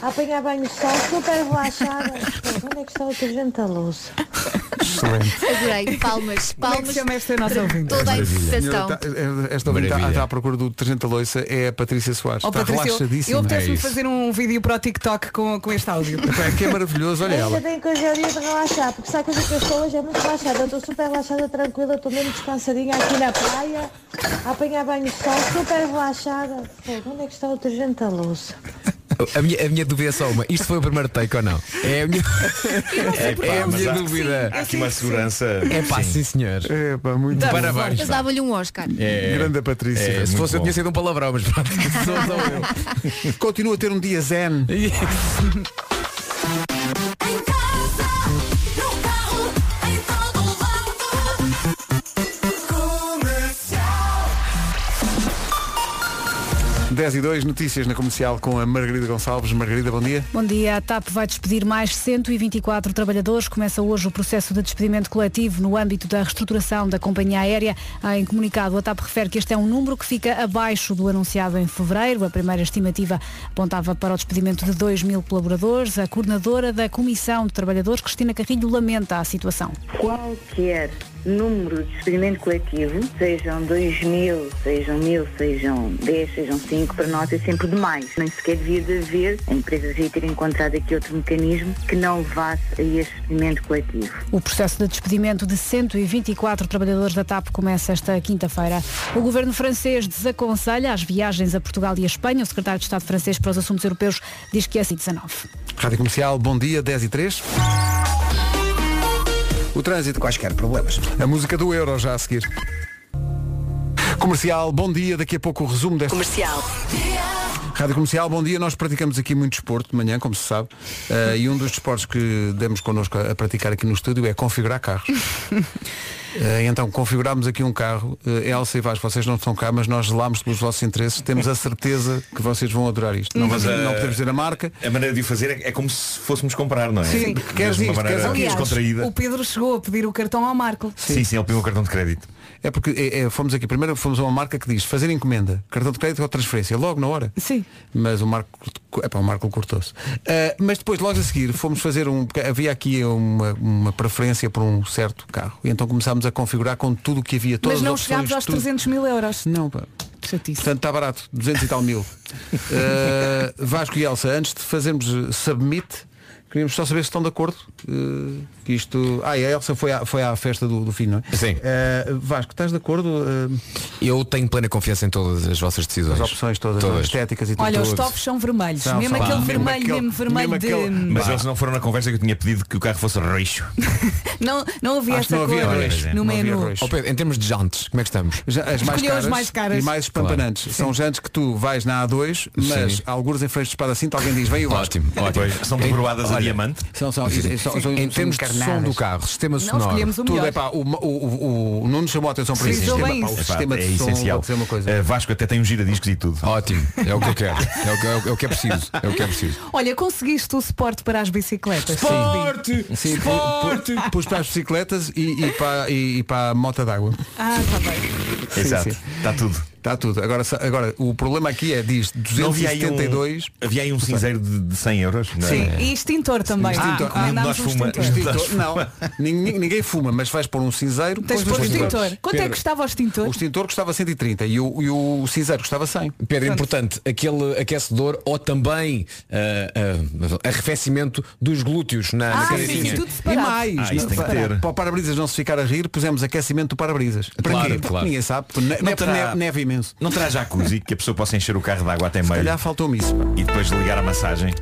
[SPEAKER 4] a apanhar banho de sol, super relaxada. Mas onde é que está o detergente da luz?
[SPEAKER 1] Excelente.
[SPEAKER 24] Adorei, palmas, palmas. Como é que chama esta nossa ouvinte? Toda
[SPEAKER 1] Senhora,
[SPEAKER 24] a interpretação.
[SPEAKER 1] tá- eh, Esta ouvinte está,
[SPEAKER 29] Maravilha.
[SPEAKER 1] está à procura do detergente da loiça é a Patrícia Soares.
[SPEAKER 2] Ó,
[SPEAKER 1] está
[SPEAKER 2] Oh, Patrícia, eu-
[SPEAKER 1] relaxadíssima.
[SPEAKER 2] eu apetece-me fazer um vídeo para o TikTok com, com este áudio.
[SPEAKER 1] Epá, que é maravilhoso, olha
[SPEAKER 4] Ainda
[SPEAKER 1] ela.
[SPEAKER 4] bem que hoje é o dia de relaxar, porque sabe a coisa que eu estou hoje é muito relaxada. Eu estou super relaxada, tranquila, estou mesmo descansadinha aqui na praia, a apanhar banho de sol, super relaxada. Pô, onde é que está o detergente da luz?
[SPEAKER 10] A minha, a minha dúvida é só uma. Isto foi o primeiro take ou não? É a minha,
[SPEAKER 21] É, pá,
[SPEAKER 10] é a
[SPEAKER 21] mas
[SPEAKER 10] minha
[SPEAKER 21] há-
[SPEAKER 10] dúvida.
[SPEAKER 21] Há aqui uma segurança.
[SPEAKER 10] É pá, sim, senhor.
[SPEAKER 1] É pá, muito
[SPEAKER 24] Dava-
[SPEAKER 10] Parabéns.
[SPEAKER 24] Mas
[SPEAKER 10] pá.
[SPEAKER 24] dava-lhe um Oscar.
[SPEAKER 10] É,
[SPEAKER 1] Grande a Patrícia.
[SPEAKER 10] é, se
[SPEAKER 1] Muito
[SPEAKER 10] fosse eu
[SPEAKER 1] bom.
[SPEAKER 10] tinha sido um palavrão, mas pronto.
[SPEAKER 1] Continua a ter um dia zen.
[SPEAKER 13] Comercial.
[SPEAKER 1] 10 e 2, notícias na comercial com a Margarida Gonçalves. Margarida, bom dia.
[SPEAKER 7] Bom dia, a TAP vai despedir mais 124 trabalhadores. Começa hoje o processo de despedimento coletivo no âmbito da reestruturação da companhia aérea. Em comunicado, a TAP refere que este é um número que fica abaixo do anunciado em fevereiro. A primeira estimativa apontava para o despedimento de 2 mil colaboradores. A coordenadora da Comissão de Trabalhadores, Cristina Carrilho, lamenta a situação.
[SPEAKER 3] qualquer número de experimento coletivo, sejam 2 mil, sejam mil, sejam 10, sejam 5, para nós é sempre demais. Nem sequer devia de haver, a empresa devia ter encontrado aqui outro mecanismo que não levasse a este experimento coletivo.
[SPEAKER 7] O processo de despedimento de 124 trabalhadores da TAP começa esta quinta-feira. O governo francês desaconselha as viagens a Portugal e a Espanha. O secretário de Estado francês para os Assuntos Europeus diz que é assim 19.
[SPEAKER 1] Rádio Comercial, bom dia, 10 e 3. O trânsito. Quaisquer problemas. A música do Euro já a seguir. Comercial, bom dia. Daqui a pouco o resumo desta.
[SPEAKER 13] Comercial.
[SPEAKER 1] Rádio Comercial, bom dia. Nós praticamos aqui muito desporto de manhã, como se sabe. eh, e um dos desportos que demos connosco a, a praticar aqui no estúdio é configurar carros. Eh, então, configurámos aqui um carro. Eh, Elsa e Vasco, vocês não estão cá, mas nós zelámos pelos vossos interesses. Temos a certeza que vocês vão adorar isto.
[SPEAKER 2] um
[SPEAKER 1] Não,
[SPEAKER 21] Mas,
[SPEAKER 1] podemos-
[SPEAKER 21] eh,
[SPEAKER 1] não podemos dizer a marca.
[SPEAKER 21] A maneira de o fazer é, é como se fôssemos comprar, não é?
[SPEAKER 2] Sim,
[SPEAKER 21] De
[SPEAKER 1] queres
[SPEAKER 21] uma
[SPEAKER 1] isto,
[SPEAKER 21] maneira
[SPEAKER 1] queres aquilo.
[SPEAKER 21] descontraída.
[SPEAKER 2] O Pedro chegou a pedir o cartão ao Marco.
[SPEAKER 21] Sim, sim, ele pediu o cartão de crédito.
[SPEAKER 1] É porque é, é, fomos aqui, primeiro fomos a uma marca que diz fazer encomenda, cartão de crédito ou transferência, logo na hora.
[SPEAKER 2] Sim.
[SPEAKER 1] Mas o Marco É para o Marco cortou-se. Ah, mas depois, logo a seguir, fomos fazer um. porque Havia aqui uma, uma preferência por um certo carro. E então começámos a configurar com tudo o que havia. todas
[SPEAKER 2] Mas não
[SPEAKER 1] as opções,
[SPEAKER 2] chegámos aos
[SPEAKER 1] tudo.
[SPEAKER 2] 300 mil euros.
[SPEAKER 1] Não, pá. Portanto, está barato, 200 e tal mil. Uh, Vasco e Elsa, antes de fazermos uh, submit, queríamos só saber se estão de acordo. uh, que isto. Ah, e a Elsa foi à, foi à festa do, do filho, não é? Sim. Vasco, estás de acordo? Uh,
[SPEAKER 10] Eu tenho plena confiança em todas as vossas decisões.
[SPEAKER 1] As opções todas, é? as estéticas e
[SPEAKER 2] Olha, os tops são vermelhos.
[SPEAKER 21] São,
[SPEAKER 2] mesmo
[SPEAKER 21] são.
[SPEAKER 2] aquele
[SPEAKER 21] Pá, mesmo
[SPEAKER 2] vermelho,
[SPEAKER 21] aquele-
[SPEAKER 2] mesmo vermelho de.
[SPEAKER 21] Mas eles não foram na conversa que eu tinha pedido que o carro fosse roxo. é.
[SPEAKER 2] Não, não havia
[SPEAKER 21] Acho que
[SPEAKER 2] essa
[SPEAKER 21] não havia
[SPEAKER 2] cor
[SPEAKER 21] arroz.
[SPEAKER 2] no
[SPEAKER 21] Não havia
[SPEAKER 2] menu.
[SPEAKER 21] arroz.
[SPEAKER 10] Ó Oh, Pedro, em termos de jantes, como é que estamos?
[SPEAKER 1] as mais
[SPEAKER 2] Escolheu as
[SPEAKER 1] caras,
[SPEAKER 2] mais caras.
[SPEAKER 1] e mais
[SPEAKER 10] Claro.
[SPEAKER 1] espampanantes. São jantes que tu vais na A2, mas
[SPEAKER 10] Sim.
[SPEAKER 1] alguns em frente de espada cinta, alguém diz, vem o Vasco.
[SPEAKER 10] Ótimo, ótimo.
[SPEAKER 21] Pois, são broadas a diamante?
[SPEAKER 1] São, são,
[SPEAKER 10] Sim.
[SPEAKER 1] e- são, são,
[SPEAKER 10] Em termos de
[SPEAKER 1] encarnadas.
[SPEAKER 10] som do carro, sistema
[SPEAKER 1] Não
[SPEAKER 10] sonoro.
[SPEAKER 1] escolhemos o Tudo, melhor. epá, o, o, o, o Nuno chamou a atenção para isso. Sistema, pá, o sistema
[SPEAKER 21] é
[SPEAKER 1] de som,
[SPEAKER 21] essencial.
[SPEAKER 1] vou dizer uma coisa.
[SPEAKER 21] Eh, Vasco até tem um giradiscos e tudo.
[SPEAKER 10] Ótimo, é o que eu quero. É o que, é o- é o que é preciso. É o que é preciso.
[SPEAKER 2] Olha, conseguiste o suporte para as bicicletas.
[SPEAKER 1] Suporte!
[SPEAKER 2] Sim.
[SPEAKER 1] Sim, pu- pu- pus para as bicicletas e, e para, e, e para a mota d'água.
[SPEAKER 2] Ah, está bem.
[SPEAKER 1] Sim,
[SPEAKER 21] Exato.
[SPEAKER 1] sim.
[SPEAKER 21] Está tudo.
[SPEAKER 1] Está tudo. Agora, sa- agora, o problema aqui é, diz
[SPEAKER 21] Não havia aí um-
[SPEAKER 1] 272.
[SPEAKER 21] Havia aí um cinzeiro de, de 100 euros. não é?
[SPEAKER 2] Sim, e extintor também. Ah,
[SPEAKER 21] Extintor.
[SPEAKER 2] recomendámos
[SPEAKER 21] Nós
[SPEAKER 2] um
[SPEAKER 21] fuma-
[SPEAKER 2] extintor.
[SPEAKER 21] Extintor.
[SPEAKER 1] Extintor, não, ninguém, ninguém fuma, mas vais pôr um cinzeiro.
[SPEAKER 2] Tens de pôr o
[SPEAKER 1] pões dois
[SPEAKER 2] extintor.
[SPEAKER 1] cinzeiros.
[SPEAKER 2] Quanto é que
[SPEAKER 1] Pedro,
[SPEAKER 2] custava o extintor?
[SPEAKER 1] O extintor custava 130 e o, e o cinzeiro custava 100.
[SPEAKER 10] Pedro, importante, aquele aquecedor ou também ah, ah, arrefecimento dos glúteos
[SPEAKER 2] Ah,
[SPEAKER 10] na, na cadeirinha.
[SPEAKER 1] e mais,
[SPEAKER 10] Ah,
[SPEAKER 21] Ah,
[SPEAKER 1] não, para, para o para-brisas não se ficar a rir, pusemos aquecimento do para-brisas. Para
[SPEAKER 21] Claro,
[SPEAKER 1] quê?
[SPEAKER 21] claro.
[SPEAKER 1] Porque Ninguém sabe, porque ne-
[SPEAKER 21] Não
[SPEAKER 1] neve,
[SPEAKER 21] terá-
[SPEAKER 1] neve, neve imenso.
[SPEAKER 21] Não terá jacuzzi que a pessoa possa encher o carro de água até meio.
[SPEAKER 1] calhar faltou-me isso.
[SPEAKER 21] E depois ligar a massagem.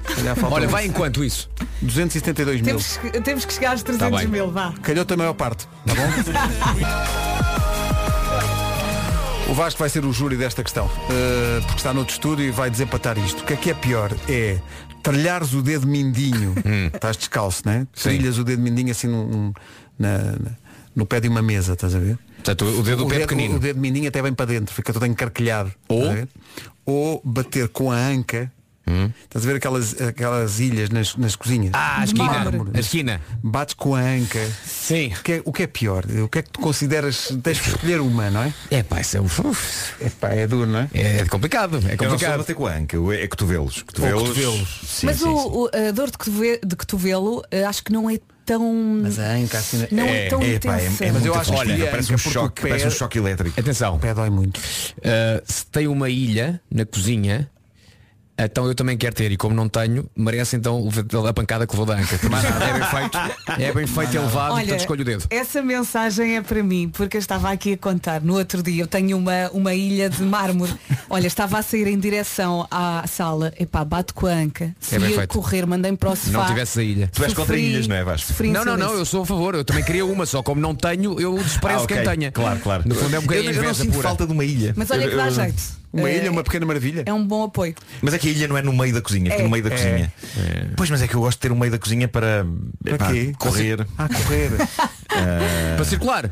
[SPEAKER 1] Olha, vai em
[SPEAKER 10] enquanto isso?
[SPEAKER 1] 272 mil.
[SPEAKER 2] Temos que, temos que chegar aos
[SPEAKER 1] Tá
[SPEAKER 2] 300
[SPEAKER 1] bem.
[SPEAKER 2] mil, vá.
[SPEAKER 1] Calhou-te a maior parte, tá bom? O Vasco vai ser o júri desta questão, eh, porque está no outro estúdio e vai desempatar isto. O que é que é pior? É trilhares o dedo mindinho,
[SPEAKER 10] Hum.
[SPEAKER 1] estás descalço, né? Trilhas o dedo mindinho assim num- num- na- na- no pé de uma mesa, estás a ver?
[SPEAKER 10] Portanto, o dedo do pé é pequenino.
[SPEAKER 1] O dedo mindinho até bem para dentro, fica todo encarquilhado.
[SPEAKER 10] Ou?
[SPEAKER 1] estás a ver? Ou bater com a anca. Estás a ver aquelas, aquelas ilhas nas, nas cozinhas?
[SPEAKER 10] Hum. Ah, a
[SPEAKER 1] De
[SPEAKER 10] esquina.
[SPEAKER 1] mármore.
[SPEAKER 10] A esquina.
[SPEAKER 1] Bates com a anca. Sim. O que, é, o que é pior? O que é que tu consideras? Tens que escolher uma, não é?
[SPEAKER 10] É pá, isso é um.
[SPEAKER 1] É pá, é duro, não é?
[SPEAKER 10] É complicado, é
[SPEAKER 21] Eu não sou de
[SPEAKER 10] complicado.
[SPEAKER 21] bater com a anca, eu- é cotovelos.
[SPEAKER 1] Ou
[SPEAKER 21] Cotovelos.
[SPEAKER 1] cotovelos.
[SPEAKER 21] Sim,
[SPEAKER 2] Mas
[SPEAKER 21] sim,
[SPEAKER 2] o,
[SPEAKER 21] sim.
[SPEAKER 2] o- a dor de cotovelo, de cotovelo, eh, acho que não é tão. Mas
[SPEAKER 1] a anca assim
[SPEAKER 2] não é, tão intensa.
[SPEAKER 1] Mas eu acho que
[SPEAKER 21] Olha,
[SPEAKER 1] escolhi a
[SPEAKER 21] parece
[SPEAKER 1] anca
[SPEAKER 21] um
[SPEAKER 1] porque o
[SPEAKER 21] choque,
[SPEAKER 1] pé-
[SPEAKER 21] parece um choque elétrico.
[SPEAKER 10] Atenção.
[SPEAKER 1] O pé dói muito.
[SPEAKER 10] Uh, se tem uma ilha na cozinha, então eu também quero ter. E como não tenho, merece então levar a pancada que levou da anca. Mas é bem feito, é bem feito e elevado,
[SPEAKER 2] Olha, é
[SPEAKER 10] portanto escolho o dedo.
[SPEAKER 2] Essa mensagem é para mim, porque eu estava aqui a contar no outro dia. Eu tenho uma, uma ilha de mármore. Olha, estava a sair em direção à sala. Epá, bato com a anca.
[SPEAKER 10] É bem
[SPEAKER 2] Fui a
[SPEAKER 10] feito.
[SPEAKER 2] correr, mandei-me para o sofá.
[SPEAKER 10] Não tivesse a ilha.
[SPEAKER 2] Tu és contra Sofri- ilhas, não é, Vasco? sofri em
[SPEAKER 10] Não, não, não,
[SPEAKER 2] silêncio.
[SPEAKER 10] eu sou a favor. Eu também queria uma, só como não tenho, eu desprezo
[SPEAKER 21] Ah, ok.
[SPEAKER 10] quem tenha.
[SPEAKER 21] Claro, claro.
[SPEAKER 10] No fundo é um bocadinho
[SPEAKER 21] Eu não- eu não
[SPEAKER 10] inveja
[SPEAKER 21] sinto
[SPEAKER 10] pura.
[SPEAKER 21] falta de uma ilha.
[SPEAKER 2] Mas olha que dá jeito.
[SPEAKER 21] Uma
[SPEAKER 2] É-
[SPEAKER 21] ilha, uma pequena maravilha.
[SPEAKER 2] É um bom apoio.
[SPEAKER 21] Mas é que a ilha não é no meio da cozinha,
[SPEAKER 2] É.
[SPEAKER 21] fica no meio da
[SPEAKER 2] É.
[SPEAKER 21] cozinha. Pois, mas é que eu gosto de ter o meio da cozinha para, epá,
[SPEAKER 1] quê?
[SPEAKER 21] correr.
[SPEAKER 1] Ah, correr.
[SPEAKER 21] Para
[SPEAKER 10] circular.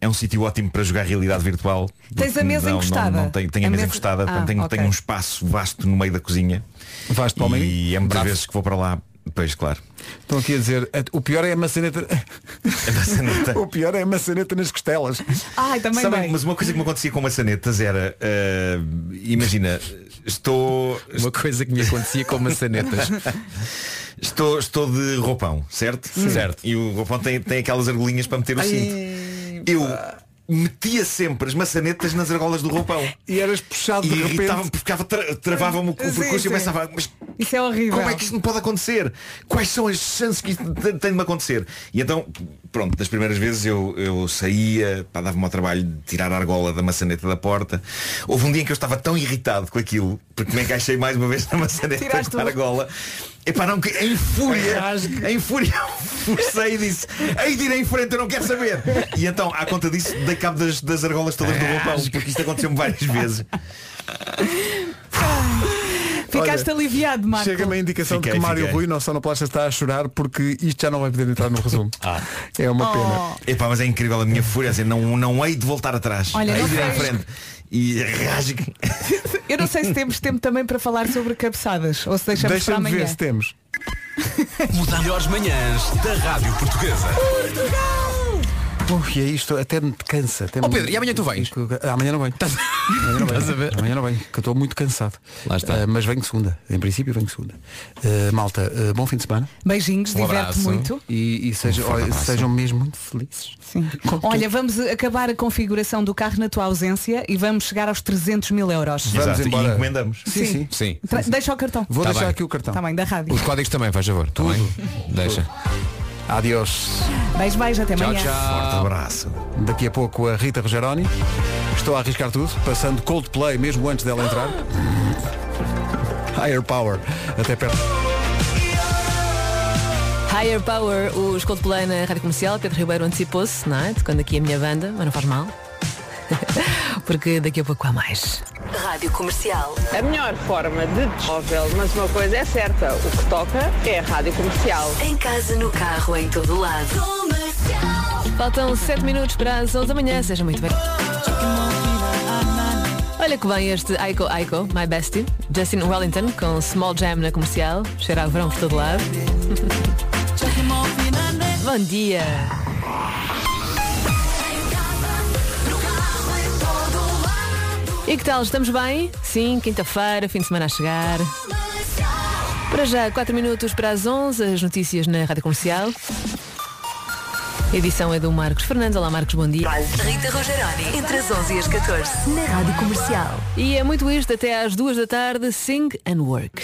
[SPEAKER 21] É um sítio ótimo para jogar realidade virtual.
[SPEAKER 2] Tens a mesa
[SPEAKER 21] Não, não,
[SPEAKER 2] encostada?
[SPEAKER 21] Não, tenho, tenho a,
[SPEAKER 2] A
[SPEAKER 21] mesa
[SPEAKER 2] mesa-
[SPEAKER 21] encostada,
[SPEAKER 2] Ah,
[SPEAKER 21] portanto, tenho,
[SPEAKER 2] ok.
[SPEAKER 21] tenho um espaço vasto no meio da cozinha.
[SPEAKER 1] Vasto para o meio?
[SPEAKER 21] E é muitas
[SPEAKER 1] Bravo.
[SPEAKER 21] vezes que vou para lá. Pois, claro.
[SPEAKER 1] Estão aqui a dizer, "Ah, o pior é a maçaneta. o pior é a maçaneta nas costelas.
[SPEAKER 2] Ai, também
[SPEAKER 21] Sabem,
[SPEAKER 2] bem.
[SPEAKER 21] mas uma coisa que me acontecia com maçanetas era, eh, imagina, estou.
[SPEAKER 10] Uma coisa que me acontecia com maçanetas.
[SPEAKER 21] estou, estou de roupão, certo?
[SPEAKER 10] Sim. Certo.
[SPEAKER 21] E o roupão tem, tem aquelas argolinhas para meter o
[SPEAKER 1] Hum.
[SPEAKER 2] é.
[SPEAKER 1] Ai,
[SPEAKER 21] cinto. Eu metia sempre as maçanetas nas argolas do roupão.
[SPEAKER 1] E eras puxado
[SPEAKER 21] e
[SPEAKER 1] de repente.
[SPEAKER 21] irritava-me, ficava tra- travava-me o
[SPEAKER 1] Sim,
[SPEAKER 21] percurso e eu
[SPEAKER 1] sim.
[SPEAKER 21] pensava, mas
[SPEAKER 2] Isso é horrível.
[SPEAKER 21] como é que isto me pode acontecer? Quais são as chances que isto te- tem de me acontecer? E então, pronto, das primeiras vezes eu, eu saía, pá, dava-me ao trabalho de tirar a argola da maçaneta da porta. Houve um dia em que eu estava tão irritado com aquilo, porque me encaixei mais uma vez na maçaneta
[SPEAKER 8] Tiraste
[SPEAKER 21] com a
[SPEAKER 8] o- É
[SPEAKER 21] argola. Epá, não, que- em fúria, em fúria, forcei e disse, hei de ir em frente, eu não quero saber. E então, à conta disso, dei cabo das, das argolas todas do roupão, porque isto aconteceu-me várias vezes.
[SPEAKER 2] Ficaste aliviado, Marco.
[SPEAKER 1] Chega-me a indicação de
[SPEAKER 21] Fiquei,
[SPEAKER 1] que Mário
[SPEAKER 21] fiquei.
[SPEAKER 1] Rui, nosso sonoplasta, está a chorar porque isto já não vai poder entrar no resumo. É uma pena.
[SPEAKER 21] Epá, mas é incrível a minha fúria, assim, não, não hei de voltar atrás.
[SPEAKER 2] Olha,
[SPEAKER 21] hei
[SPEAKER 2] não
[SPEAKER 21] de ir em
[SPEAKER 2] sei.
[SPEAKER 21] frente. E rasgue.
[SPEAKER 2] Eu não sei se temos tempo também para falar sobre cabeçadas ou se deixamos para
[SPEAKER 1] Deixa-me
[SPEAKER 2] amanhã.
[SPEAKER 1] ver se temos.
[SPEAKER 13] Melhores manhãs da Rádio Portuguesa.
[SPEAKER 1] Ui, é isto, até me cansa. Até
[SPEAKER 10] Ó, Oh, Pedro, e amanhã tu
[SPEAKER 1] vens? Amanhã não venho. Amanhã não venho.
[SPEAKER 10] Estás a ver?
[SPEAKER 1] Amanhã não venho, que eu estou muito cansado. Lá está. mas venho segunda. Em princípio venho segunda. Ah, malta, ah, bom fim de semana.
[SPEAKER 2] Beijinhos,
[SPEAKER 1] Um
[SPEAKER 2] diverte
[SPEAKER 1] abraço.
[SPEAKER 2] muito.
[SPEAKER 1] E, e seja-
[SPEAKER 2] Um forte
[SPEAKER 1] olha,
[SPEAKER 2] abraço.
[SPEAKER 1] sejam mesmo muito felizes.
[SPEAKER 2] Sim. Olha, vamos acabar a configuração do carro na tua ausência e vamos chegar aos 300 mil euros.
[SPEAKER 1] Vamos
[SPEAKER 10] Exato, e
[SPEAKER 1] embora.
[SPEAKER 10] encomendamos.
[SPEAKER 1] Sim, sim.
[SPEAKER 10] Sim.
[SPEAKER 2] Tra- Deixa o cartão.
[SPEAKER 1] Vou
[SPEAKER 10] Tá
[SPEAKER 1] deixar
[SPEAKER 10] bem.
[SPEAKER 1] aqui o cartão.
[SPEAKER 2] Também, da rádio.
[SPEAKER 10] Os códigos também, faz favor. Tudo. Deixa.
[SPEAKER 1] Adiós.
[SPEAKER 2] Beijo, beijo, até
[SPEAKER 1] Tchau,
[SPEAKER 2] amanhã.
[SPEAKER 1] tchau. Forte abraço. Daqui a pouco a Rita Rogeroni. Estou a arriscar tudo, passando Coldplay mesmo antes dela entrar. Higher Power. Até perto.
[SPEAKER 8] Higher Power, os Coldplay na Rádio Comercial, Pedro Ribeiro antecipou-se, não é? Tocando aqui a minha banda, mas não faz mal. Porque daqui a pouco há mais.
[SPEAKER 13] Rádio Comercial. A melhor forma de desmóvel, mas uma coisa é certa, o que toca é a Rádio Comercial.
[SPEAKER 9] Em casa, no carro, em todo lado.
[SPEAKER 8] Faltam 7 minutos para as 11 da manhã, seja muito bem. Olha que bem este Aiko Aiko, My Bestie, Justin Wellington, com Small Jam na comercial, cheira a verão por todo lado. Bom dia! E que tal? Estamos bem? Sim, quinta-feira, fim de semana a chegar. Para já, 4 minutos para as 11, as notícias na Rádio Comercial. A edição é do Marcos Fernandes. Olá, Marcos, bom dia.
[SPEAKER 9] Rita Rogeroni, entre as 11 e as 14, na Rádio Comercial.
[SPEAKER 8] E é muito isto, até às duas da tarde, Sing and Work.